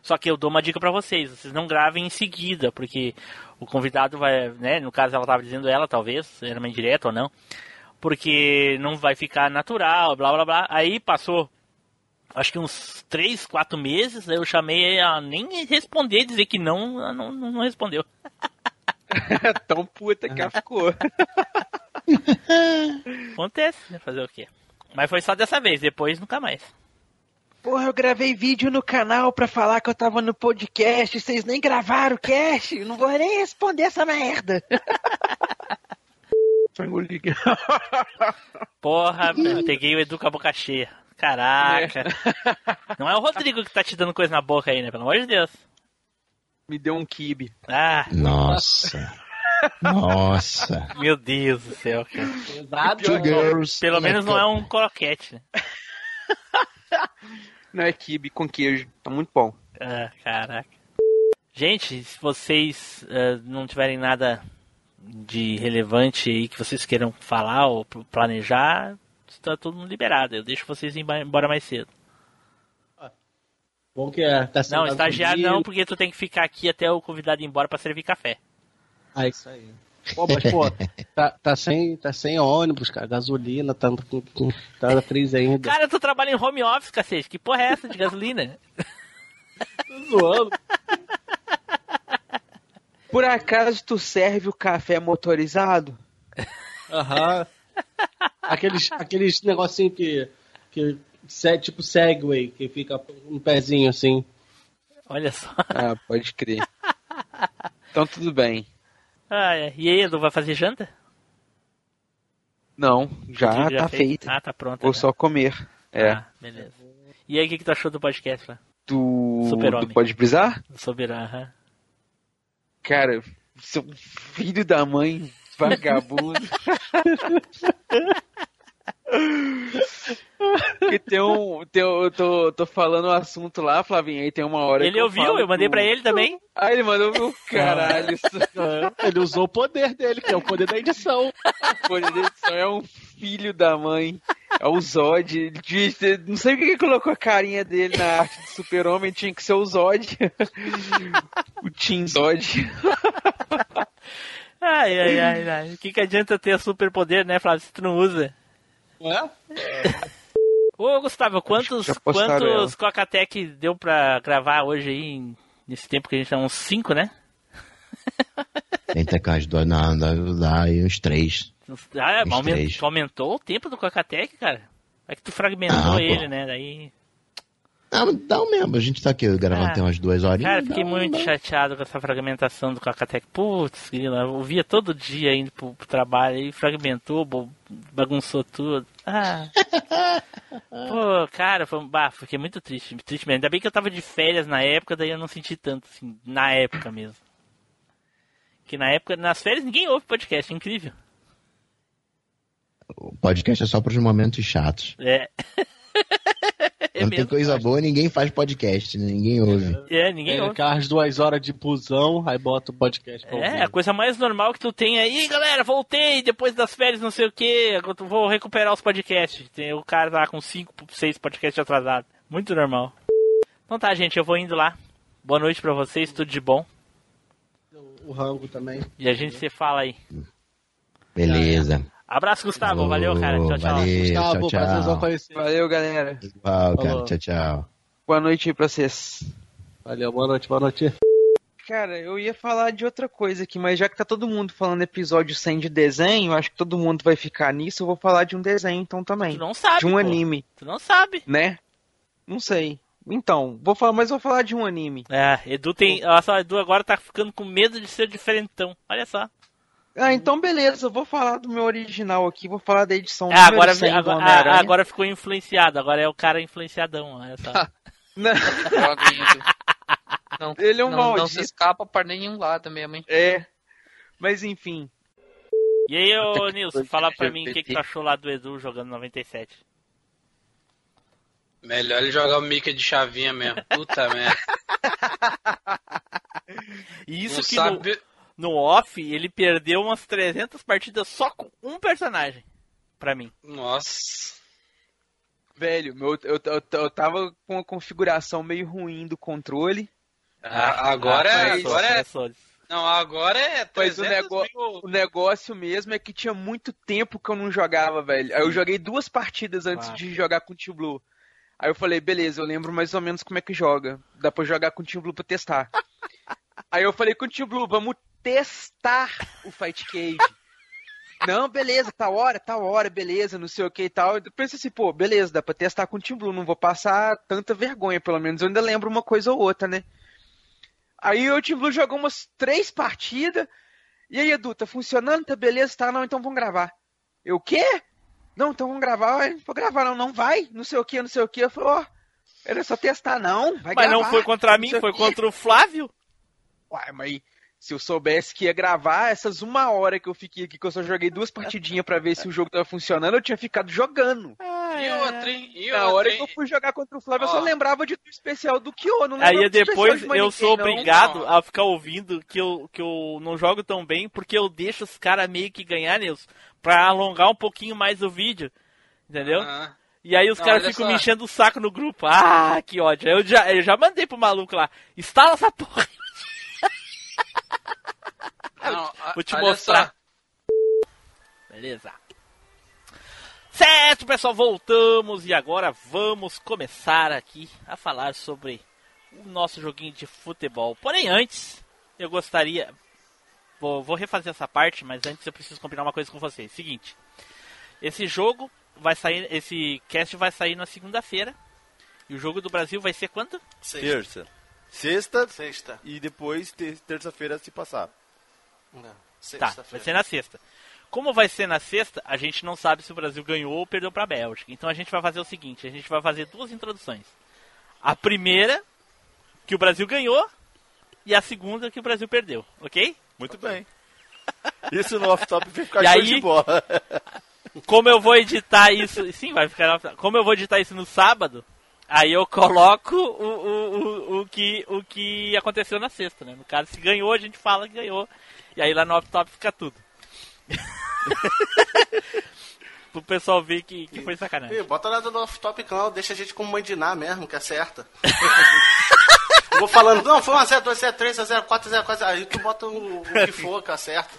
Só que eu dou uma dica pra vocês, vocês não gravem em seguida, porque o convidado vai, né, no caso ela tava dizendo ela, talvez, era uma indireta ou não. Porque não vai ficar natural, blá blá blá. Aí passou acho que uns 3, 4 meses, eu chamei ela nem responder, dizer que não, ela não, não não respondeu.
Tão puta que ela ficou. Ah.
Acontece, né? Fazer o quê? Mas foi só dessa vez, depois nunca mais.
Porra, eu gravei vídeo no canal pra falar que eu tava no podcast, vocês nem gravaram o cast, não vou nem responder essa merda.
Só engoli. Porra, eu peguei o Edu com a boca cheia. Caraca. Não é o Rodrigo que tá te dando coisa na boca aí, né? Pelo amor de Deus.
Me deu um kibe.
Ah.
Nossa. Nossa.
Meu Deus do céu, cara.
Two girls
Pelo
in a
menos não é
cup.
um croquete, né?
Não é kibe com queijo, tá muito bom.
Ah, caraca. Gente, se vocês eh, não tiverem nada de relevante aí que vocês queiram falar ou pl- planejar, está todo mundo liberado. Eu deixo vocês ir ba- embora mais cedo.
Bom que é, tá
não,
sentado
estagiário
comigo.
não, porque tu tem que ficar aqui até o convidado ir embora pra servir café.
Ah, isso aí. Pô, mas, pô, tá, tá, sem, tá sem ônibus, cara. Gasolina, tá, com- com- tá na crise ainda.
Cara, tu trabalha em home office, cacete. Que porra é essa de gasolina?
Tô zoando. Por acaso tu serve o café motorizado?
Aham. Aqueles, aqueles negocinho que, que se- tipo Segway, que fica um pezinho assim.
Olha só.
Ah, pode crer. Então tudo bem.
Ah, é. E aí, Edu, vai fazer janta?
Não, já
Você
tá
fez?
feito.
Ah, tá pronto.
Vou só comer. É.
Ah, beleza. E aí, o que, que tu achou do podcast lá?
do.
Super-homem.
do Pode brisar?
Sobre a... aham.
Cara, seu filho da mãe, vagabundo. que tem um. Tem, um- eu tô, tô falando o assunto lá, Flavinho, aí tem uma hora.
Ele
que eu
ouviu,
falo
eu mandei
do-
pra ele também.
Ah, ele mandou meu caralho.
É.
é um
Ele usou o poder dele, que é o poder da edição.
O poder da edição é um filho da mãe. É o Zod. Ele diz- Não sei o que ele colocou a carinha dele na arte do super-homem, tinha que ser o Zod. o Tim Zod.
Ai, ai, ai, ai. O que, que adianta ter superpoder, né, Flávio, se tu não usa?
Ué?
Ô, Gustavo, quantos,
Já postaram
quantos Coca-Tech deu pra gravar hoje aí, em- nesse tempo que a gente tá uns 5, né?
Entre as duas, na, na, lá e os três.
Ah,
Uns
aument-
três.
tu aumentou o tempo do Coca-Tech, cara? É que tu fragmentou
Não, pô.
ele, né, daí...
Ah, mas dá o mesmo. A gente tá aqui gravando
Ah.
tem umas duas horinhas.
Cara, fiquei
dá um-
muito chateado com essa fragmentação do Cacatec. Putz, grila, eu ouvia todo dia indo pro, pro trabalho e fragmentou, bo- bagunçou tudo. Ah. Pô, cara, foi, um- bah, fiquei muito triste, triste mesmo. Ainda bem que eu tava de férias na época, daí eu não senti tanto, assim, na época mesmo. Que na época, nas férias ninguém ouve podcast, é incrível.
O podcast é só pros momentos chatos.
É. mesmo,
É
Quando tem coisa boa, ninguém faz podcast, né? ninguém ouve.
É, ninguém ouve.
Aquelas duas horas de busão, aí bota o podcast pra
É, a coisa mais normal que tu tem aí, "Ih, galera, voltei depois das férias, não sei o que, vou recuperar os podcasts. Tem o cara lá com 5, 6 podcasts atrasados. Muito normal. Então tá, gente, eu vou indo lá. Boa noite pra vocês, tudo de bom.
O rango também.
E a gente se fala aí.
Beleza.
Abraço, Gustavo. valeu, cara. Tchau, tchau.
Valeu, tchau, tchau.
Valeu, galera.
Uau, cara,
Falou.
tchau, tchau.
Boa noite aí pra vocês.
Valeu, boa noite, boa noite.
Cara, eu ia falar de outra coisa aqui, mas já que tá todo mundo falando episódio 100 de desenho, acho que todo mundo vai ficar nisso, eu vou falar de um desenho então também.
Tu não sabe,
De um
pô.
anime,
Tu não sabe.
né? Não sei. Então, vou falar, mas vou falar de um anime.
É, Edu tem. Olha só, Edu agora tá ficando com medo de ser diferentão. Olha só.
Ah, então beleza, eu vou falar do meu original aqui, vou falar da edição
Ah,
número
agora,
100 do
agora,
Homem-Aranha.
ah, agora ficou influenciado, agora é o cara influenciadão. Olha só.
Não.
Não,
Ele é um
não,
maldito.
Não se escapa para nenhum lado mesmo, hein?
É. Mas enfim.
E aí, ô
Até que
Nilson,
foi
fala
de
pra mim o que, que
GPT.
tu achou lá do Edu jogando 97.
Melhor ele jogar o Mickey de chavinha mesmo. Puta merda.
E isso
Não
que
sabe-
no, no off ele perdeu umas 300 partidas só com um personagem. Pra mim.
Nossa.
Velho, meu, eu, eu, eu tava com uma configuração meio ruim do controle.
Ah, agora é- agora é- Não, agora é
Mas o,
300
nego- o negócio mesmo é que tinha muito tempo que eu não jogava, velho. Aí eu joguei duas partidas antes
Ah.
de jogar com o Team Blue. Aí eu falei, beleza, eu lembro mais ou menos como é que joga. Dá pra jogar com o Team Blue pra testar. Aí eu falei com o Team Blue, vamos testar o Fight Cage. Não, beleza, tá hora, tá hora, beleza, não sei o que e tal. Eu pensei assim, pô, beleza, dá pra testar com o Team Blue, não vou passar tanta vergonha, pelo menos eu ainda lembro uma coisa ou outra, né? Aí o Team Blue jogou umas três partidas. E aí, Edu, tá funcionando? Tá beleza? Tá, não, então vamos gravar. Eu, o quê? Não, então vamos gravar. Eu, Não vou gravar, não, não vai. Não sei o que, não sei o que. Eu falei, ó, era só testar, não. Vai
Mas
gravar,
não foi contra
não
mim,
sei o
foi
quê.
contra o Flávio.
Uai, mas se eu soubesse que ia gravar, essas uma hora que eu fiquei aqui, que eu só joguei duas partidinhas pra ver se o jogo tava funcionando, eu tinha ficado jogando.
E outra, hein? E
Na
outra,
hora
hein?
que eu fui jogar contra o Flávio, eu só lembrava de do especial do Kyo, não lembrava
Aí
do especial
depois
de
eu
mais
sou
ninguém, não.
obrigado a ficar ouvindo que eu, que eu não jogo tão bem, porque eu deixo os caras meio que ganhar, Nilson, pra alongar um pouquinho mais o vídeo. Entendeu?
Aham.
E aí os
Não,
caras
olha
ficam
só.
me enchendo o saco no grupo. Ah, que ódio. Aí Eu já, eu já mandei pro maluco lá. Instala essa porra.
Não,
Vou te
olha
mostrar.
só.
Beleza. Certo, pessoal, voltamos e agora vamos começar aqui a falar sobre o nosso joguinho de futebol. Porém, antes, eu gostaria. Vou, vou refazer essa parte, mas antes eu preciso combinar uma coisa com vocês. Seguinte: esse jogo vai sair. Esse cast vai sair na segunda-feira. E o jogo do Brasil vai ser quando?
Terça. Sexta. Sexta. E depois ter- terça-feira se passar.
Tá, vai ser na sexta. Como vai ser na sexta, a gente não sabe se o Brasil ganhou ou perdeu pra Bélgica. Então a gente vai fazer o seguinte, a gente vai fazer duas introduções. A primeira que o Brasil ganhou e a segunda que o Brasil perdeu, OK?
Muito bem. Isso no off-top vai ficar
E
show
aí-
de bola.
Como eu vou editar isso, sim, vai ficar na- Como eu vou editar isso no sábado, aí eu coloco o, o, o, o que o que aconteceu na sexta, né? No caso, se ganhou, a gente fala que ganhou. E aí lá no off-top fica tudo. Pro pessoal ver que, que foi sacanagem.
Ih, bota nada no off-top não, deixa a gente como mandinar mesmo, que acerta. Eu vou falando, não, foi 1x0, 2x0, 3x0, 4x0, 4x0, aí tu bota o, o que for, que é acerta.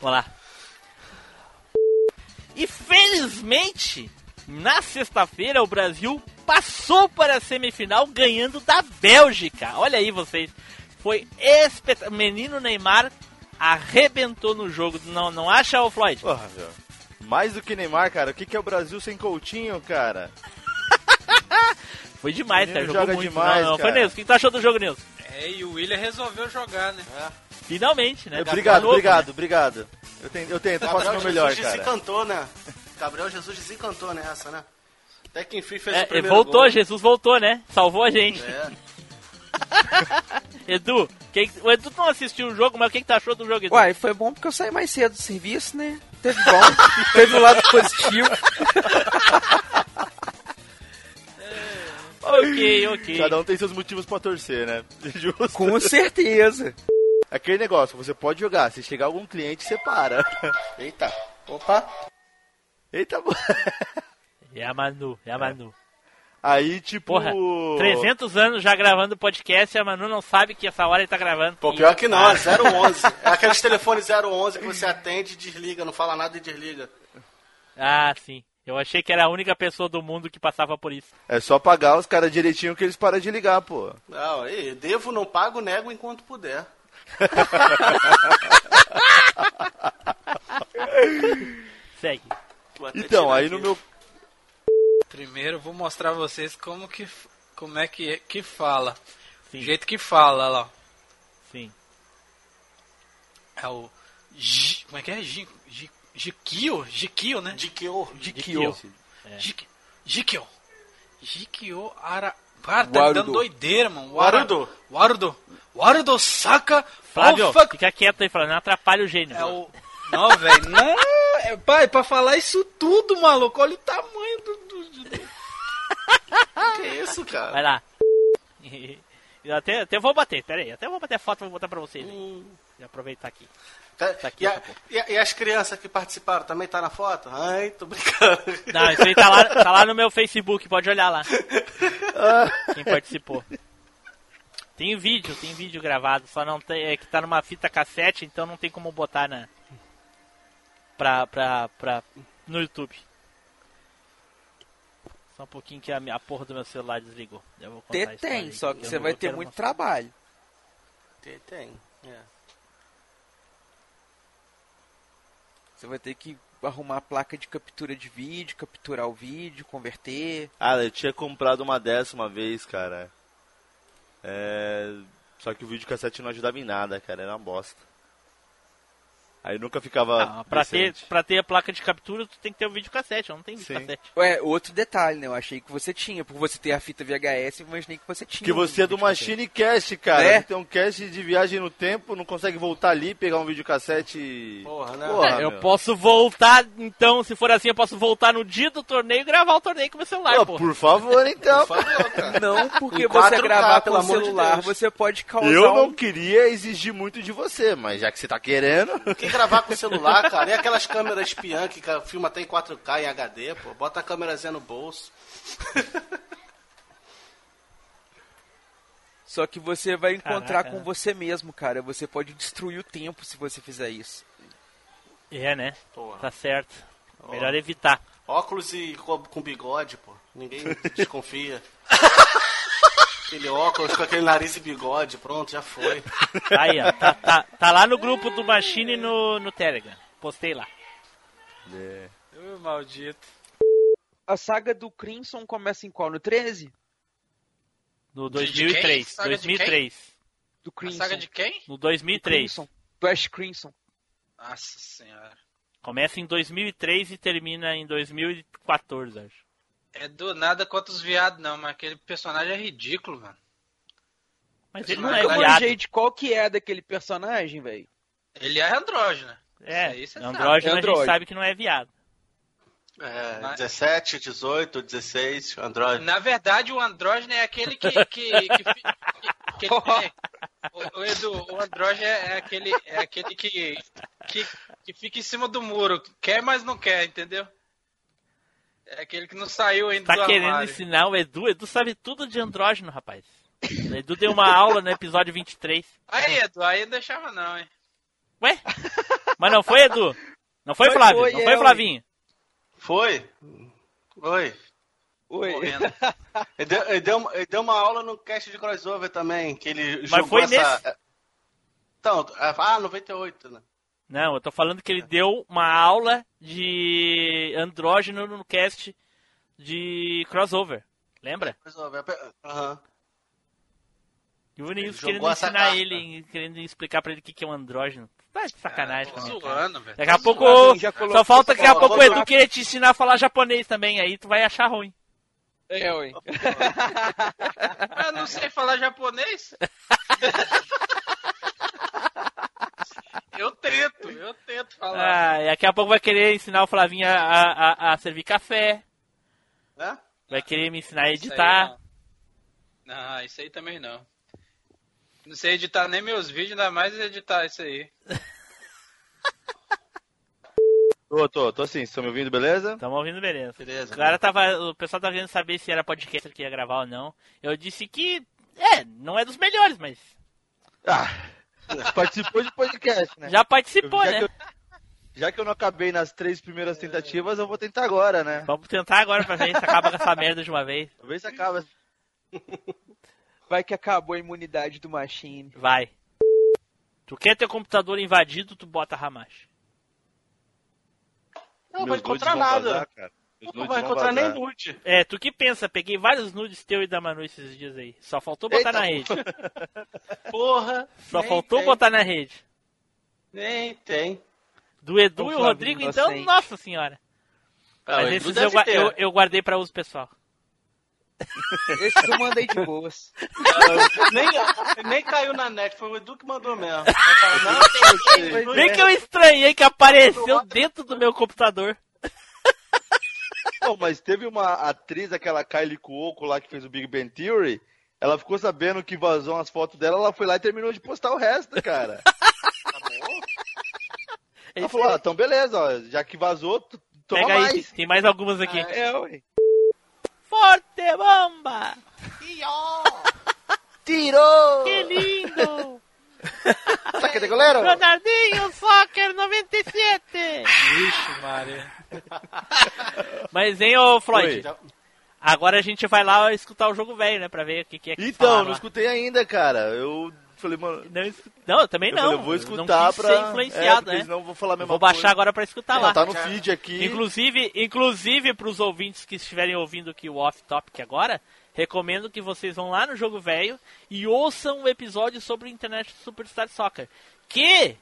Vamos lá. E felizmente, na sexta-feira, o Brasil passou para a semifinal ganhando da Bélgica. Olha aí vocês. Foi espetacular. Menino Neymar arrebentou no jogo. Não, não acha, o Floyd?
Porra, velho. Mais do que Neymar, cara. O que, que é o Brasil sem Coutinho, cara?
Foi demais, cara. Ah, é
Menino
Jogou
joga
muito.
demais,
não, não, foi
cara.
Nilson. O que tu achou do jogo, Nilson?
É, e o William resolveu jogar, né?
É.
Finalmente, né?
Obrigado,
Novo,
obrigado,
né?
obrigado. Eu tento, eu tento, eu
Tá,
faço o meu melhor,
Jesus
cara.
desencantou, né? Gabriel Jesus desencantou nessa, né? Até que enfim fez o
É,
primeiro
voltou,
gol.
Jesus voltou, né? Salvou a gente.
tá, É.
Edu, quem- o Edu não assistiu o jogo, mas o que, que tu achou do jogo, Edu?
Uai, foi bom porque eu saí mais cedo do serviço, né? Teve bom, teve um lado positivo.
ok, ok.
Cada um tem seus motivos pra torcer, né? Justo.
Com certeza.
Aquele negócio, você pode jogar, se chegar algum cliente, você para.
Eita. Opa.
Eita,
É
É.
Yamanu, Yamanu.
Aí, tipo.
Porra, 300 anos já gravando podcast e a Manu não sabe que essa hora ele tá gravando. Ah.
Pô, pior que não, é 011. É aqueles telefones 011 que você atende e desliga, não fala nada e desliga.
Ah, sim. Eu achei que era a única pessoa do mundo que passava por isso.
É só pagar os caras direitinho que eles param de ligar, pô.
Não, aí, devo, não pago, nego enquanto puder.
Segue.
Então, aí no meu.
Primeiro vou mostrar a vocês como que como é que que fala. O jeito que fala lá.
Sim.
É o Ji- como é que é? Ji- Ji- Jikio, Jikio, né?
Jikio,
Jikio.
É.
Jik- Jikio. Jikio Ara Cara, tá me
Warudo.
dando doideira, mano.
Warudo.
Warudo. Warudo saca.
Oh,
Flávio,
Alpha
fica quieto aí, Flávio, não atrapalha o gênio. É o...
Não, velho, não. É, pai, pra falar isso tudo, maluco, olha o tamanho do. do- do-
Que isso, cara?
Vai lá. Eu até, até vou bater, pera aí. Até vou bater a foto e vou botar pra vocês. aí. Vou aproveitar aqui. Tá aqui,
Hum. E,
essa
a-
porra.
e a- e as crianças que participaram também tá na foto? Ai, tô brincando.
Não, isso aí tá lá, tá lá no meu Facebook, pode olhar lá. Quem participou. Tem vídeo, tem vídeo gravado, só não tem. É que tá numa fita cassete, então não tem como botar na. Pra. pra. pra. no YouTube. Só um pouquinho que a, minha- a porra do meu celular desligou. Eu vou contar a
Até
história
tem,
aí,
só que
eu
você
não-
vai
eu
ter
quero
muito
mostrar.
trabalho.
Tem, tem. É.
Você vai ter que arrumar a placa de captura de vídeo, capturar o vídeo, converter.
Ah, eu tinha comprado uma dessa uma vez, cara. É... Só que o vídeo cassete não ajudava em nada, cara. Era uma bosta. Aí nunca ficava.
Ah, Pra ter,
decente.
pra ter a placa de captura, tu tem que ter o videocassete, eu não tenho videocassete.
Ué, outro detalhe, né? Eu achei que você tinha. Por você ter a fita VHS, eu imaginei que você tinha. um
Que você é do Machine Cast, cara.
Né?
Tem um cast de viagem no tempo, não consegue voltar ali, pegar um videocassete. e- Porra,
Tá.
É, eu posso voltar, então, se for assim, eu posso voltar no dia do torneio e gravar o torneio com o meu celular,
Pô,
porra.
por favor, então.
Não, porque
Em
você
4K,
gravar
Um tá, pelo
pelo
amor de
celular,
Deus.
você pode causar.
Eu não
um-
queria exigir muito de você, mas já que você tá querendo.
Quem gravar com celular, cara? E aquelas câmeras espiã que ca- filma até em 4K em HD, pô. Bota a câmerazinha no bolso.
Só que você vai encontrar
Caraca,
com
né?
você mesmo, cara. Você pode destruir o tempo se você fizer isso.
É, né?
Porra.
Tá certo. Melhor evitar.
Óculos e co- com bigode, pô. Ninguém desconfia. aquele óculos com aquele nariz e bigode, pronto, já foi.
Aí, ó. Tá, tá, tá lá no grupo do Machine no, no Telegram. Postei lá.
maldito. A saga do Crimson começa em qual? No 13?
No
De- de
2003.
quem? Saga de
2003.
Do Crimson.
saga de
quem?
No
Do,
2003.
Crimson. do Ash Crimson.
Nossa senhora. Começa em 2003 e termina em 2014, acho.
É do nada contra os viados, não, mas aquele personagem é ridículo, mano.
Mas
ele
Ele
não
não
é
é
viado.
gente, qual que é daquele personagem, velho?
Ele é andrógeno.
É,
Isso aí você
Android,
sabe.
mas a gente sabe que não é viado.
É, 17, 18, 16, Android.
Na verdade, o andrógeno é aquele que. que, que, fi- que- que ele tem- o, o Edu, o andrógeno é aquele, é aquele que, que, que fica em cima do muro. Quer, mas não quer, entendeu? É aquele que não saiu ainda
Tá
do
querendo
armário.
ensinar o Edu? Edu sabe tudo de andrógeno, rapaz. O Edu deu uma aula no episódio 23.
Aí, Edu, aí não deixava não, hein?
Ué? Mas não foi, Edu? Não foi,
Foi,
Flávio?
foi,
não
é,
foi,
ué.
Flavinho?
Foi? Oi.
Oi.
Ele deu, ele deu- ele deu uma aula no cast de crossover também, que ele
Mas
jogou
foi
essa... É.
nesse?
Então, ah, 98, né?
Não, eu tô falando que ele
É.
deu uma aula de andrógeno no cast de crossover. Lembra?
Crossover, aham.
E o Vinícius
Ele
querendo
jogou essa
ensinar
carta.
ele, querendo explicar pra ele o que que é um andrógeno. Tá de sacanagem
Ah, tô
também.
zoando, velho.
Daqui a
Tô
pouco.
zoando, hein? Já colocou
Só falta daqui a é
essa
pouco o
bola.
Edu querer te ensinar a falar japonês também, aí tu vai achar ruim.
É, oi.
Eu não sei falar japonês. eu tento, eu tento falar.
Ah, e daqui a pouco vai querer ensinar o Flavinho a, a, a- a servir café.
Hã?
Vai querer me ensinar a
Isso aí
Ah, editar.
não. Não, Ah, isso aí também não. Não sei editar nem meus vídeos, ainda mais editar isso aí.
Tô, tô, tô sim. Estão me ouvindo, beleza?
Tamo ouvindo, beleza. beleza o, cara tava, o pessoal tava querendo saber se era podcaster que ia gravar ou não. Eu disse que, é, não é dos melhores, mas...
Ah, Participou de podcast, né?
Já participou,
Já
né?
que eu- Já que eu não acabei nas três primeiras tentativas, eu vou tentar agora, né?
Vamos tentar agora pra ver se acaba com essa merda de uma vez.
Talvez acaba.
Vai que acabou a imunidade do Machine.
Vai. Tu quer ter computador invadido, tu bota Ramash.
Não vai encontrar nada. Não vai encontrar nem nude.
É, tu que pensa, peguei vários nudes teu e da Manu esses dias aí. Só faltou botar
Eita,
na rede.
Porra.
Só
nem
faltou
tem.
botar na rede.
Nem tem.
Do Edu
Ô,
e o
Flavinho,
Rodrigo, então,
inocente.
nossa senhora.
Ah, o
Mas
Edu
esses
deve
eu, gua-
ter.
eu- eu guardei pra uso pessoal.
Esses eu mandei de boas.
nem, nem caiu na net, foi o Edu que mandou mesmo.
Bem que eu estranhei que apareceu dentro do meu computador.
Pô, mas teve uma atriz, aquela Kylie Cuoco lá que fez o Big Bang Theory, ela ficou sabendo que vazou umas fotos dela, ela foi lá e terminou de postar o resto, cara. tá bom? Ela falou, ah, então beleza, ó, já que vazou, t- toma
é Pega aí,
mais.
tem mais algumas aqui.
É, ué.
Forte bomba!
Tirou!
Que lindo!
Saca de goleiro?
Ronaldinho Soccer 97!
Vixe, Maria.
Mas, hein, ô Floyd?
Oi.
Agora a gente vai lá escutar o jogo velho, né? Pra ver o que, que é que
Então,
falaram
não
lá.
escutei ainda, cara. Eu falei, mano.
Não, não eu também não.
eu vou
Eu não
escutar
quis
pra.
ser influenciado,
é,
né?
né? Não vou falar a mesma
Vou baixar
coisa.
agora pra escutar
Não,
lá.
Tá no feed aqui.
Inclusive, inclusive para os ouvintes que estiverem ouvindo aqui o Off Topic agora, recomendo que vocês vão lá no Jogo Velho e ouçam o episódio sobre o Internet Superstar Soccer. Que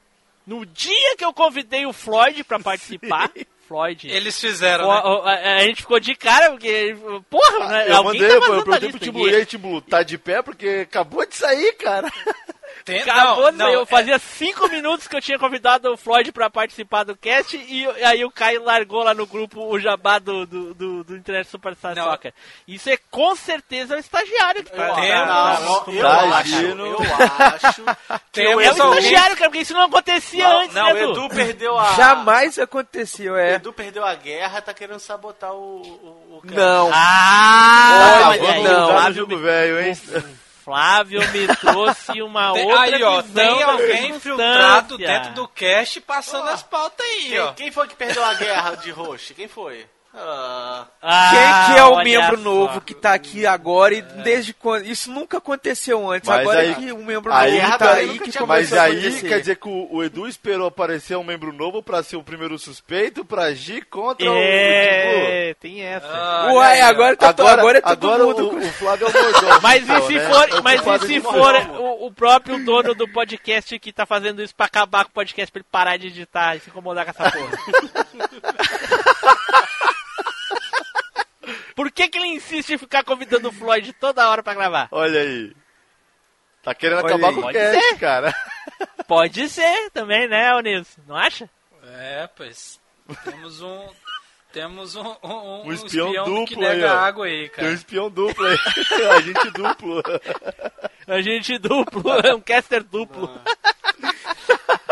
no dia que eu convidei o Floyd para participar, Floyd.
Eles fizeram,
o-
né?
o- é, a, a gente ficou de cara porque porra, né?
Ah, Eu
alguém
mandei,
tá
eu
vazando a
perguntei pro
lista
Tibu,
aqui.
e aí, Tibu, tá de pé porque acabou de sair, cara.
Acabou de
não,
sair. eu
é-
fazia cinco minutos que eu tinha convidado o Floyd pra participar do cast e eu- aí o Caio largou lá no grupo o jabá do, do, do, do Internet Superstar Soccer. Isso é com certeza o estagiário que tá
Eu
tá-
acho,
um
tá-
eu
tá-
acho, eu
acho que
Tem um
o é o
exaltante.
estagiário, cara, porque isso não acontecia
Não,
antes,
não,
né,
o Edu perdeu a-
Jamais aconteceu, é.
Edu perdeu a guerra, tá querendo sabotar o. o, o cara.
Não.
Ah,
Olha,
olha aí,
não.
o Flávio
jogo velho, hein?
Flávio me trouxe uma
Tem-
outra
aí, ó,
visão
tem
da
alguém
circunstância.
filtrado dentro do cast passando as pautas aí,
Quem-
ó.
Quem foi que perdeu a guerra de roxo? Quem foi? Ah.
Quem que é o
olha
membro
só.
novo que tá aqui agora e desde quando? Isso nunca aconteceu antes. agora que um membro novo tá aí que começou
Mas
a
aí
acontecer.
quer dizer que o, o Edu esperou aparecer um membro novo pra ser o primeiro suspeito pra agir contra
É, tá
o Tibu.
tem essa.
Ah,
Uai, agora que eu tô- agora é todo
agora
mundo
O, o Flávio é o mordomo,
Mas e
então,
se
né? É
for,
o
mas
culpado
e se
de
for
mordomo.
o, o próprio dono do podcast que tá fazendo isso pra acabar com o podcast pra ele parar de editar e se incomodar com essa porra? Por que que ele insiste em ficar convidando o Floyd toda hora pra gravar?
Olha aí. Tá querendo acabar com o
Pode
cast,
ser.
cara.
Pode ser também, né, Onilson? Não acha?
É, pois. Temos um. Temos um, um, um-
Um espião,
um que
duplo aí,
nega
ó.
água aí, cara.
Tem um espião duplo aí. A gente duplo.
A gente duplo, é um caster duplo.
Ah.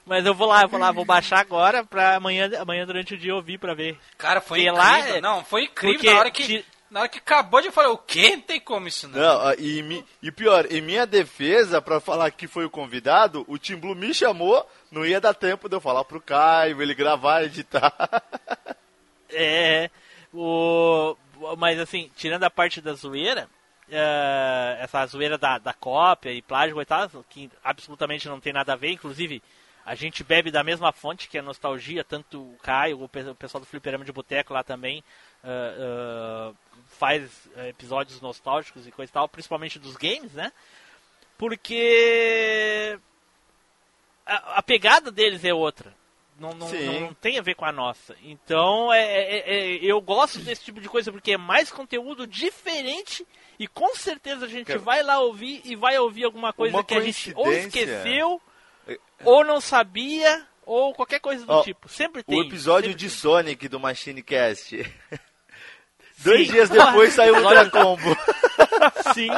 Mas eu vou lá, eu vou lá, vou baixar agora pra amanhã, amanhã durante o dia ouvir pra ver.
Cara, foi
Porque
incrível.
é-
Não, foi incrível
porque
na hora que.
ti-
Na hora que acabou de falar, o quê? Não tem como isso, não.
Não, ah, e, mi- e pior, em minha defesa, pra falar que foi o convidado, o Tim Blue me chamou, não ia dar tempo de eu falar pro Caio, ele gravar, editar.
É. O... Mas assim, tirando a parte da zoeira, eh, essa zoeira da, da cópia e plágio e tal, que absolutamente não tem nada a ver, inclusive a gente bebe da mesma fonte que é a nostalgia, tanto o Caio, o pe- o pessoal do Fliperama de Boteco lá também eh, eh, faz eh, episódios nostálgicos e coisa e tal, principalmente dos games, né? Porque a, a pegada deles é outra. Não, não,
Sim.
não- não tem a ver com a nossa. Então, é, é- é- eu gosto desse tipo de coisa porque é mais conteúdo diferente e com certeza a gente
Cara,
vai lá ouvir e vai ouvir alguma coisa
uma
que a gente ou
coincidência.
esqueceu, ou não sabia, ou qualquer coisa do
Ó,
tipo. Sempre tem.
O episódio
sempre
de Sonic do Machine Cast. Dois
Sim.
dias depois saiu o
Olha-
Ultra Combo.
Sim.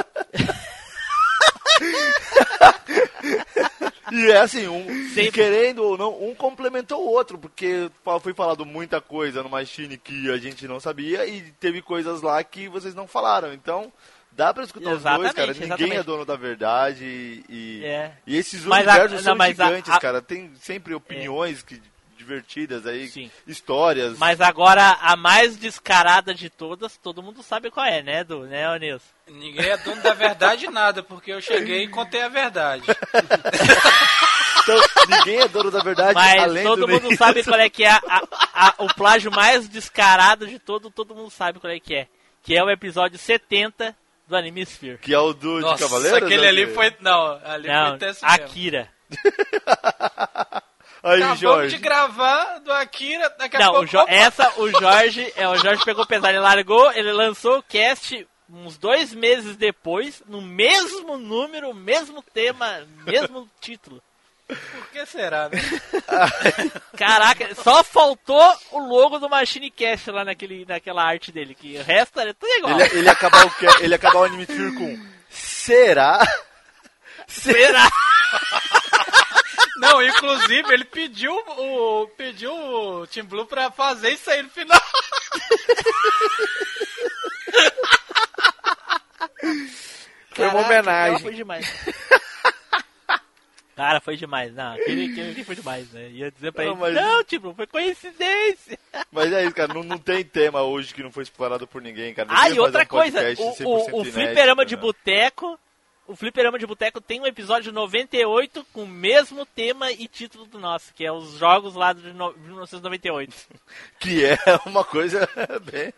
E é assim, um, e querendo ou não, um complementou o outro, porque fa- foi falado muita coisa no Machine que a gente não sabia e teve coisas lá que vocês não falaram. Então, dá pra escutar os dois,
Exatamente,
cara. Ninguém
exatamente.
é dono da verdade e, e,
É.
e esses
Mas a-
universos
não,
são
mas a-
gigantes,
a-
cara. Tem sempre opiniões que, divertidas aí,
Sim.
histórias.
Mas agora, a mais descarada de todas, todo mundo sabe qual é, né, Edu? Né, ô Nilson?
Ninguém é dono da verdade em nada, porque eu cheguei e contei a verdade.
Então, ninguém é dono da verdade
Mas
além
todo
do
mundo
Neilson.
sabe qual é que é a- a- a- o plágio mais descarado de todo, todo mundo sabe qual é que é. Que é o episódio 70 do Anime Sphere.
Que é o do né,
Nossa, aquele
é.
ali foi. Não, ali foi
Não,
tenso mesmo.
Akira.
Aí,
Acabamos de gravar do Akira, daqui a
Não,
pouco.
o Jo- é, essa o Jorge, é, o Jorge pegou pesado, ele largou, ele lançou o cast uns dois meses depois, no mesmo número, mesmo tema, mesmo título.
Por que será, né?
Caraca, só faltou o logo do Machine Cast lá naquele, naquela arte dele, que o resto era tudo é igual.
Ele, ele acabar o que? Ele acabar o anime Tour com será?
Será?
Não, inclusive ele pediu o pediu o Team Blue pra fazer isso aí no final.
Foi uma
homenagem.
Foi demais. Cara, foi demais. Não, aquele, aquele ali foi demais, né? Ia dizer pra
Não,
ele,
mas-
não, tipo, foi coincidência.
Mas é isso, cara. Não, não tem tema hoje que não foi explorado por ninguém, cara.
Ah, e
Devia fazer
outra
um
coisa,
podcast
o,
100%
o, o
inédito,
Fliperama de
né?
Boteco. O Fliperama de Boteco tem um episódio 98 com o mesmo tema e título do nosso, que é os jogos lá de no- 1998.
Que é uma coisa bem.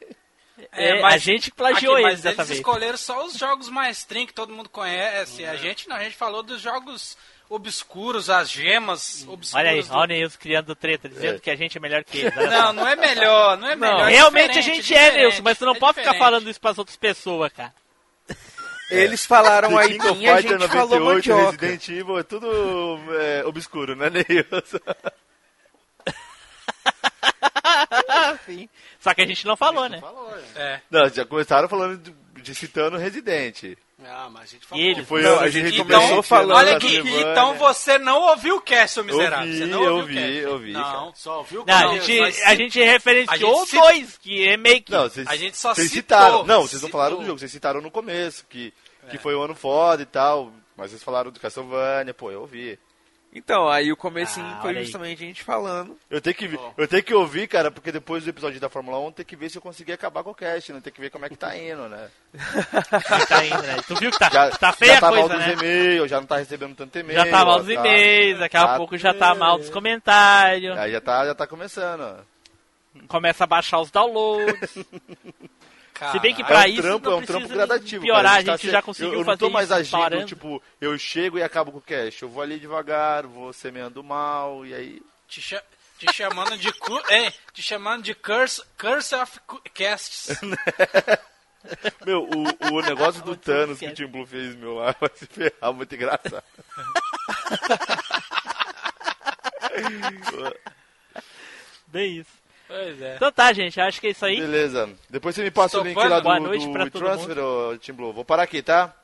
É, a gente que plagiou
aqui,
eles
mas
dessa
eles
vez.
escolheram só os jogos maestrinhos que todo mundo conhece. A gente não, a gente falou dos jogos obscuros, as gemas obscuras.
Olha aí,
do-
olha aí os criando treta, dizendo que a gente é melhor que eles. olha só.
Não, não é melhor, não é melhor. é
realmente a
diferente,
gente é,
diferente.
Nilson, mas tu não
É
pode ficar
diferente.
falando isso pras outras pessoas, cara.
Eles falaram aí
King of
minha, a
Fighter
gente falou
98,
mandioca.
Resident Evil, é tudo é, obscuro, né, Neilson?
Sim. Só que a gente não falou, né?
É.
Não, já começaram falando de, de citando Resident.
Ah, mas a gente
E eles?
Foi
Não,
a
a
gente
gente
começou
então-
falando.
olha
da
aqui,
Silvânia.
Então você não ouviu o cast, seu miserável.
Ouvi,
você não
eu
ouviu o
vi,
cast.
eu vi,
Não,
cara.
só ouviu o
Não, a
cast.
gente,
Mas
a gente referenciou
a gente
dois, que é make.
Não, vocês,
A gente só
vocês
citou,
citaram. Não, vocês
citou. É.
não falaram do jogo, vocês citaram no começo, que, que foi um ano foda e tal. Mas vocês falaram do Castlevania, pô, eu ouvi.
Então, aí o comecinho
Ah,
foi
olha aí.
justamente a gente falando.
Eu tenho, que, vi- eu tenho que ouvir, cara, porque depois do episódio da Fórmula 1, tem que ver se eu consegui acabar com o cast, né? Tem que ver como é que tá indo, né?
tá indo, né? Tu viu que tá,
já,
tá feia
já tá
a coisa,
mal dos
né?
e-mails, já não tá recebendo tanto e-mail.
Já tá mal dos
tá-
e-mails, daqui a
tá-
pouco já tá mal dos comentários.
Aí já tá, já tá começando, ó.
Começa a baixar os downloads. Se bem que pra
é um
isso
trampo,
não
é um trampo
precisa
gradativo.
piorar,
cara. tá
a gente
se-
já conseguiu
eu, eu não
fazer
tô mais
isso
agindo,
parando.
tipo, eu chego e acabo com o cast. Eu vou ali devagar, vou semeando mal, e aí...
Te, cha- te chamando de cu... Ei, te chamando de curse, curse of Cu- casts.
Meu, o, o negócio do Thanos que o Tim Blue fez, meu, lá, vai se ferrar, muito engraçado.
Bem isso.
Pois é.
Então tá, gente, acho que é isso aí.
Beleza. Depois você me passa o link
Estopando.
lá do,
Boa noite
do
pra todo
WeTransfer, ô, Tim Blue. Vou parar aqui, tá?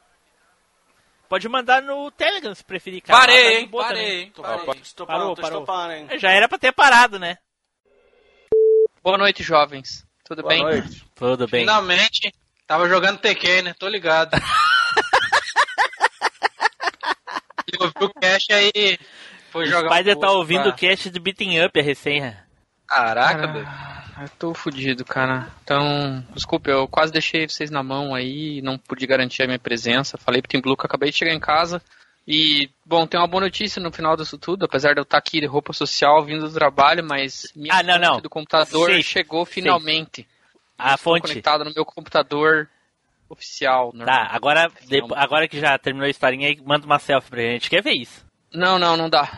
Pode mandar no Telegram se preferir, cara.
Parei,
Tá de
hein?
boa
Parei,
também.
hein? Tô parei.
Parou,
Tô estopando,
parou. É,
tô estopando, hein?
Já era pra ter parado, né?
Boa noite, jovens. Tudo
Boa
bem?
noite.
Tudo bem.
Finalmente, tava jogando Tekken, né? Tô ligado. Ele ouviu o cast aí foi
O
jogar.
Spider
um
tá
pouco,
ouvindo
pá.
o cast do Beating Up, a resenha.
Caraca, doido. Ah, Eu tô fudido, cara. Então, desculpa, eu quase deixei vocês na mão aí, não pude garantir a minha presença. Falei pro Tim Blue que eu acabei de chegar em casa. E, bom, tem uma boa notícia no final disso tudo, apesar de eu estar aqui de roupa social vindo do trabalho, mas minha
Ah, não,
fonte
não.
do computador
Safe,
chegou
safe.
finalmente.
A
Estou
fonte.
conectado no meu computador oficial.
Tá, agora, depo- agora que já terminou a historinha aí, manda uma selfie pra gente. Quer ver isso?
Não, não, não dá.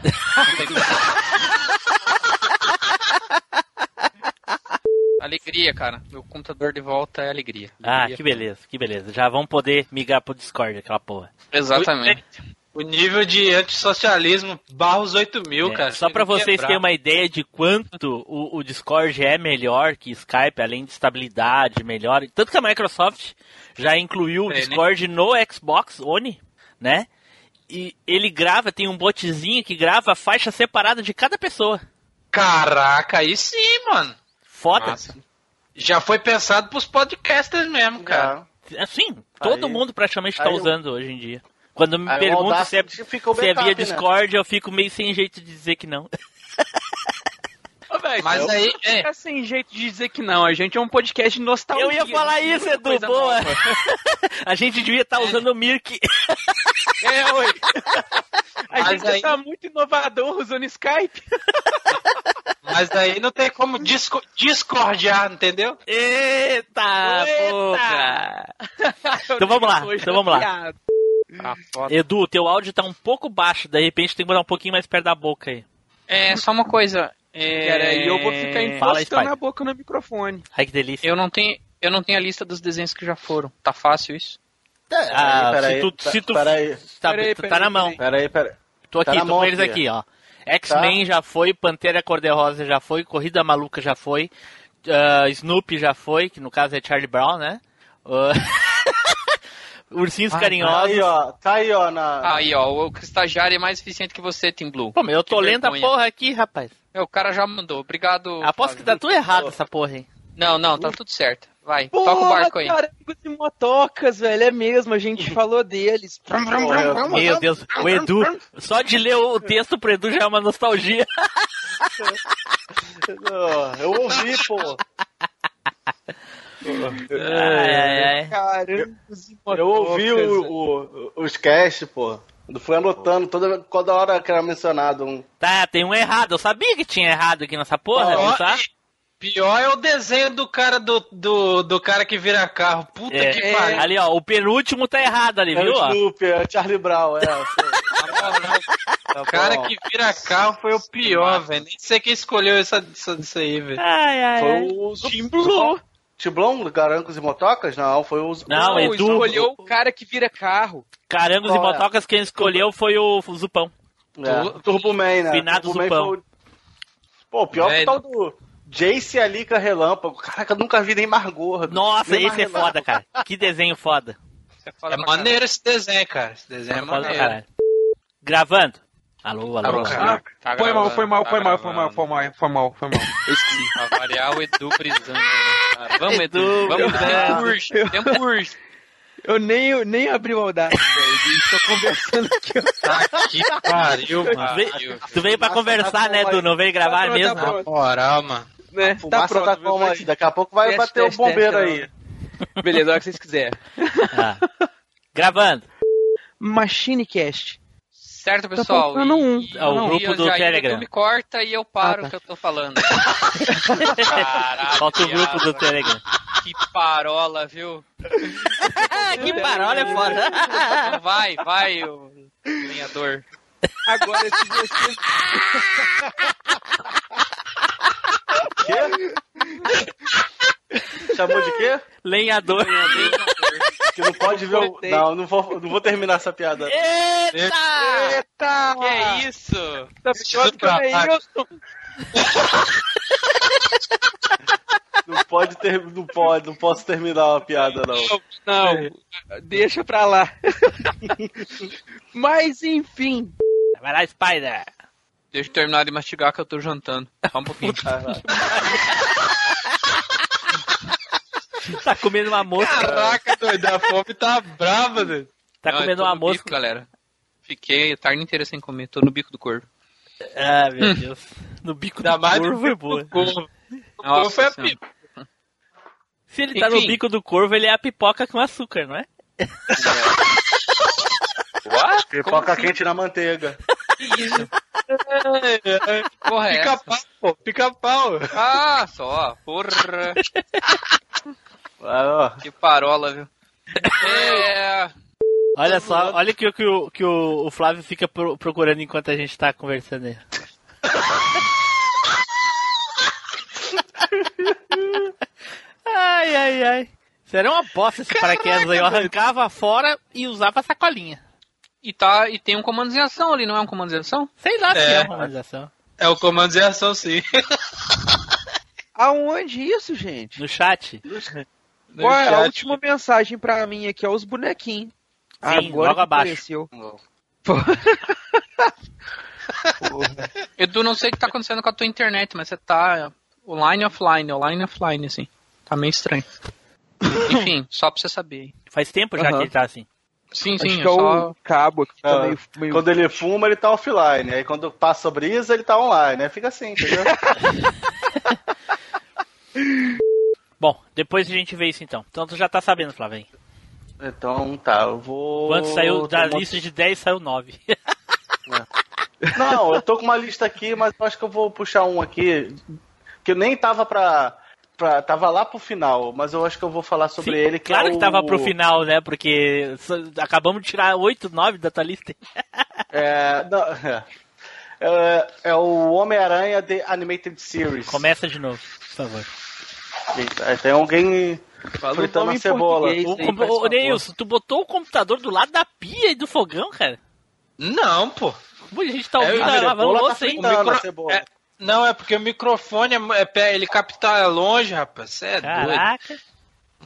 Alegria, cara. Meu computador de volta é alegria.
Ah,
Alegria.
que beleza, que beleza. Já vão poder migar pro Discord aquela porra.
Exatamente.
O nível de antissocialismo barros 8 mil, cara.
É, Só pra vocês
Quebrar.
terem uma ideia de quanto o, o Discord é melhor que Skype, além de estabilidade, melhor. Tanto que a Microsoft já incluiu o
É, né?
Discord no Xbox One, né? E ele grava, tem um botzinho que grava a faixa separada de cada pessoa.
Caraca, aí sim, mano.
Foda.
Já foi pensado pros podcasters mesmo, cara.
Assim, todo
Aí-
mundo praticamente está
aí o-
usando hoje em dia. Quando me
Aí o
perguntam se é,
Audacity fica o
se é
backup,
via
né?
Discord, eu fico meio sem jeito de dizer que não.
Mas
eu-
aí, é.
Fica sem jeito de dizer que não. A gente é um podcast de nostalgia.
Eu ia falar isso,
muita
Edu,
coisa
boa.
nova.
A gente devia estar usando o Mirk.
É, oi. A
Mas
gente
aí-
tá muito inovador usando Skype.
Mas daí não tem como disco- discordiar, entendeu? Ah,
Eita, porra! Então vamos lá, então vamos lá.
Ah, foda.
Edu, teu áudio tá um pouco baixo, de repente tem que botar um pouquinho mais perto da boca aí.
É, só uma coisa. É...
Cara, e eu vou ficar Fala, encostando Spy. a
boca no microfone.
Ai, que delícia.
Eu não tenho, eu não tenho a lista dos desenhos que já foram. Tá fácil isso?
Ah, se tu. se tu- Tá,
Peraí,
tá
peraí,
na mão.
peraí, peraí.
Tô aqui,
Tá na
tô
mão
com eles
aqui,
aqui, ó.
ó.
X-Men já foi, Pantera Cor-de-Rosa já foi, Corrida Maluca já foi, ah, Snoopy já foi, que no caso é Charlie Brown, né? Ah, Ursinhos Carinhosos.
Aí, ó.
Tá aí, ó,
Ah.
na.
Aí, ó, o estagiário é mais eficiente que você, Tim Blue.
Pô, mas eu tô
Que
lendo a
vergonha.
porra aqui, rapaz.
É, o cara já mandou. Obrigado.
Aposto que
Fábio.
dá tudo errado essa porra, hein?
Não, não, tá tudo certo. Vai,
Porra,
toca o barco aí.
Cara, amigos de motocas, velho, é mesmo, a gente falou deles.
Meu Deus, o Edu, só de ler o texto pro Edu já é uma nostalgia.
Eu ouvi, pô.
Ai, ai, ai.
Caramba, os
Eu ouvi
motocas,
o, o, os cast, pô. Eu fui anotando toda, toda hora que era mencionado um.
Tá, tem um errado. Eu sabia que tinha errado aqui nessa porra,
Ó,
viu, tá?
Pior é o desenho do cara do, do, do cara que vira carro. Puta
É.
que pariu.
Ali, ó, o penúltimo tá errado ali, viu? ó?
Snoopy, é o Charlie Brown, é.
Tá
O cara que vira carro foi o pior, velho. Nem sei quem escolheu essa, essa disso aí, velho.
Ai, ai,
Foi
ai.
o Timblon. Timblon, Garancos e Motocas? Não, foi o.
Não, Não, Edu. escolheu
o cara que vira carro.
Carangos e
Olha.
motocas, quem escolheu foi o Zupão.
É. Turbo Man, né?
Finado
Turbo Man
Zupão.
foi o- Pô, o pior que
Velho.
o tal do Jace Alica Relâmpago. Caraca, eu nunca vi nem mais gordo.
Nossa,
Nem
esse
mais
é
relâmpago.
foda, cara. Que desenho foda.
É
maneiro esse desenho, cara. Esse desenho é
Foda pra
maneiro.
caralho. Gravando. Alô, alô, alô.
Foi mal, foi mal, foi mal,
foi
mal, foi mal, foi mal, foi mal.
Pra variar o Edu brisando. né, cara? Vamos, Edu.
Edu,
Vamos,
Edu.
tempo urge. Tempo urge.
Eu nem, eu nem abri maldade, velho. Tô conversando aqui.
Ah,
Tá que pariu,
Ah,
mano.
Tu veio pra conversar, né, Edu? Não veio gravar mesmo?
Na moral, mano.
Né? Tá
Fumaça tá
pronto.
como aí? Daqui a pouco vai
Teste,
bater
teste,
o bombeiro
teste,
aí.
Beleza, a hora que vocês quiserem.
Tá. Gravando.
MachineCast.
Certo,
Tá
pessoal.
faltando um.
E-
Tá,
É o
e
grupo do
Jair,
Telegram.
Tu me corta e eu paro o
Ah, tá.
que eu tô falando. Caralho.
Falta o grupo do Telegram.
Que parola, viu?
que parola é foda.
Então vai, vai, ô lenhador.
Agora, se você...
Chamou de quê?
Lenhador.
Que não pode ver o. Não, não vou, não vou terminar essa piada.
Eita!
É
Que isso?
Tá pior do que o Neilson.
Não pode ter. Não pode, não posso terminar uma piada, não.
Não, deixa pra lá. Mas enfim.
Vai lá, Spider.
Deixa eu terminar de mastigar que eu tô jantando. Só um pouquinho.
Tá comendo uma mosca.
Caraca, doido, a fome tá brava, doido.
Tá
Não, eu
comendo
tô
uma
no
mosca.
bico, galera. Fiquei a tarde inteira sem comer, tô no bico do corvo. Hum.
Ah, meu Deus. No bico
Ainda
do
mais no
corvo é
bico
boa.
do corvo. Nossa
foi a
Senhora.
Se ele tá no
Enfim.
bico do corvo, ele é a pipoca com açúcar, não é?
What?
Pipoca quente na manteiga.
Porra, é essa?
Pica-pau, pô, pica-pau.
Ah, só, porra.
Ah,
Que parola, viu? É.
Olha só, olha que, que, o, que o, o Flávio fica pro- procurando enquanto a gente tá conversando aí. Ai, ai, é ai. Será uma bosta esse paraquedas aí. Eu arrancava fora e usava a sacolinha.
E, tá, e tem um comando de ação ali, não é um comando de ação?
Sei lá um
É.
romanização.
É o comando de ação, sim.
Aonde isso, gente?
No chat.
Qual é a última mensagem pra mim aqui? É os bonequinhos.
Ah,
Sim,
Agora
logo
que
abaixo.
apareceu.
né?
Edu, não sei o que tá acontecendo com a tua internet, mas você tá online offline, online offline, assim. Tá meio estranho. Enfim, só pra você saber.
Faz tempo já
Aham.
que ele tá assim.
Sim,
Acho
sim, é
que é o
só...
cabo aqui
Ah, Quando ele fuma, ele tá offline. Aí quando passa a brisa, ele tá online. Aí fica assim, entendeu?
Bom, depois a gente vê isso então. Então tu já tá sabendo, Flávio. hein?
Então tá, eu vou.
Quando saiu da
um
tomar-
lista de 10, saiu 9.
Não, eu tô com uma lista aqui, mas eu acho que eu vou puxar um aqui que eu nem tava pra, pra tava lá pro final, mas eu acho que eu vou falar sobre
Sim,
ele. Que
claro
é
que tava
o-
pro final, né? Porque só- acabamos de tirar 8, 9 da tua lista.
É, não, é. É, é o Homem-Aranha The Animated Series.
Começa de novo, por favor.
Eita, Tem alguém fritando a cebola.
O, com- ô, Neilson, tu botou o computador Tá do lado da pia e do fogão, cara?
Não, pô. É,
A gente tá ouvindo a lavando louça aí.
O micro- é- Não, é porque o microfone é, é pé- ele capta longe, rapaz. Cê é doido.
Caraca.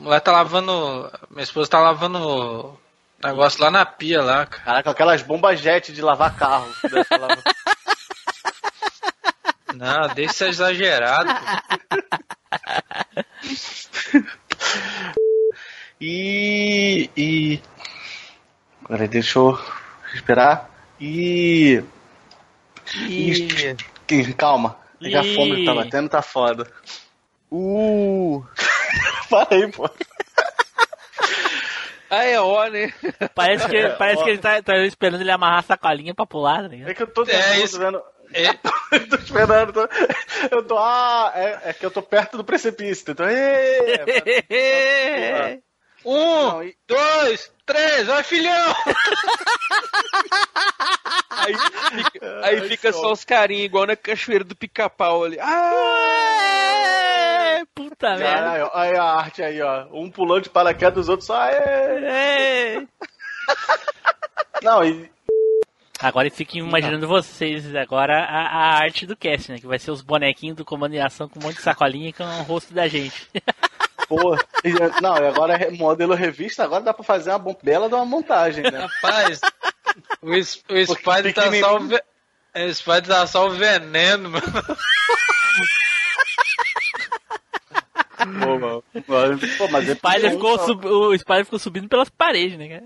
Mulher tá lavando. Minha esposa tá lavando negócio lá na pia lá, cara.
Caraca, aquelas bombas jet de lavar carro. dessa lava-
Não, deixa ser exagerado.
E. E. Peraí, deixa eu respirar. E. E. Calma. É que a
E-
fome que tá batendo, tá foda. Uh! Para aí, pô.
Ah, é ó, né?
Parece que, parece que ele tá, tá esperando ele amarrar a sacolinha pra pular, tá ligado?
É que eu tô nervoso, vendo.
É.
eu tô esperando. eu tô- Eu tô. Ah, é, é que eu tô perto do precipício. Então.
É.
Um, dois, três, vai filhão!
Aí fica,
É,
aí fica só os carinhos, igual na cachoeira do pica-pau ali.
Ah! Puta
Caralho, olha a arte aí, ó. Um pulando de paraquedas, os outros só. "Aê!" Não, e.
Agora eu fico imaginando vocês agora a, a arte do cast, né? Que vai ser os bonequinhos do comando em ação com um monte de sacolinha e com o rosto da gente.
Pô, e- não, e agora é modelo revista, agora dá pra fazer uma bom- bela de uma montagem, né?
Rapaz, o, es- o Spider tá só o, ve- o Spider tá só o veneno, mano.
Pô, mano. Agora- Pô, mas é
o, Spider ficou sub- o Spider ficou subindo pelas paredes, né, cara?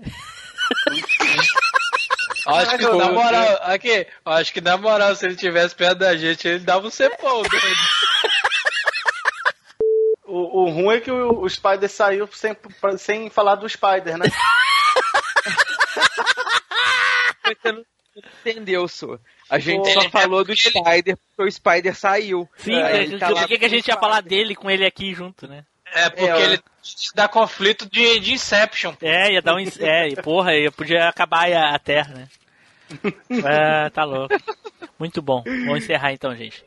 Acho que,
Caraca,
na
o-
moral, aqui, acho que na moral, se ele tivesse perto da gente, ele dava um cepão. né?
O, o ruim é que o, o Spider saiu sem, pra- sem falar do Spider, né?
Entendeu, só. A gente
Pô,
só
é
falou do Spider, porque o Spider saiu.
Sim,
Aí
a
ele
gente-
tá lá
por É, que, que a gente ia falar dele com ele aqui junto, né?
É, porque ele dá conflito de, de Inception.
É, ia dar um. ins- É, e porra, ia, podia acabar aí a, a Terra, né? Ah, tá louco. Muito bom. Vamos encerrar então, gente.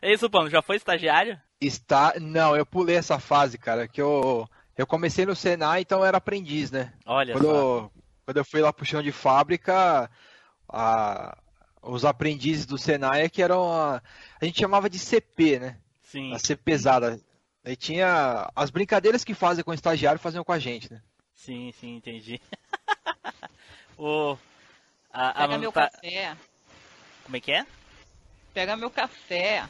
É isso, Pano, já foi estagiário?
Está. Não, eu pulei essa fase, cara, que eu. Eu comecei no Senai, então eu era aprendiz, né?
Olha
quando,
só.
eu- quando eu fui lá pro chão de fábrica, a- os aprendizes do Senai é que eram. A, a gente chamava de CP, né?
Sim.
A CP pesada. Aí tinha. As brincadeiras que fazem com o estagiário faziam com a gente, né?
Sim, sim, entendi. o. A, a
Pega meu
Manu tá-
café.
Como é que é?
Pega meu café.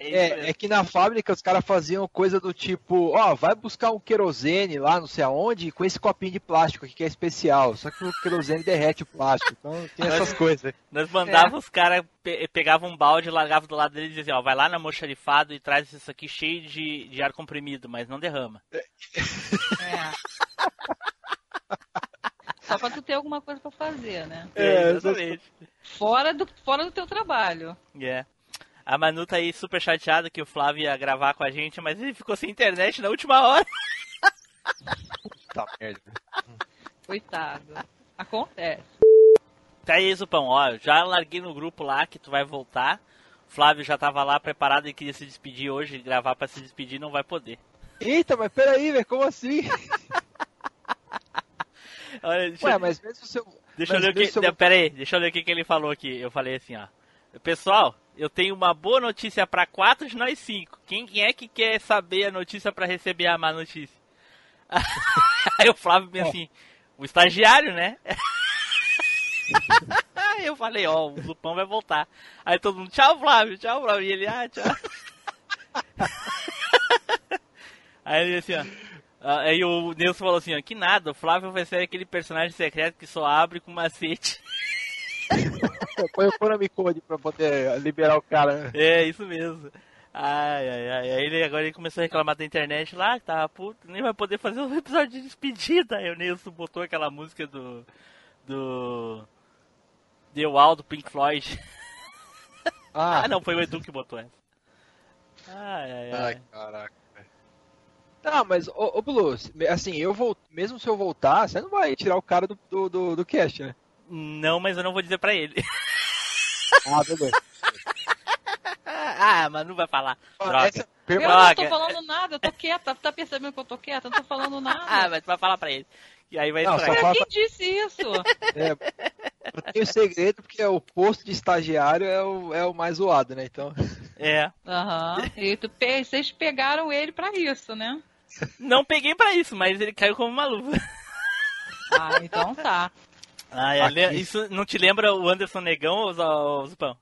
É, é que na fábrica os caras faziam coisa do tipo, ó, vai buscar um querosene lá, não sei aonde, com esse copinho de plástico aqui que é especial. Só que o querosene derrete o plástico, então tem essas coisas.
Nós mandava os caras, pe pegavam um balde, largava do lado dele e dizia, ó, vai lá na mocharifado e traz isso aqui cheio de, de ar comprimido, mas não derrama.
É.
É.
Só pra tu ter alguma coisa pra fazer, né?
É, exatamente.
Fora do, fora do teu trabalho.
É. A Manu tá aí super chateada que o Flávio ia gravar com a gente, mas ele ficou sem internet na última hora.
Tá merda.
Coitado. Acontece.
Tá isso, Pão, ó, já larguei no grupo lá que tu vai voltar. O Flávio já tava lá preparado e queria se despedir hoje, gravar pra se despedir, não vai poder.
Eita, mas peraí, velho, como assim?
Olha, deixa
Ué,
eu-
mas mesmo se eu.
Deixa
mas
eu ler o
mesmo
que.
se eu-
Pera aí, deixa eu ler o que, que ele falou aqui. Eu falei assim, ó. Pessoal, eu tenho uma boa notícia pra quatro de nós cinco. Quem, quem é que quer saber a notícia pra receber a má notícia? aí o Flávio bem assim, o estagiário, né? Aí eu falei, ó, o Zupão vai voltar. Aí todo mundo, tchau Flávio, tchau Flávio. E ele, ah, tchau. Aí ele assim, ó. ah, Aí o Nelson falou assim, ó, que nada, o Flávio vai ser aquele personagem secreto que só abre com macete.
Põe o Konami Code pra poder liberar o cara. né?
É, isso mesmo. Ai, ai, ai. Aí ele, agora ele começou a reclamar da internet lá, que tava puto, nem vai poder fazer um episódio de despedida. Aí o Nilson botou aquela música do. do. The Wall do Pink Floyd. Ah, não, foi o Edu que botou essa. Ai, ai, ai.
Ai, caraca. Não, Tá, mas, ô, ô Blue, assim, eu vou, mesmo se eu voltar, você não vai tirar o cara do, do, do, do cast, né?
Não, mas eu não vou dizer pra ele.
Ah, beleza.
ah, é mas não vai falar. Droga.
Eu não tô
Droga.
falando nada, eu tô quieta. Tá percebendo que eu tô quieta? Eu Não tô falando nada.
Ah, mas tu vai falar pra ele. E aí vai
Não, só
estragar.
fala
é Quem disse isso?
É, eu tenho segredo porque o posto de estagiário é o, é o mais zoado, né? Então.
É.
Aham. E tu pe- vocês pegaram ele pra isso, né?
Não peguei pra isso, mas ele caiu como uma luva.
Ah, então tá.
Ah, é, le- isso não te lembra o Anderson Negão, ô Zo- ô Zupão?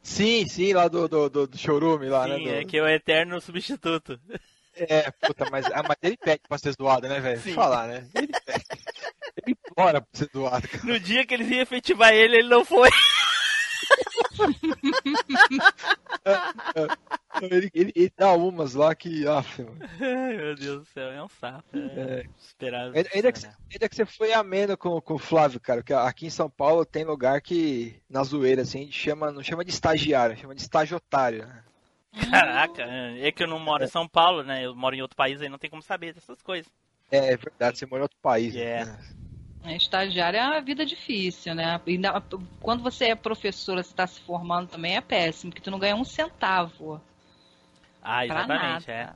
Sim, sim, lá do, do, do, do showroom lá, né?
Sim,
do-
é que é o eterno substituto.
É, puta, mas, ah, mas ele pede pra ser zoado, né, velho? Deixa eu falar, né? Ele pede. Ele implora pra ser zoado, cara.
No dia que eles iam efetivar ele, ele não foi.
Então, Ele, ele, ele dá umas lá que. ah, Aff, mano.
Ai, meu Deus do céu, é um sapo. É,
É.
Esperava.
Ainda- Ainda que, você- ainda que você foi ameno com, com o Flávio, cara, porque aqui em São Paulo tem lugar que, na zoeira, assim, chama, não chama de estagiário, chama de estagiotário. né?
Caraca, é que eu não moro em São Paulo, né? Eu moro em outro país, aí não tem como saber dessas coisas.
É, é verdade, você mora em outro país. né?
É, Estagiário é uma vida difícil, né? Ainda- Quando você é professora, você tá se formando também, é péssimo, porque tu não ganha um centavo.
Ah,
Pra
exatamente, é.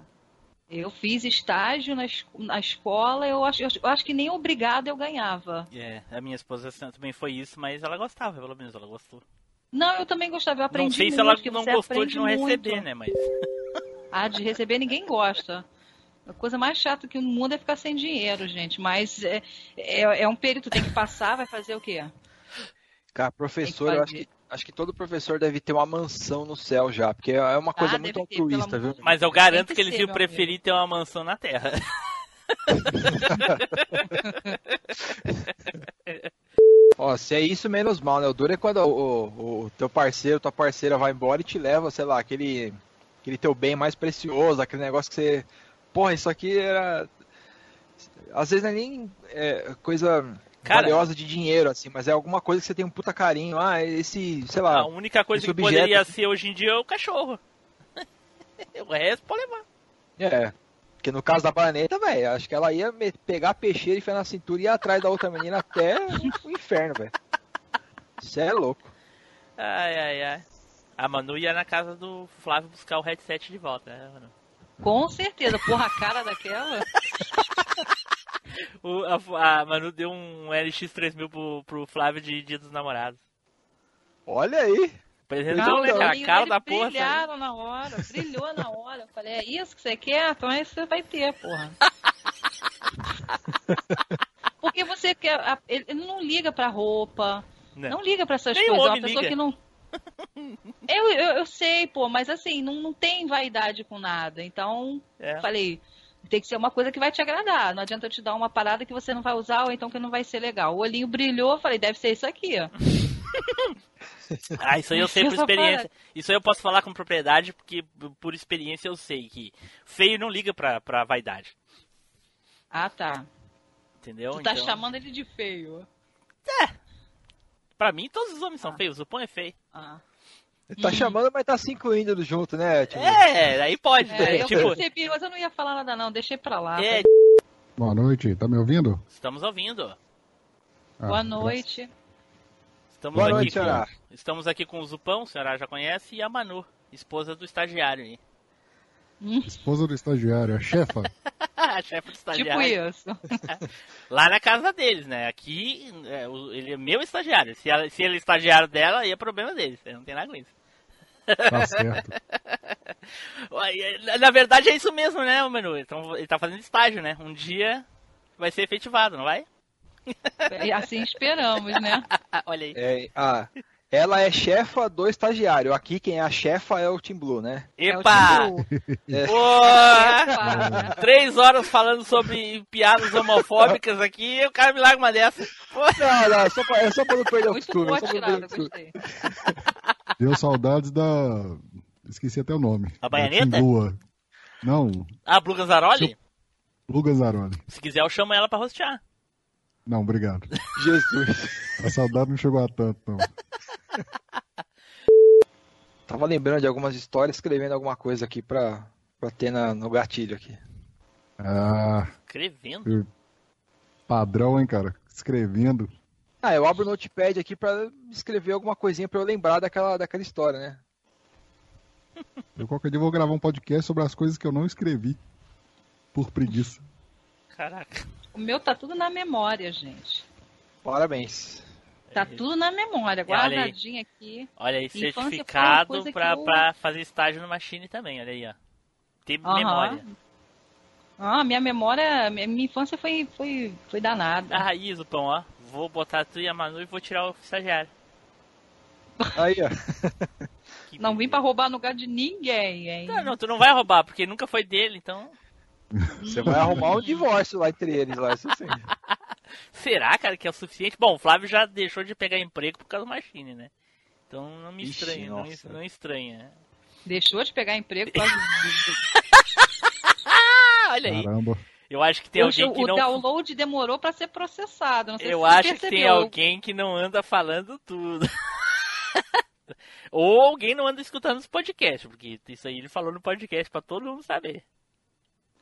Eu fiz estágio na, es- na escola, eu acho, eu acho- eu acho que nem obrigado eu ganhava.
É, a minha esposa também foi isso, mas ela gostava, pelo menos ela gostou.
Não, eu também gostava, eu aprendi
não sei se
muito,
ela
que
não
você
gostou
aprende
de não
muito.
receber, né? Mas
Ah, de receber ninguém gosta. A coisa mais chata que o mundo é ficar sem dinheiro, gente. Mas é, é, é um período, tem que passar, vai fazer o quê?
Cara, professor, eu acho que, acho que todo professor deve ter uma mansão no céu já, porque é uma coisa muito altruísta, viu?
Mas eu garanto que eles
ser,
iam
meu
preferir ter uma mansão na Terra.
Ó, se é isso, menos mal, né? O duro é quando o, o- o teu parceiro, tua parceira vai embora e te leva, sei lá, aquele, aquele teu bem mais precioso, aquele negócio que você. Porra, isso aqui era. Às vezes não é nem é, coisa
Cara-
valiosa de dinheiro, assim, mas é alguma coisa que você tem um puta carinho. Ah, esse, sei lá.
a única coisa
esse
que
objeto
poderia
aqui.
ser hoje em dia é o cachorro. o resto pode levar.
É. Porque no caso da planeta, velho, acho que ela ia me- pegar a peixeira e enfiar na cintura e ir atrás da outra menina até o inferno, velho. Isso é louco.
Ai, ai, ai. A Manu ia na casa do Flávio buscar o headset de volta, né, Manu?
Com certeza, porra, a cara daquela.
O- a, a Manu deu um LX3000 pro, pro Flávio de Dia dos Namorados.
Olha aí.
Apresentou, né,
Não,
cara?
olhinho
A cara
dele
da porra. sabe?
Então tá, Brilharam na hora, brilhou na hora. Eu falei, é isso que você quer? Então é isso que você vai ter, porra. Porque você quer. a- Ele ele não liga pra roupa,
Não.
não, liga pra essas
Né. Nem
coisas. É uma
homem
pessoa
liga.
que não. Eu, eu, eu sei, pô, mas assim, não, não tem vaidade com nada. Então,
Ah!
É.
falei, tem que ser uma coisa que vai te agradar. Não adianta eu te dar uma parada que você não vai usar ou então que não vai ser legal. O olhinho brilhou, eu falei, deve ser isso aqui, ó.
Ah, isso aí eu sei por
Essa
experiência.
parada.
Isso aí eu posso falar com propriedade, porque por experiência eu sei que feio não liga pra, pra vaidade.
Ah, tá.
Entendeu?
tu tá
Então,
chamando ele de feio.
Pra mim, todos os homens são
Ah.
feios. O pão é feio.
Tá chamando, mas tá se incluindo junto, né? Tipo...
Uhum. É, aí pode,
É, eu
Tipo-
percebi, mas eu não ia falar nada não, deixei pra lá. tá,
É,
Boa noite, tá me ouvindo?
Estamos ouvindo.
Ah,
Boa noite.
Estamos
Boa
aqui
noite, Ará.
com, Estamos aqui com o Zupão, o senhor já conhece, e a Manu, esposa do estagiário aí.
Esposa do estagiário, a chefa.
chefe do
Tipo
Ah, estagiário.
isso.
Lá na casa deles, né? Aqui, é, o- ele é meu estagiário. Se, ela- se ele é estagiário dela, aí é problema deles. Não tem nada com isso.
Tá certo.
Ué, é, na- Na verdade é isso mesmo, né, Manu? Ele tá, ele tá fazendo estágio, né? Um dia vai ser efetivado, não vai?
E assim esperamos, né?
Olha aí.
É, ah, ela é chefa do estagiário. Aqui quem é a chefa é o Tim Blue, né?
Epa!
É.
Pô, três horas falando sobre piadas homofóbicas aqui e o cara me larga uma dessa.
Não, não, é só pra, é só pra não perder o costume. é só pra não perder o costume.
Deu saudades da. Esqueci até o nome.
A
Da
baianeta?
Timbua. Não,
Ah, Blue Ganzaroli?
Lucas Aroli.
Se quiser, eu chamo ela pra rostear.
Não, obrigado.
Jesus.
A saudade não chegou a tanto, não.
Tava lembrando de algumas histórias, escrevendo alguma coisa aqui pra, pra ter na- no gatilho aqui.
Ah,
Escrevendo?
eu- Padrão, hein, cara? Escrevendo.
Ah, eu abro o notepad aqui pra escrever alguma coisinha pra eu lembrar daquela, daquela história, né?
Eu qualquer dia vou gravar um podcast sobre as coisas que eu não escrevi. Por preguiça.
Caraca.
O meu tá tudo na memória, gente.
Parabéns.
Tá tudo na memória,
É. Olha aí.
guardadinho aqui.
Olha aí,
Infância foi uma
certificado
coisa
pra,
que eu-
pra fazer estágio no Machine também, olha aí, ó. Tem
Aham.
memória.
Ah, minha memória, minha minha infância foi, foi, foi danada.
Da raiz o pão, ó. Vou botar tu e a Manu e vou tirar o estagiário.
Aí, ó.
não vim pra roubar no lugar de ninguém, hein?
Não, não, tu não vai roubar, porque nunca foi dele, então.
Você vai arrumar um divórcio lá entre eles, lá, isso sim.
Será, cara, que é o suficiente? Bom, o Flávio já deixou de pegar emprego por causa do Machine, né? Então não me
Ixi,
estranha, não,
nossa.
não estranha.
Deixou de pegar emprego por causa
Ah, olha aí.
Caramba.
Eu acho que tem
Poxa,
alguém que
o
não.
download demorou pra ser processado. Não sei se
Eu
você
acho que
percebeu.
tem alguém que não anda falando tudo. Ou alguém não anda escutando os podcasts, porque isso aí ele falou no podcast pra todo mundo saber.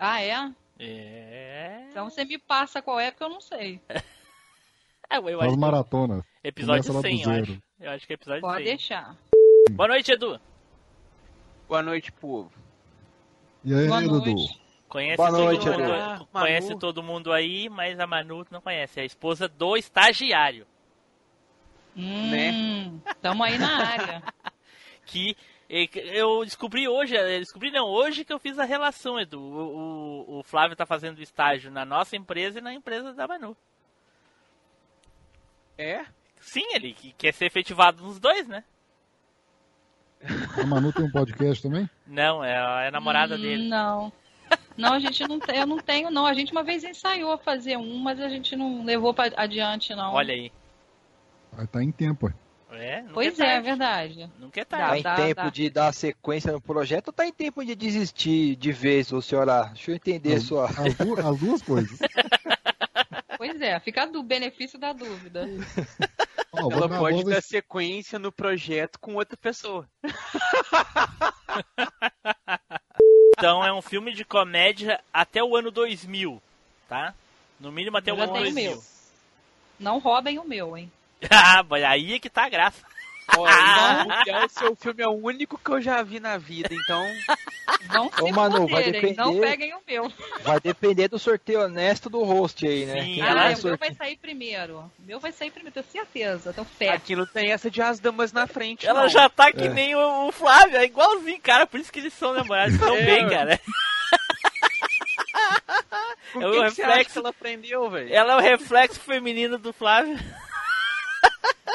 Ah, é?
É.
Então você me passa qual é, porque eu não sei.
é eu
Faz maratona.
Episódio
Começa lá do
100, eu
zero.
acho. Eu acho que é episódio
Pode
100.
deixar.
Boa noite, Edu.
Boa noite, povo.
E aí,
Boa
Dudu?
Conhece,
Boa
todo,
noite,
mundo,
Ah,
Edu.
conhece todo mundo aí, mas a Manu não conhece. É a esposa do estagiário. Né?
Hum, Tamo aí na área.
que eh, que eu descobri hoje, eh, descobri não, hoje que eu fiz a relação, Edu. O, o, o Flávio tá fazendo estágio na nossa empresa e na empresa da Manu.
É?
Sim, ele que- quer ser efetivado nos dois, né?
A Manu tem um podcast também?
Não, é, é a namorada
Hum,
dele.
Não. Não, a gente não tem, eu não tenho, não. A gente uma vez ensaiou a fazer um, mas a gente não levou pra adiante, não.
Olha aí.
Ah, tá em tempo, é.
É, nunca
Pois é, é
tarde.
verdade.
Nunca é
Tá em
Dá, dá,
tempo
dá.
de dar sequência no projeto ou tá em tempo de desistir de vez, ô senhora? Deixa eu entender a sua.
As duas, coisas.
Pois é, fica do benefício da dúvida.
Ela
dar
pode
bola
dar
esse-
sequência no projeto com outra pessoa.
Então é um filme de comédia até o ano 2000, tá? No mínimo até o
Já
ano
tem o
2000.
meu. Não roubem o meu, hein?
ah, mas aí é que tá a graça.
é o seu filme é o único que eu já vi na vida, então.
Não
Ô, Manu, vai
Poderem,
depender,
não peguem o meu.
vai depender do sorteio honesto do host aí, né? Quem
é
Ah,
vai
o meu
sortear?
vai sair primeiro. O meu vai sair primeiro, tenho certeza. Então, Tenho fé.
Aqui não tem essa de as damas na frente.
Ela
não.
já tá
É.
É.
que nem o, o Flávio, é igualzinho, cara. Por isso que eles são namorados tão
É,
bem,
ué.
cara.
Com
é o
quem que você acha
reflexo-
que ela aprendeu, velho?
Ela é o reflexo feminino do Flávio.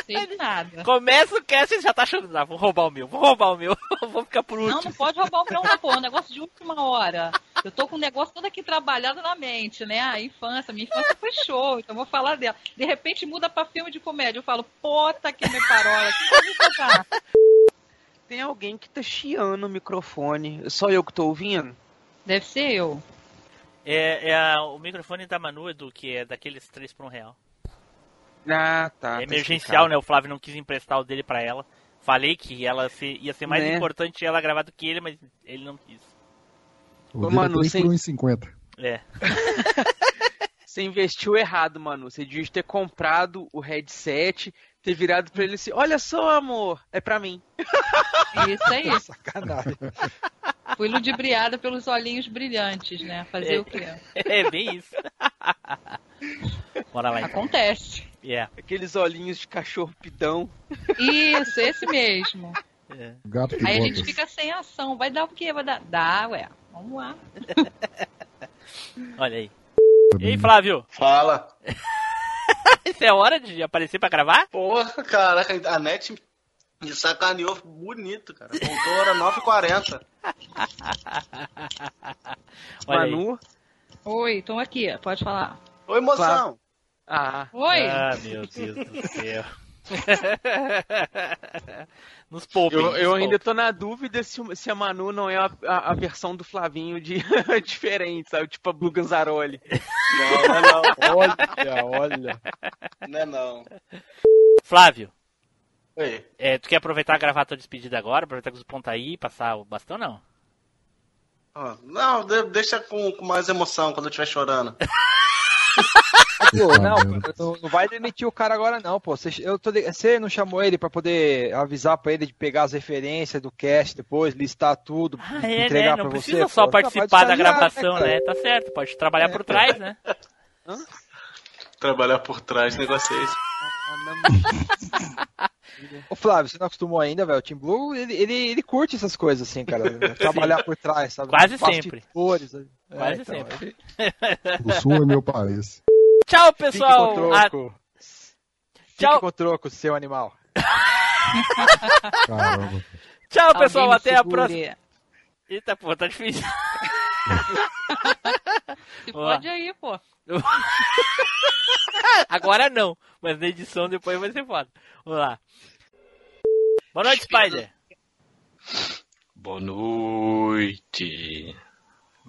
Sei de nada.
Começa o cast e já tá achando, ah, vou roubar o meu, vou roubar o meu, vou ficar por
Não,
último.
não pode roubar o meu, não, pô. É um negócio de última hora. Eu tô com um negócio todo aqui trabalhado na mente, né? A infância, minha infância foi show, então vou falar dela. De repente muda pra filme de comédia. Eu falo, puta que me parola, que que eu vou tocar?
Tem alguém que tá chiando o microfone. Só eu que tô ouvindo?
Deve ser eu.
É, é a- o microfone da Manu, Edu, que é daqueles três por um real.
Ah, tá.
É emergencial, né? O Flávio não quis emprestar o dele pra ela. Falei que ela se- ia ser mais
Né?
importante ela gravar do que ele, mas ele não quis.
O
Ô,
dedo é
Manu,
três
sem-
por 1,50.
É.
Você investiu errado, mano. Você devia ter comprado o headset, ter virado pra ele assim: Olha só, amor, é pra mim.
Isso aí.
Sacanagem.
Fui ludibriada pelos olhinhos brilhantes, né? Fazer
É.
o quê?
É bem isso. Bora lá então.
Acontece.
É.
Yeah.
Aqueles olhinhos de cachorro pidão.
Isso, esse mesmo.
É.
Gato e
Aí a gente
botas.
fica sem ação. Vai dar o quê? Vai dar. Dá, ué. Vamos lá.
Olha aí. Ei, Flávio.
Fala.
Isso é hora de aparecer pra gravar?
Porra, cara, a net me sacaneou bonito, cara. Voltou a hora 9h40.
Olha aí.
Manu?
Oi, tô aqui. Pode falar.
Oi, moção.
Ah.
Oi.
Ah, meu Deus do céu. Nos poupem.
Eu, eu
nos
ainda tô na dúvida se, o- se a Manu não é a, a- a versão do Flavinho de diferente, sabe? Tipo a Blue Ganzaroli.
Não, não, não.
Olha, olha.
Não é não.
Flávio.
Oi.
É, tu quer aproveitar e gravar a tua despedida agora? Aproveitar que os pontos tá aí e passar o bastão, não?
Ó, Não, de- deixa com, com mais emoção quando eu estiver chorando.
Pô,
Ah,
não, não, não vai demitir o cara agora não, pô. Você, eu tô, de- você não chamou ele pra poder avisar pra ele de pegar as referências do cast depois, listar tudo,
Ah, é, né?
entregar
Não
pra você?
precisa só
pô.
participar
Não,
da
pode estagiar,
gravação,
cara?
né? Tá certo, pode trabalhar por trás, né?
Trabalhar por trás, negócio é esse.
Ô Flávio, você não acostumou ainda, velho? O Tim Blue, ele, ele, ele curte essas coisas assim, cara. Trabalhar por trás, sabe?
Quase
Bastidores,
sempre.
sabe? É,
Quase
então,
sempre.
O sul é meu país.
Tchau,
Fique com
pessoal. A-
troco. Fique com troco, seu animal.
Caramba.
Tchau,
Alguém
pessoal.
me
Até a
segure.
próxima. Eita, pô, tá difícil.
Se
Ó.
pode aí, pô.
Agora não, mas na edição depois vai ser foda. Vamos lá. Boa noite, Spider.
Boa noite.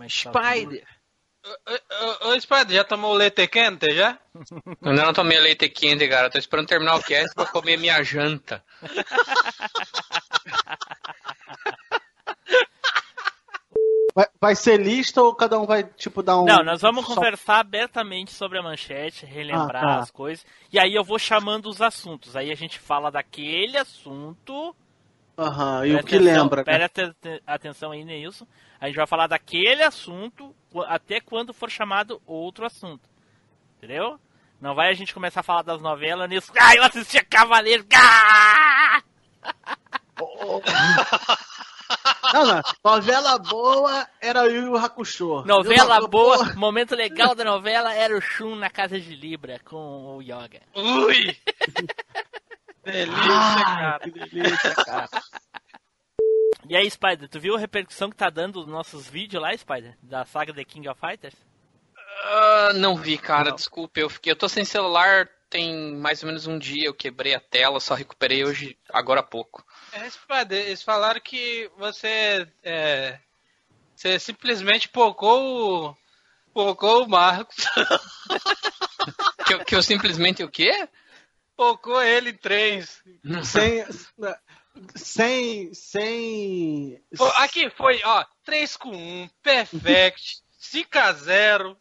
Spider.
Ô, ô, ô, Spider, já tomou o leite quente, já?
Eu ainda não tomei leite quente, cara. Tô esperando terminar o cast pra comer minha janta.
Vai, vai ser lista ou cada um vai, tipo, dar um.
Não, nós vamos
só-
conversar abertamente sobre a manchete, relembrar
Ah, tá.
as coisas. E aí eu vou chamando os assuntos. Aí a gente fala daquele assunto.
Aham, e
Presta
o que
atenção-
lembra? né?
Presta aten- atenção aí, Neilson. A gente vai falar daquele assunto qu- até quando for chamado outro assunto. Entendeu? Não vai a gente começar a falar das novelas nisso. Ah, eu assistia Cavaleiro! Ah!
Não, não. Novela boa era Yu Yu Hakusho.
Novela boa, momento legal da novela era o Shun na casa de Libra com o Yoga.
Ui!
delícia, cara. Que delícia, cara. E aí, Spider, tu viu a repercussão que tá dando os nossos vídeos lá, Spider? Da saga The King of Fighters?
Ah, não vi, cara. Desculpa. Eu, fiquei, eu tô sem celular tem mais ou menos um dia. Eu quebrei a tela, só recuperei hoje, agora há pouco.
É, Spider, eles falaram que você. é, você simplesmente pocou o. Pocou o Marcos.
que, eu, que eu simplesmente o quê?
Pocou ele em três.
Sem. Sem. Sem.
Pô, Aqui foi, ó, 3 com 1, perfect, 5 a 0.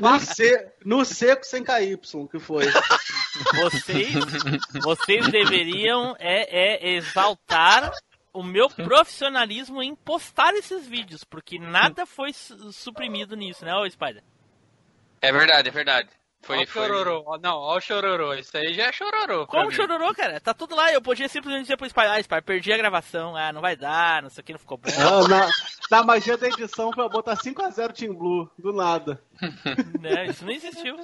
No, se- no seco sem KY, que foi.
Vocês, vocês deveriam é, é, exaltar o meu profissionalismo em postar esses vídeos, porque nada foi su- suprimido nisso, né, ô Spider?
É verdade, é verdade. Foi,
Ó o
foi...
chororô, ó, não, ó o chororô, isso aí já é chororô. pra
Como
mim.
chororô, cara? Tá tudo lá. Eu podia simplesmente dizer pro Spider, ah, Spider, perdi a gravação, ah, não vai dar, não sei o que, não ficou bom.
Ah, na, na magia da edição foi eu botar 5x0 Team Blue, do nada.
Não, né, isso não existiu.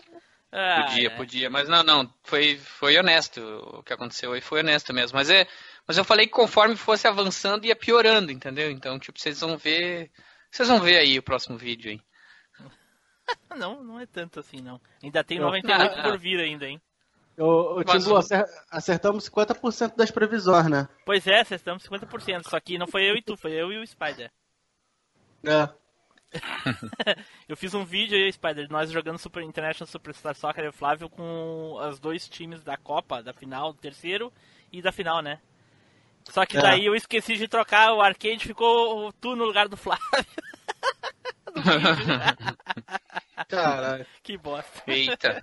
Ah,
Podia,
é.
podia, mas não, não, foi, foi honesto o que aconteceu aí, foi honesto mesmo. Mas é, mas eu falei que conforme fosse avançando ia piorando, entendeu? Então, tipo, vocês vão ver, vocês vão ver aí o próximo vídeo, hein?
Não, não é tanto assim, não. Ainda tem
Não.
98 por vir ainda, hein?
Ô, ô, Team
Mas
Blue,
o-
acer- acertamos 50% das previsões, né?
Pois é, vocês estamos 50%, só que não foi eu e tu, foi eu e o Spider.
É.
Eu fiz um vídeo aí, Spider, nós jogando Super International Superstar Soccer e o Flávio com os dois times da Copa, da final, do terceiro e da final, né? Só que
É.
daí eu esqueci de trocar o arcade, ficou tu no lugar do Flávio. Do vídeo, né?
Caralho.
Que bosta.
Eita.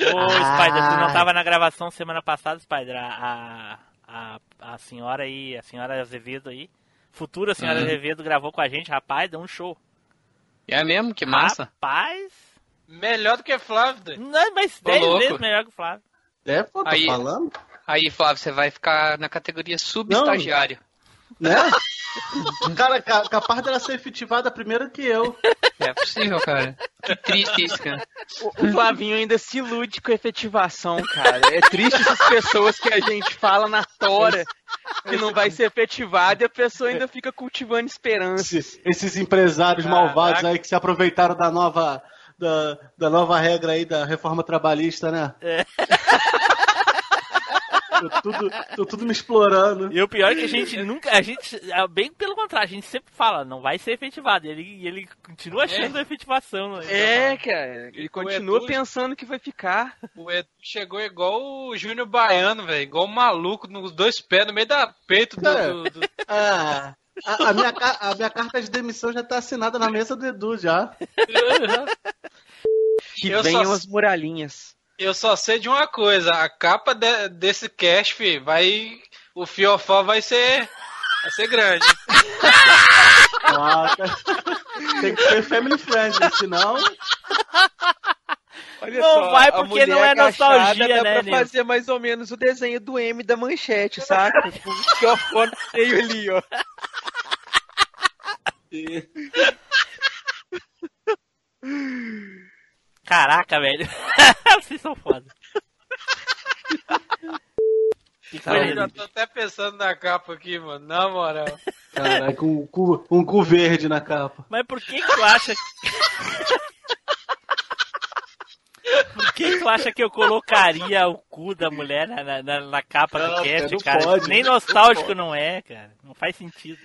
Ô, Spider, tu não
Ah.
tava na gravação semana passada, Spider. A, a, a, a senhora aí, a senhora Azevedo aí, futura senhora
Uhum.
Azevedo gravou com a gente, rapaz, deu um show.
É mesmo? Que massa.
Rapaz,
Melhor do que Flávio.
Não, mas
Ô,
10
louco.
vezes melhor que o Flávio.
É, pô, tô
Aí-
falando.
Aí, Flávio, você vai ficar na categoria subestagiário.
Né? cara, ca- capaz dela ser efetivada primeiro que eu.
É possível, cara. Que triste isso, cara.
O Flavinho ainda se ilude com efetivação, cara. É triste essas pessoas que a gente fala na tora que não vai ser efetivado e a pessoa ainda fica cultivando esperanças.
Esses empresários
Caraca.
malvados aí que se aproveitaram da nova, da, da nova regra aí da reforma trabalhista, né?
É.
Tô tudo, tô tudo me explorando.
E o pior é que a gente nunca. A gente. ah, Bem pelo contrário, a gente sempre fala, não vai ser efetivado. E ele, e
É.
ele continua achando a efetivação. né?
É, cara. Ele continua pensando que vai ficar.
O Edu chegou igual o Júnior Baiano, velho. Igual um maluco, nos dois pés, no meio da peito do.
Cara,
do- do-
Ah, a, a minha, ca- a minha carta de demissão já tá assinada na mesa do Edu já.
Que
Eu
venham
só-
as muralhinhas.
Eu só sei de uma coisa: a capa de- desse cast, fi, vai. O Fiofó vai ser. Vai ser grande.
Ah, cara. Tem que ser family friendly, senão.
Olha
Não vai
a
porque
mulher
não é
agachada
nostalgia,
dá
né,
pra
Nino?
fazer mais ou menos o desenho do M da manchete, saca? Com o microfone no meio ali, ó.
Caraca, velho. Vocês são foda. Que
Tá
coisa
Eu já tô até pensando na capa aqui, mano. Na moral.
Caralho, com um cu, um cu verde na capa.
Mas por que, que tu acha. por que, que tu acha que eu colocaria o cu da mulher na, na- na- na capa do
Não,
cast,
não
cara?
pode,
Nem
não
nostálgico
pode.
não é, cara. Não faz sentido.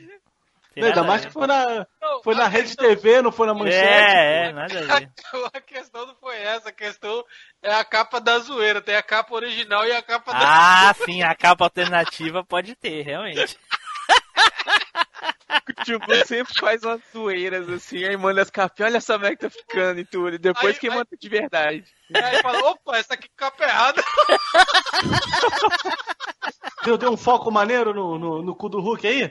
Tem
Ainda
nada a
mais
ver.
que foi na, foi na Rede TV, não foi na manchete.
É, é, nada a ver.
A questão não foi essa, a questão é a capa da zoeira. Tem a capa original e a capa
Ah, sim, a capa alternativa pode ter, realmente.
Tipo, sempre faz umas zoeiras assim, aí manda as capinhas, olha só como é que tá ficando e tudo. E depois que manda de verdade.
da. Aí fala, opa, essa aqui é capa errada.
Deu, deu um foco maneiro no, no, no cu do Hulk aí?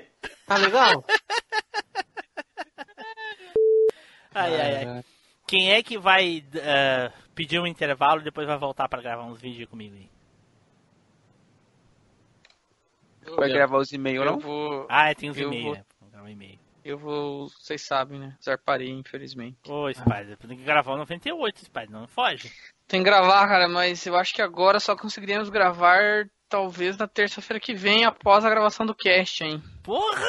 Tá legal?
Ai, ai, ai. Quem é que vai eh, pedir um intervalo e depois vai voltar pra gravar uns vídeos comigo aí?
Vai gravar os e-mails,
Eu
não?
vou-
Ah, é, tem os
eu
e-mails,
vou-
né? Vou gravar um e-mail.
Eu vou. Vocês sabem, né? Zarparei, infelizmente.
Ô, Spider, tem que gravar o 98, Spider, não foge.
Tem que gravar, cara, mas eu acho que agora só conseguiríamos gravar talvez na terça-feira que vem, após a gravação do cast, hein?
Porra!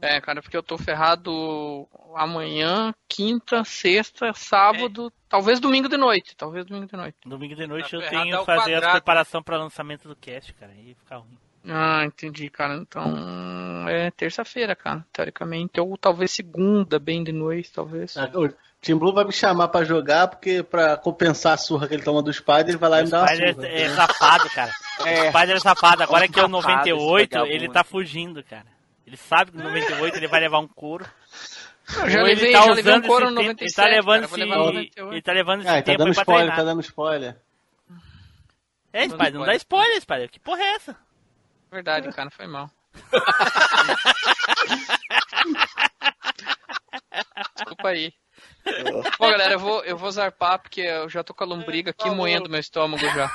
É, cara, porque eu tô ferrado amanhã, quinta, sexta, sábado, talvez domingo de noite. Talvez domingo de noite.
É. Domingo de noite
Tá
eu
ferrado
tenho que
ao
fazer a
quadrado.
preparação pra lançamento do cast, cara. Aí fica ruim.
Ah, entendi, cara. Então é terça-feira, cara, teoricamente. Ou talvez segunda, bem de noite, talvez.
O Tim Blue vai me chamar pra jogar, porque pra compensar a surra que ele toma do Spider, ele vai lá e me dá uma
Spider
surra.
é safado, cara. O Spider é safado. Agora
É um
que é o
safado esse
98,
vagabundo.
ele tá fugindo, cara. Ele sabe que no 98 ele vai levar um couro.
Eu já
Ou tá
levei- já levei um couro no
tempo- Ele tá
97,
levando
cara, vou
esse,
levar no 98.
ele tá levando esse
Ah, ele tá
tempo aí
dando
pra
spoiler,
treinar.
tá dando spoiler.
É, Spider, não dá spoiler, Spider. Que porra é essa?
Verdade, cara, foi mal. Desculpa aí. Bom, galera, eu vou, eu vou zarpar porque eu já tô com a lombriga aqui moendo meu estômago já.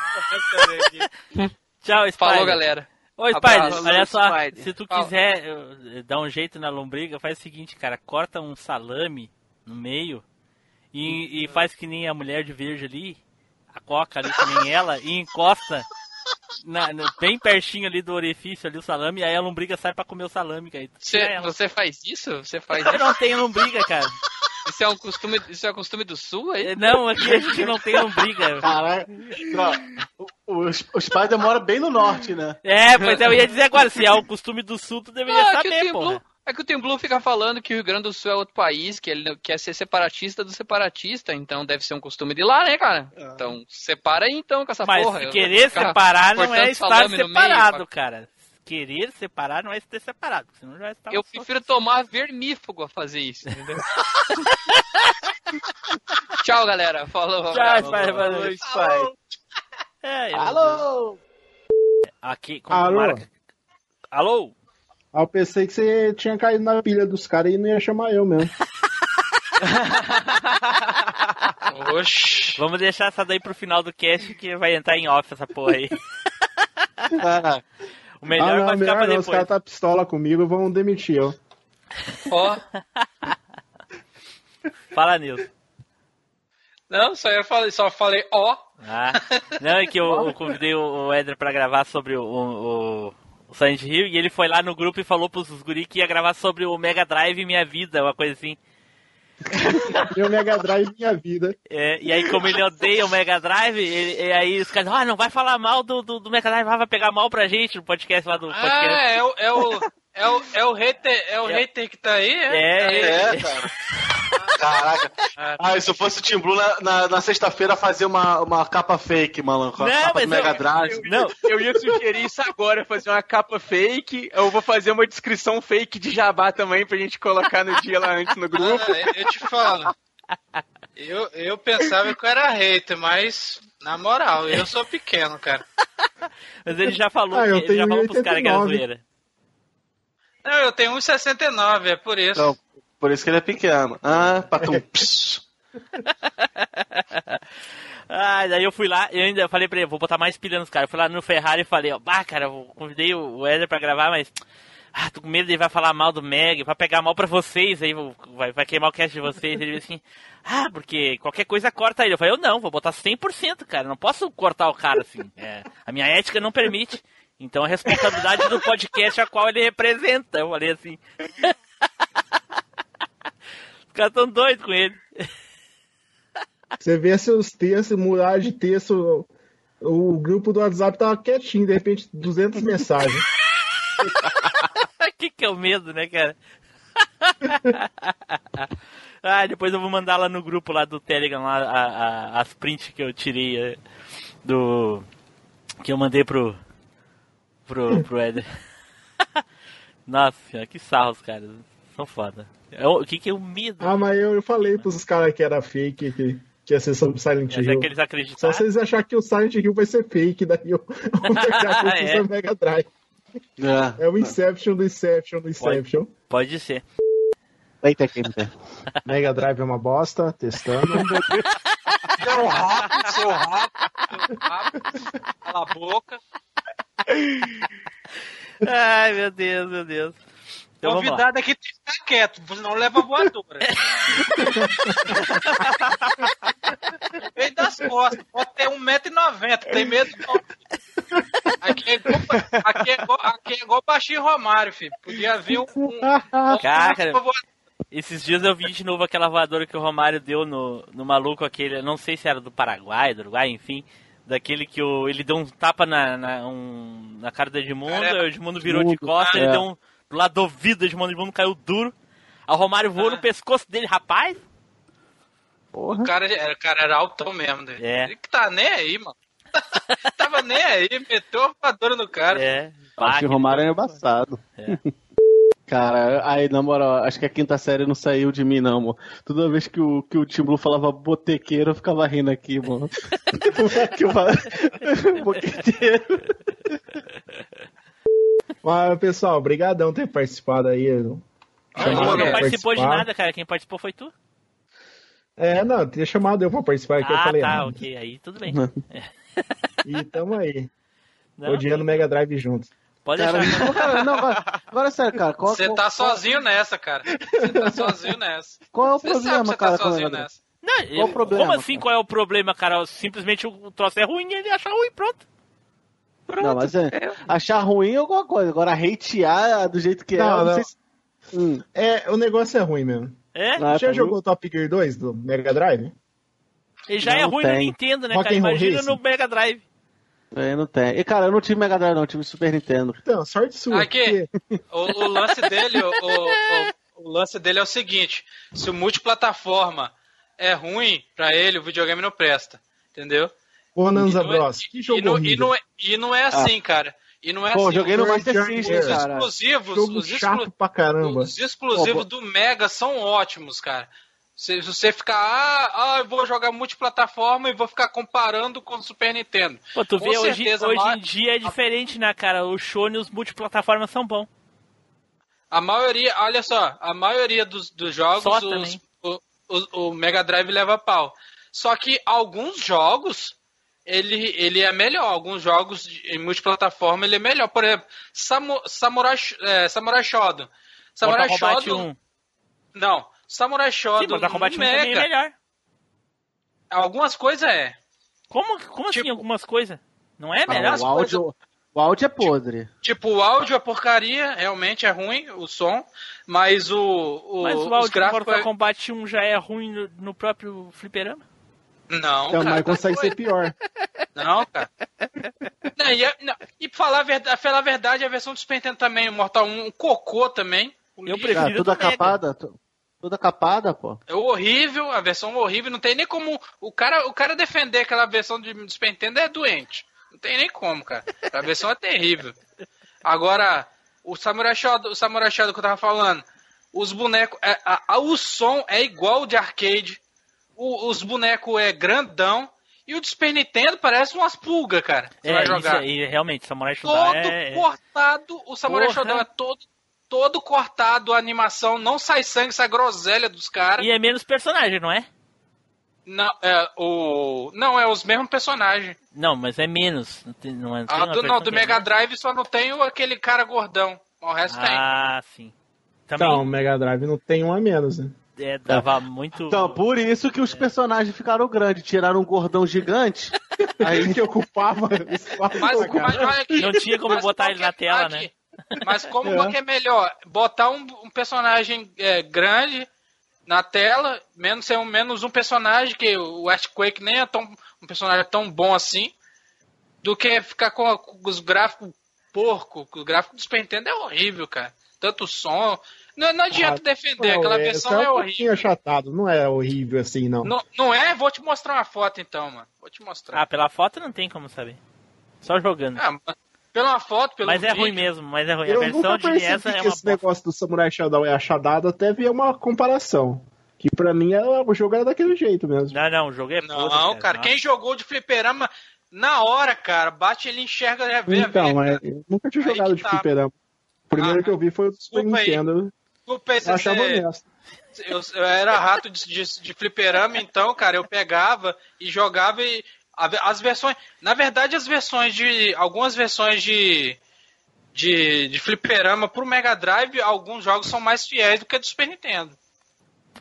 Tchau, Spider.
Falou, galera.
Ô, Spider,
Abraço.
olha só,
Spider.
se tu
Fala.
quiser eh, dar um jeito na lombriga, faz o seguinte, cara, corta um salame no meio e, e faz que nem a mulher de verde ali, a coca ali que nem ela, e encosta na- na- bem pertinho ali do orifício ali o salame, e aí a lombriga sai pra comer o salame, cara. e tu tira
Você,
ela.
você faz isso? Você faz
Eu não
isso?
tenho lombriga, cara.
Isso é um costume, isso é um costume do sul aí?
Não, aqui a gente não tem lombriga.
Caralho. O, o, o Spider mora bem no norte, né?
É, pois é, eu ia dizer agora, se é o costume do sul, tu deveria
Ah, que o
saber,
Tim Blue-
pô.
é que o Tim Blue fica falando que o Rio Grande do Sul é outro país, que ele quer ser separatista do separatista, então deve ser um costume de lá, né, cara? Então, separa aí então com essa
Mas
porra. eu
querer
vou ficar
separar não é
cortando
estar
salame no meio,
separado,
pra-
cara. Querer separar não é estar separado, porque senão já estava
Eu
só-
prefiro tomar vermífugo a fazer isso, entendeu? Tchau, galera. Falou.
Tchau,
abraço.
Spider, boa noite. Alô? É, eu-
Alô?
Aqui, como
Alô?
marca. Alô?
Ah, eu pensei que você tinha caído na pilha dos caras e não ia chamar eu mesmo.
Oxi. Vamos deixar essa daí pro final do cast que vai entrar em off essa porra aí. o melhor
ah, não, melhor
vai ficar pra
não,
depois.
Os caras tá pistola comigo, vão demitir eu.
Ó.
Fala, Nilson.
Não, só eu falei, só falei ó.
Ah, não, é que eu, eu convidei o o Edra pra gravar sobre o, o, o Silent Hill e ele foi lá no grupo e falou pros guri que ia gravar sobre o Mega Drive e Minha Vida, uma coisa assim.
Meu Mega Drive, minha vida.
É, e aí, como ele odeia o Mega Drive, ele- e aí os caras, ah, não vai falar mal do, do, do Mega Drive, ah, vai pegar mal pra gente no podcast lá do podcast.
Ah, é o, é o, é o, é o hater, é o hater que tá aí,
É,
é,
é,
cara.
Caraca. Ah, e se eu fosse o Tim Blue na, na, na sexta-feira fazer uma, uma capa fake, malandro, com a
Não,
capa
mas
do Mega
eu-
Drive.
Não.
Eu ia sugerir isso agora, fazer uma capa fake. Eu vou fazer uma descrição fake de jabá também pra gente colocar no dia lá antes no grupo.
Ah, eu te falo. Eu, eu pensava que eu era hater, mas, na moral, eu sou pequeno, cara.
Mas ele já falou,
Ah,
que,
eu
ele já
tenho um
falou pros caras que era
89.
zoeira.
Não, eu tenho 1,69, é por isso.
Então, por isso que ele é pequeno. Ah, patum.
Ah, daí eu fui lá, eu ainda falei pra ele, vou botar mais pilha nos caras. Eu fui lá no Ferrari e falei, ó, bah, cara, eu convidei o Eder pra gravar, mas. Ah, tô com medo ele vai falar mal do Meg, vai pegar mal pra vocês, aí vou- vai, vai queimar o cast de vocês. Ele disse assim, ah, porque qualquer coisa corta ele. Eu falei, eu não, vou botar 100%, cara, não posso cortar o cara assim. É, a minha ética não permite. Então a responsabilidade do podcast a qual ele representa. Eu falei assim. Os caras tão doidos com ele.
Você vê seus textos, muralha de texto. O grupo do WhatsApp tava quietinho, de repente 200 mensagens.
que que é o medo, né, cara? ah, depois eu vou mandar lá no grupo lá do Telegram lá, a- a- as prints que eu tirei eh, do que eu mandei pro pro, pro Eder. Nossa senhora, que sarros, cara. São foda. É o o que que é o medo?
Ah, mas eu, eu falei pros caras que era fake, que, que ia ser sobre Silent
Mas é
Hill.
que eles
Só
acreditaram.
vocês acharem que o Silent Hill vai ser fake, né? daí eu vou pegar a
É.
é. Mega Drive. É o Inception do Inception do Inception.
Pode ser.
Eita, aqui,
né?
Mega Drive é uma bosta, testando.
Seu rato, seu rato, seu rato. Cala a boca.
Ai, meu Deus, meu Deus. Então vamos lá.
Convidado aqui tem que ficar tá quieto, você não leva voadora. Veio das costas, pode ter 1,90m, tem medo não. Aqui é igual, aqui é igual, aqui é igual baixinho Romário, filho. Podia vir um. um
Cara,
um-
esses dias eu vi de novo aquela voadora que o Romário deu no, no maluco aquele, eu não sei se era do Paraguai, do Uruguai, enfim, daquele que o, ele deu um tapa na, na, um- na cara do Edmundo, aí o Edmundo virou de
Edmundo,
costas, ele
é.
deu um do lado do ouvido do Edmundo, o Edmundo caiu duro, aí o Romário voou no pescoço dele, rapaz,
O cara, era- o cara era altão mesmo, né?
É.
Ele que tá nem aí, mano. Tava nem aí, meteu a voadora no cara.
É.
Acho que o Romário é embaçado. Cara, aí, na moral, acho que a quinta série não saiu de mim, não, mano. Toda vez que o, que o Tim Blue falava botequeiro, eu ficava rindo aqui, mano. que Um eu falava... Boqueteiro.
Mas, pessoal, brigadão por ter participado aí. Chamado
não
pra
participou de
participar.
nada, cara, quem participou foi tu.
É, não, tinha chamado eu pra participar aqui, eu
ah,
falei.
tá,
ah,
ok, aí tudo bem. É.
E tamo aí.
Não,
Odiando Mega Drive junto.
Pode
Cara,
deixar.
não, cara, não, agora, agora é sério, cara. Qual,
Você
qual-
tá sozinho nessa, cara. Você tá sozinho nessa.
Qual é o
Você
problema,
sabe que você
cara,
Tá sozinho
com o
nessa.
Não,
Qual o problema,
Como assim qual é o problema, cara? Simplesmente o troço é ruim e ele acha ruim, pronto.
Não, mas é, achar ruim é alguma coisa. Agora, hatear do jeito que é, eu
Não,
não,
não.
sei se... Hum.
É, o negócio é ruim mesmo.
É?
Você já
tá
jogou Top Gear 2 do Mega Drive?
Ele já
Não
é ruim no
tem.
Nintendo, né,
Rock
cara?
and Roll
Imagina
Racing.
no Mega Drive.
É, não tem. E, cara, eu não tive Mega Drive, não. Eu tive Super Nintendo.
Então, sorte sua.
Aqui, o, o lance dele, o, o- o lance dele é o seguinte: se o multiplataforma é ruim pra ele, o videogame não presta, entendeu?
Bonanza Bros. Que jogo
Ah, E não, e
horrível.
não é, e não é
Ah.
assim, cara. E não é
Pô,
assim.
joguei no
Os
Master System,
os
cara.
exclusivos,
Jogo
os, exclu-
chato pra caramba.
os exclusivos do Mega são ótimos, cara. Se se você ficar, ah, ah, eu vou jogar multiplataforma e vou ficar comparando com o Super Nintendo.
Pô, tu
Com
vê, hoje,
certeza,
hoje
ma-
em dia é diferente, né, cara? O Shone e os multiplataformas são bons.
A maioria, olha só, a maioria dos, dos jogos,
Só
os-
também.
o, o- o Mega Drive leva pau. Só que alguns jogos, ele, ele é melhor. Alguns jogos de- em multiplataforma, ele é melhor. Por exemplo, Samu, Samurai, Sh- é, Samurai Shodown. Samurai
Mortal Kombat
Shodown...
1.
Não, Samurai Shodown
Mortal
no
Kombat 1
Mega.
também é melhor.
Algumas coisas é. Tipo-
Como, como assim algumas coisas? Não é
Ah,
melhor?
o áudio-
O áudio é podre.
Tipo, o áudio é porcaria, realmente é ruim, o som, mas o, o,
Mas o
os
áudio do
gráficos...
Mortal
é-
Kombat 1 já é ruim no, no próprio fliperama?
Não,
Então,
cara,
mas consegue ser pior.
Não, cara. Não, e, é- não, e pra falar a verdade, falar a verdade, a versão do Super Nintendo também, o Mortal 1, o cocô também. Eu
prefiro
Ah, toda
né?
capada, tu- toda capada, pô.
É horrível, a versão horrível, não tem nem como o cara, o cara defender aquela versão de do Super Nintendo é doente. Não tem nem como, cara. A versão é terrível. Agora, o Samurai Shodown, o Samurai Shodown que eu tava falando, os bonecos, é- a- a- o som é igual ao de arcade. o- os bonecos é grandão e o do Super Nintendo parece umas pulgas, cara. Você
É,
vai
isso
jogar
aí, realmente, Samurai Shodown
todo
é... é-
cortado, o Samurai
Porra.
Shodown é todo, todo cortado, a animação, não sai sangue, sai groselha dos caras.
E é menos personagem, não é?
Não, é o. Não, é os mesmos personagens.
Não, mas é menos. Não tem, não é, não tem
Ah,
uma
do, não,
versão
do
que é
Mega
menos?
Drive só não tem o- aquele cara gordão. O resto
Ah, sim. Também
Então, o Mega Drive não tem um a menos, né?
é, dava muito...
Então, por isso que
É.
os personagens ficaram grandes, tiraram um gordão gigante, aí que ocupava o espaço.
Mas- mas olha aqui,
Não tinha como
mas
botar ele na tela, né?
tem. Mas como
É.
qual que é melhor? Botar um, um personagem é, grande na tela, menos ser um, menos um personagem, que o Earthquake nem é tão, um personagem tão bom assim, do que ficar com, a- com os gráficos porco. que O gráfico do Super Nintendo é horrível, cara. Tanto som. Não, não adianta defender,
Não,
aquela
é,
versão
só
é
um
horrível.
pouquinho achatado, não é horrível assim, não.
Não, não é? Vou te mostrar uma foto então, mano. Vou te mostrar.
Ah, pela foto não tem como saber. Só jogando.
Ah, pela foto, pelo
Mas é
vídeo.
ruim mesmo, mas é ruim.
Eu
a versão
nunca
de
percebi
NES
que
é uma...
esse negócio do Samurai Shodown é achadado, até vi uma comparação. Que pra mim era- o jogo era daquele jeito mesmo.
Não, não, o jogo é
Não, cara, quem jogou de fliperama na hora, cara, bate ele enxerga já vê.
então, é, eu nunca tinha jogado de
tá. Ah,
fliperama. O primeiro que eu vi foi o do Super Nintendo.
Desculpa aí,
Eu achava
você-
honesto.
eu, eu era rato de, de, de fliperama, então, cara, eu pegava e jogava e a- as versões, na verdade, as versões de algumas versões de de, de fliperama pro Mega Drive, alguns jogos são mais fiéis do que a do Super Nintendo.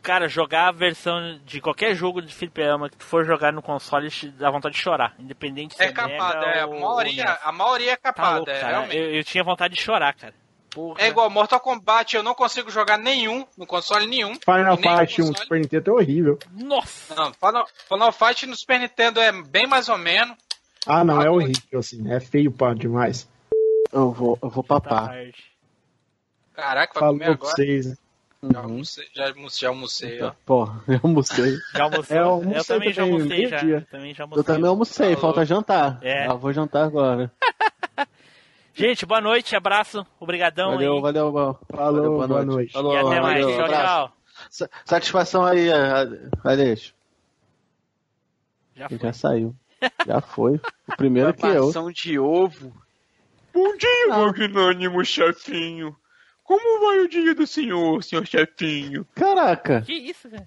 Cara, jogar a versão de qualquer jogo de fliperama que tu for jogar no console te dá vontade de chorar. Independente se
É capada,
Mega
é, a
ou-
maioria,
ou NES.
a maioria é
Tá
capada,
louco,
é,
cara.
realmente.
eu, eu tinha vontade de chorar, cara.
É igual Mortal Kombat, eu não consigo jogar nenhum, no console nenhum.
Final
e nem no
Fight 1 do Super Nintendo é horrível.
Nossa!
Não, Final, Final Fight no Super Nintendo é bem mais ou menos.
Ah, não, é horrível, assim. É feio pá, demais.
Eu vou, eu vou papar.
Caraca, vai
Falou
comer
pra
agora.
vocês, né?
Já
Uhum.
almocei, já almocei, já almocei, ó.
Porra, eu almocei.
Já
Então.
almocei.
É, eu
eu,
almocei
também já
também,
almocei, já.
meio-dia.
Eu também já
Eu
almocei.
também almocei, falta jantar.
É.
Ah, vou jantar agora.
Gente, boa noite, abraço, obrigadão
valeu,
aí.
valeu, valeu,
Falou, boa noite.
Falou,
Então, E até mais,
valeu,
tchau,
abraço.
tchau.
Sa- Satisfação aí, Alex.
Já
Ele já saiu. Já foi. O primeiro que eu.
Papação de ovo. Ah. Bom dia, magnânimo chefinho. Como vai o dia do senhor, senhor chefinho?
Caraca.
Que isso, cara?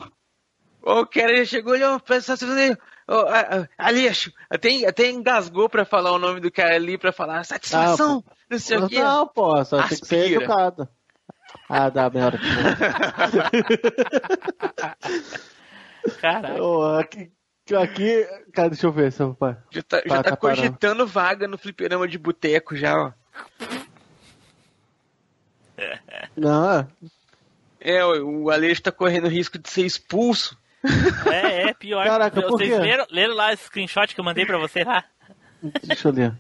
O cara já chegou e olhou pra essa pessoa dele. Ô, a- a- Alex, até, até engasgou pra falar o nome do cara ali, pra falar satisfação,
Ah,
não sei
é
o quê.
Não, pô, só tem que ser
Aspira.
educado. Ah, dá, merda.
Caraca.
Ô, aqui, aqui. Cara, deixa eu ver se eu. pa-
Já tá, já
pa-
tá
tá parando.
cogitando vaga no fliperama de boteco já, ó.
Não, é.
É, o o Alex tá correndo risco de ser expulso.
É, é pior.
Caraca, por
Vocês
quê?
leram, leram lá o screenshot que eu mandei pra vocês lá?
Deixa eu ler.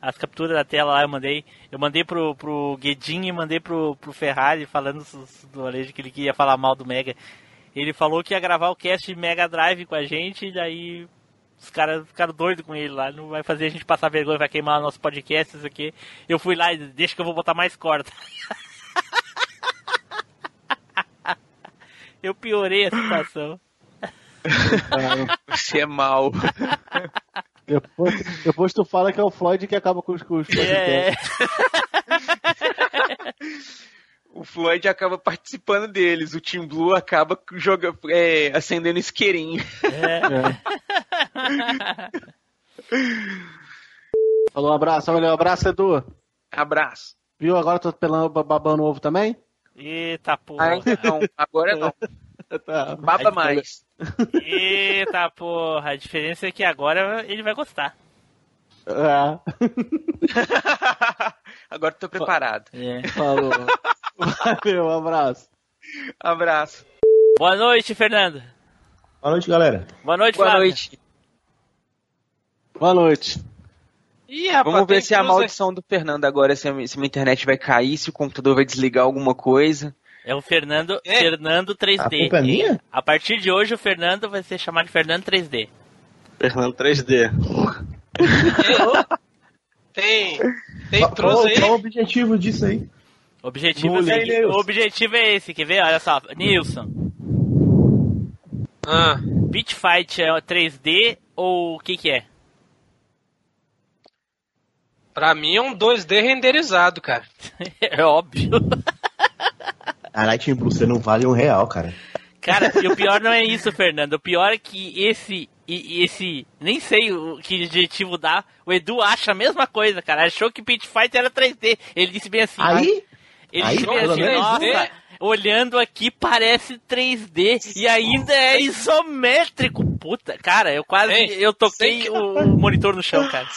As capturas da tela lá eu mandei. Eu mandei pro, pro Guedinho e mandei pro, pro Ferrari falando su- su- do Alejo que ele queria falar mal do Mega. Ele falou que ia gravar o cast de Mega Drive com a gente, e daí os caras ficaram doidos com ele lá. Não vai fazer a gente passar vergonha, vai queimar o nosso podcast, isso aqui. Eu fui lá e disse, deixa que eu vou botar mais corda. Eu piorei a situação.
Você é mal.
Depois, depois tu fala que é o Floyd que acaba com os custos.
É. O Floyd acaba participando deles, o Team Blue acaba joga, é, acendendo isqueirinho.
Falou, abraço, valeu, abraço, Edu.
Abraço.
Viu? Agora tô pelando, babando ovo também?
Eita porra.
não, Ah, então. agora não.
Tá.
Baba mais.
Eita porra. A diferença é que agora ele vai gostar.
É.
Agora tô preparado.
Falou. Valeu, um abraço.
Um Abraço.
Boa noite, Fernando.
Boa noite, galera.
Boa noite,
Boa
Flávio.
noite.
Boa noite.
Ih,
Ah,
rapaz, Vamos
tem
ver se é a
cruza-
maldição do Fernando agora, se a, mi- se minha internet vai cair, se o computador vai desligar alguma coisa.
É o Fernando, Fernando 3D.
A culpa é minha?
A partir de hoje o Fernando vai ser chamado de Fernando 3D.
Fernando 3D.
Tem.
Qual,
trouxa aí?
qual o objetivo disso aí?
O objetivo,
Mulher,
é,
Nilson.
o objetivo é esse, quer ver? Olha só, Nilson.
Ah.
Beat Fight é 3D ou o que que é?
Pra mim é um 2D renderizado, cara.
É óbvio.
Caralho, Tim Blue, você não vale um real, cara.
Cara, e o pior não é isso, Fernando. O pior é que esse. e- e esse. Nem sei o que adjetivo dá. O Edu acha a mesma coisa, cara. Achou que Pit Fight era 3D. Ele disse bem assim.
Aí?
Ele
Aí,
disse bem
pelo
assim,
menos,
nossa,
né?
olhando aqui parece 3D e ainda é isométrico. Puta, cara, eu quase. eu toquei o monitor no chão, cara.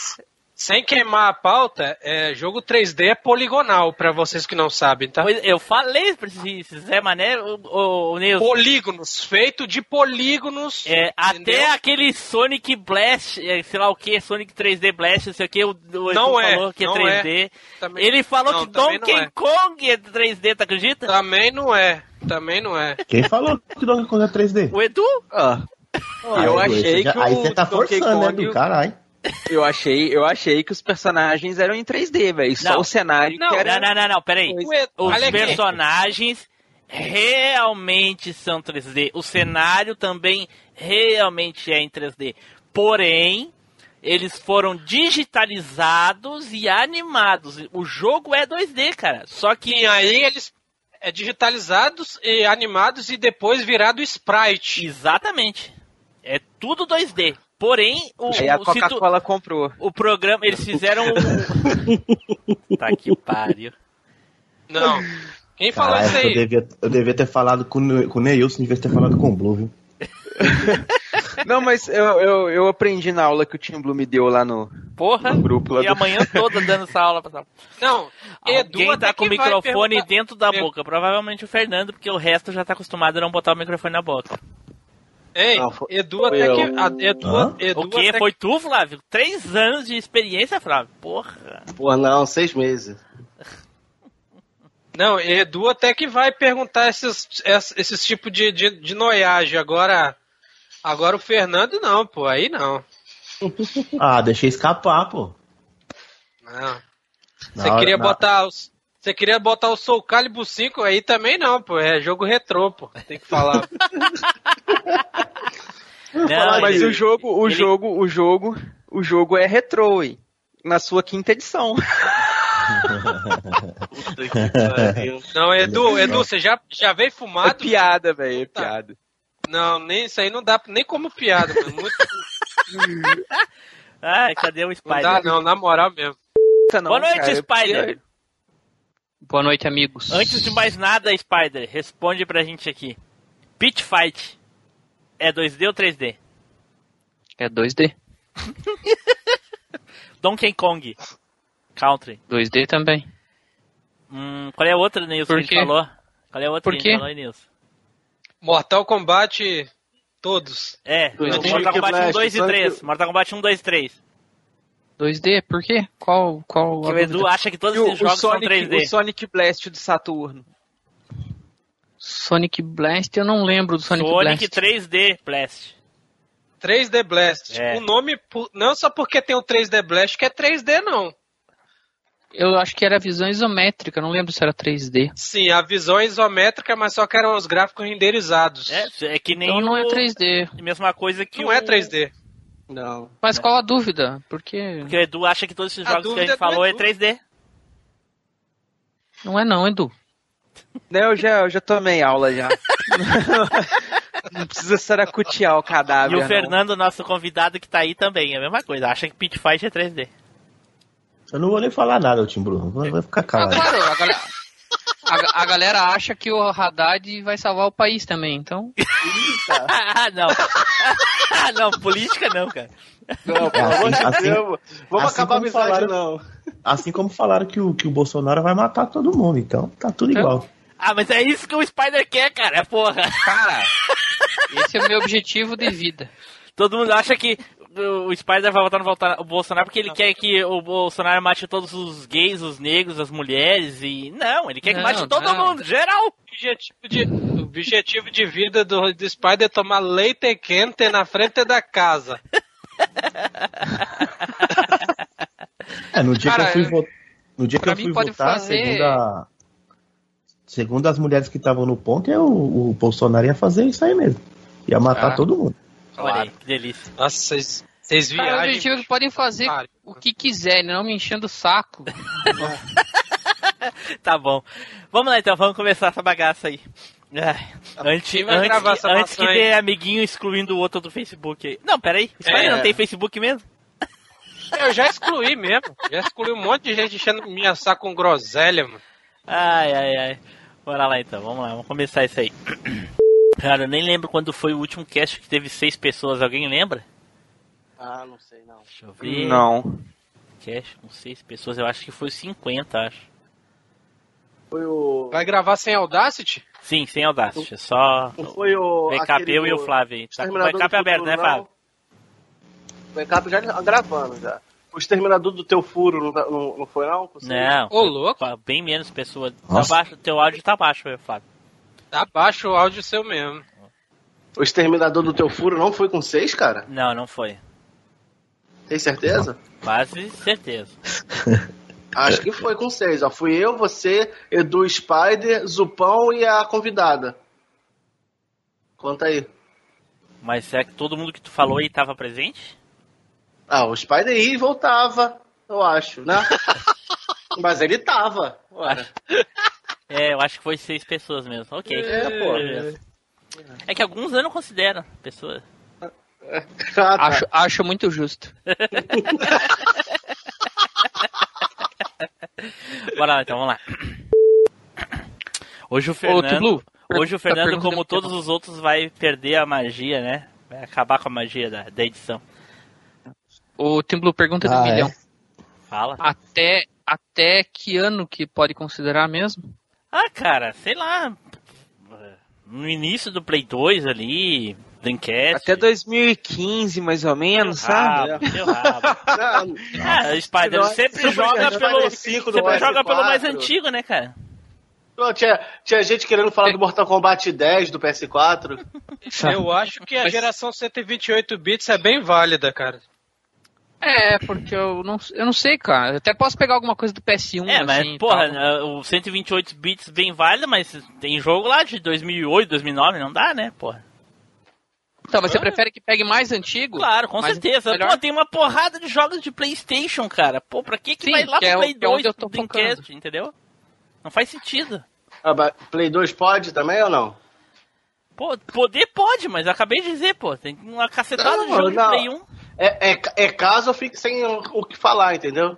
Sem queimar a pauta, é, jogo 3D é poligonal, pra vocês que não sabem, tá?
Pois, Eu falei pra esse esse Zé Mané, o, o, o Nilson.
Polígonos, feito de polígonos.
É, até
entendeu?
aquele Sonic Blast, é, sei lá o que, Sonic 3D Blast, não sei o que, o, o
Não
Edu
é,
falou que é
não
3D.
é. Também-
Ele falou
não,
que
também
Donkey
não é.
Kong é 3D, tá acredita?
Também não é, também não é.
Quem falou que Donkey Kong é 3D?
O Edu?
eu
Aí,
achei
você já-
que
Aí
o
você tá
Donkey
forçando, né,
Kong-
do caralho.
Eu achei, eu achei que os personagens eram em 3D, velho. Só
Não.
o cenário
Não,
que era.
não, não, não, peraí. Os
é.
Olha aqui.
personagens realmente são 3D. O cenário também realmente é em 3D. Porém, eles foram digitalizados e animados. O jogo é 2D, cara. Só que.
E aí eles é digitalizados e animados e depois virado sprite.
Exatamente. É tudo 2D. Porém, o,
Aí a
o- se tu-
Coca-Cola comprou.
o programa, eles fizeram um- o- Tá que pariu.
Não. Quem falou
Caralho,
isso aí?
eu devia, eu devia ter falado com, o Ne- com o Neilson, devia ter falado com o Blue, viu?
Não, mas eu, eu, eu aprendi na aula que o Tim Blue me deu lá no,
Porra.
no grupo lá
E
do-
amanhã toda dando essa aula pra
Não,
Edu Alguém
até
tá com o
que vai perguntar-
microfone
É.
dentro da
Per-
boca. Provavelmente o Fernando, porque o resto já tá acostumado a não botar o microfone na boca.
Ei, Edu até que.
eu.
a- Edu,
Hã?
Edu
O quê?
até
Foi tu, Flávio? Três anos de experiência, Flávio? Porra.
Pô, não, seis meses.
Não, Edu até que vai perguntar esses, ess- esses tipos de, de, de noiagem. Agora, agora o Fernando não, pô, aí não.
Ah, deixei escapar, pô.
Não.
Na
Você
hora-
queria
na-
botar os. Você queria botar o Soul Calibur 5 aí também não, pô. É jogo retrô, pô. Tem que falar.
Não, mas
ele-
o jogo, o jogo, o jogo, o jogo é retrô, hein? Na sua quinta edição.
Não, Edu, Edu, você já, já veio fumado?
É piada, velho, é piada.
Tá. Não, nem isso aí não dá nem como piada, mano. Muito...
Ah, cadê o
Não
Spider?
dá não, na moral mesmo.
Boa noite, Spider.
Boa noite, amigos.
Antes de mais nada, Spider, responde pra gente aqui. Pitch Fight é 2D ou 3D?
É 2D.
Donkey Kong Country.
2D também.
Hum, qual é a outra, Nilson,
Por
que a gente
quê?
falou? Qual é a outra
Por
que a
quê?
gente falou, aí, Nilson?
Mortal Kombat todos.
É, Mortal Kombat 1, 2 e 3. Mortal Kombat 1, 2 e 3.
2D? Por quê? Qual, qual
Que o Edu acha que todos
E o-
esses jogos
o Sonic,
são 3D.
O Sonic Blast do Saturno.
Sonic Blast, eu não lembro do Sonic,
Sonic
Blast.
3D Blast.
3D é Blast. O nome, pu- não só porque tem o 3D Blast, que é 3D, não.
Eu acho que era visão isométrica, não lembro se era 3D.
Sim, a visão é isométrica, mas só que eram os gráficos renderizados.
É, é que nem
Então não
o-
é 3D.
Mesma coisa que
Não é
o-
3D.
Não.
Mas qual a dúvida? Porque.
Porque o Edu acha que todos esses
A
jogos que a
dúvida
gente falou
não
é,
é
3D.
Não é não, Edu.
Não, Né, eu já, eu já tomei aula já. não precisa saracutear o
E
Ah,
cadáver.
o
não.
Fernando, nosso convidado que tá aí também, é a mesma coisa. Acha que Pit Fight é 3D.
Eu não vou nem falar nada, Tim Bruno. Vai vai ficar
Ah.
calado.
Claro, a galera, a, a galera acha que o Haddad vai salvar o país também, então.
ah, não. Ah, não, política não, cara.
Não, pelo amor de Assim- Deus,
Vamos
assim acabar a como amizade, falaram-
não.
Assim como falaram que o, que o Bolsonaro vai matar todo mundo, então tá tudo igual.
Ah, mas é isso que o Spider quer, cara, porra.
Cara, esse é o meu objetivo de vida.
Todo mundo acha que o Spider vai votar no Volta- o Bolsonaro porque ele quer que o Bolsonaro mate todos os gays, os negros, as mulheres e. Não, ele quer que
Não,
mate todo
não.
mundo, geral!
objetivo de, o objetivo de vida do, do Spider é tomar leite quente na frente da casa.
É, no dia
Cara,
que eu fui, vo- no dia que
pra
eu
mim
fui
pode
votar,
fazer-
segundo, a- segundo as mulheres que estavam no ponto, eu- o Bolsonaro ia fazer isso aí mesmo. Ia matar
Ah.
todo mundo.
Olha aí, que delícia.
Nossa, vocês vocês
Cara, o
viajam.
objetivo é que podem fazer o que quiserem, não me enchendo o saco.
Tá bom. Vamos lá então, vamos começar essa bagaça aí. Ai, antes,
vai gravar
antes, que,
essa
antes que
maçã
dê
aí?
amiguinho excluindo o outro do Facebook aí. Não, peraí. Spider
É.
não tem Facebook mesmo?
Eu já excluí mesmo. Já excluí um monte de gente enchendo minha saco com groselha, mano.
Ai, ai, ai. Bora lá então, vamos lá, vamos começar isso aí. Cara, eu nem lembro quando foi o último cast que teve seis pessoas, alguém lembra?
Ah, não sei não. Deixa
eu ver.
Não.
Cast com seis pessoas, eu acho que foi 50, acho.
Foi o.
Vai gravar sem Audacity?
Sim, sem audácia, só.
Não foi o.
Backup
aquele
eu e o
do
Flávio aí. Tá com o
Exterminador
backup
do
aberto,
Futuro,
né, Flávio?
O backup já tá gravando já. O exterminador do teu furo não, tá- não, não foi, não? Você-
Não. louco. Bem menos pessoas. Tá
Nossa.
baixo, teu áudio tá baixo, meu Flávio.
Tá baixo o áudio seu mesmo.
O exterminador do teu furo não foi com seis, cara?
Não, não foi.
Tem certeza?
Quase certeza.
Acho que foi com seis, ó. Fui eu, você, Edu Spider, Zupão e a convidada. Conta aí.
Mas será que todo mundo que tu falou aí tava presente?
Ah, o Spider ia e voltava, eu acho, né? Mas ele tava. Ora.
É, eu acho que foi seis pessoas mesmo. Ok.
É, pô.
Beleza. É que alguns eu não considero pessoas. Ah, tá.
Acho, acho muito justo.
Bora lá, então, vamos lá. Hoje o
Tim
Fernando,
Blue,
hoje o
tá
Fernando
perguntando
como
muito
todos
tempo.
os outros, vai perder a magia, né? Vai acabar com a magia da, da edição.
O Timblu pergunta do
Ah, é?
milhão.
Fala.
Até, até que ano que pode considerar mesmo?
Ah, cara, sei lá. No início do Play 2 ali, Dreamcast.
Até 2015, mais ou menos,
Ah,
sabe?
rabo, meu rabo. Ah, Spider
Nossa,
sempre
Super
joga
Nintendo
pelo,
45 do
sempre joga pelo
PS4.
mais antigo, né, cara?
Não, tinha, tinha gente querendo falar do Mortal Kombat 10 do PS4.
Eu acho que a geração 128 bits é bem válida, cara.
É, porque eu não, eu não sei, cara. Eu até posso pegar alguma coisa do PS1.
É, mas,
assim, e
porra,
tal.
né, o 128 bits bem válido, mas tem jogo lá de 2008, 2009, não dá, né, porra? Ah.
Então, mas você prefere que pegue mais antigo?
Claro, com
Mais-
certeza.
melhor?
Pô, tem uma porrada de jogos de Playstation, cara. Pô, pra que que
Sim,
vai lá
que
pro
é o-
Play
que é onde
2
eu tô
do Dreamcast, entendeu? Não faz sentido.
Ah, mas Play 2 pode também ou não?
Pô, poder pode, mas eu acabei de dizer, pô, tem uma cacetada de jogo de Play 1.
É, é, é caso eu fique sem o o que falar, entendeu?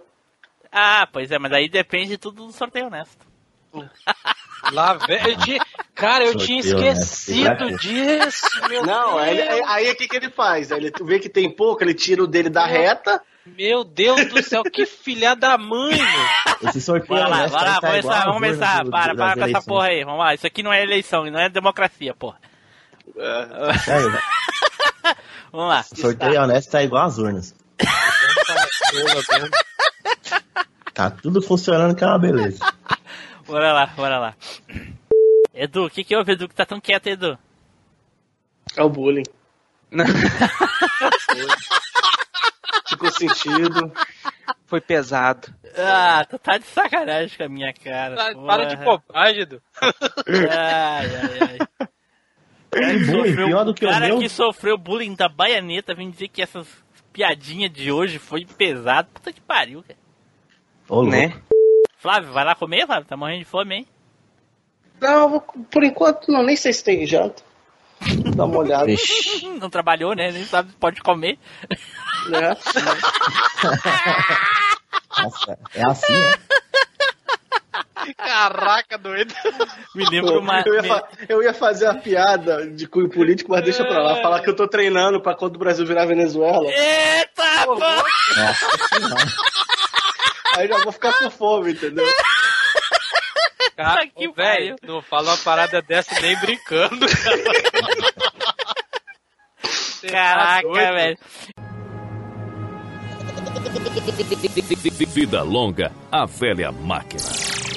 Ah, pois é, mas aí depende de tudo do sorteio honesto.
Lá, velho. eu tinha- Cara, eu tinha esquecido
Né?
disso, meu
Não,
Deus.
aí, aí- aí o que, que ele faz? Ele vê que tem pouco, ele tira o dele da reta.
Meu Deus do céu, que filha da mãe, mano.
Esse sorteio
Bora lá,
honesto
bora
aí
lá,
tá
vamos
igual
começar,
a
vamos
dor
começar.
do-
para,
das
para com essa
eleições.
porra aí, vamos lá. Isso aqui não é eleição, não é democracia, porra. vamos lá.
né? Sorteio honesto tá igual as urnas. Tá tudo funcionando que é uma beleza.
Bora lá, bora lá. Edu, o que que houve, Edu, que tá tão quieto, Edu?
É o bullying. Ficou sentido.
Foi pesado.
Ah, tu tá de sacanagem com a minha cara.
Tá-
porra.
para de bobagem, Edu.
Ai, ai, ai. Cara que
bullying,
sofreu-
é pior do que o
cara
meu.
que sofreu bullying da baianeta vem dizer que essas piadinhas de hoje foi pesado. Puta que pariu, cara.
Ô, louco.
Né? Flávio, vai lá comer, Flávio? Tá morrendo de fome, hein?
Não, eu vou- por enquanto, não, nem sei se tem janta. Dá uma olhada.
Não trabalhou, né? Nem sabe se pode comer.
Nossa, é assim, é?
Caraca, doido.
Me
lembro uma-
Eu ia, fa- eu ia fazer a piada de cunho político, mas deixa pra lá. Falar que eu tô treinando pra quando o Brasil virar Venezuela.
É.
Eita, porra!
Aí já vou ficar com fome, entendeu?
Cara, ô, velho, não fala uma parada dessa nem brincando.
Caraca,
Tá doido.
velho.
Vida longa, a velha máquina.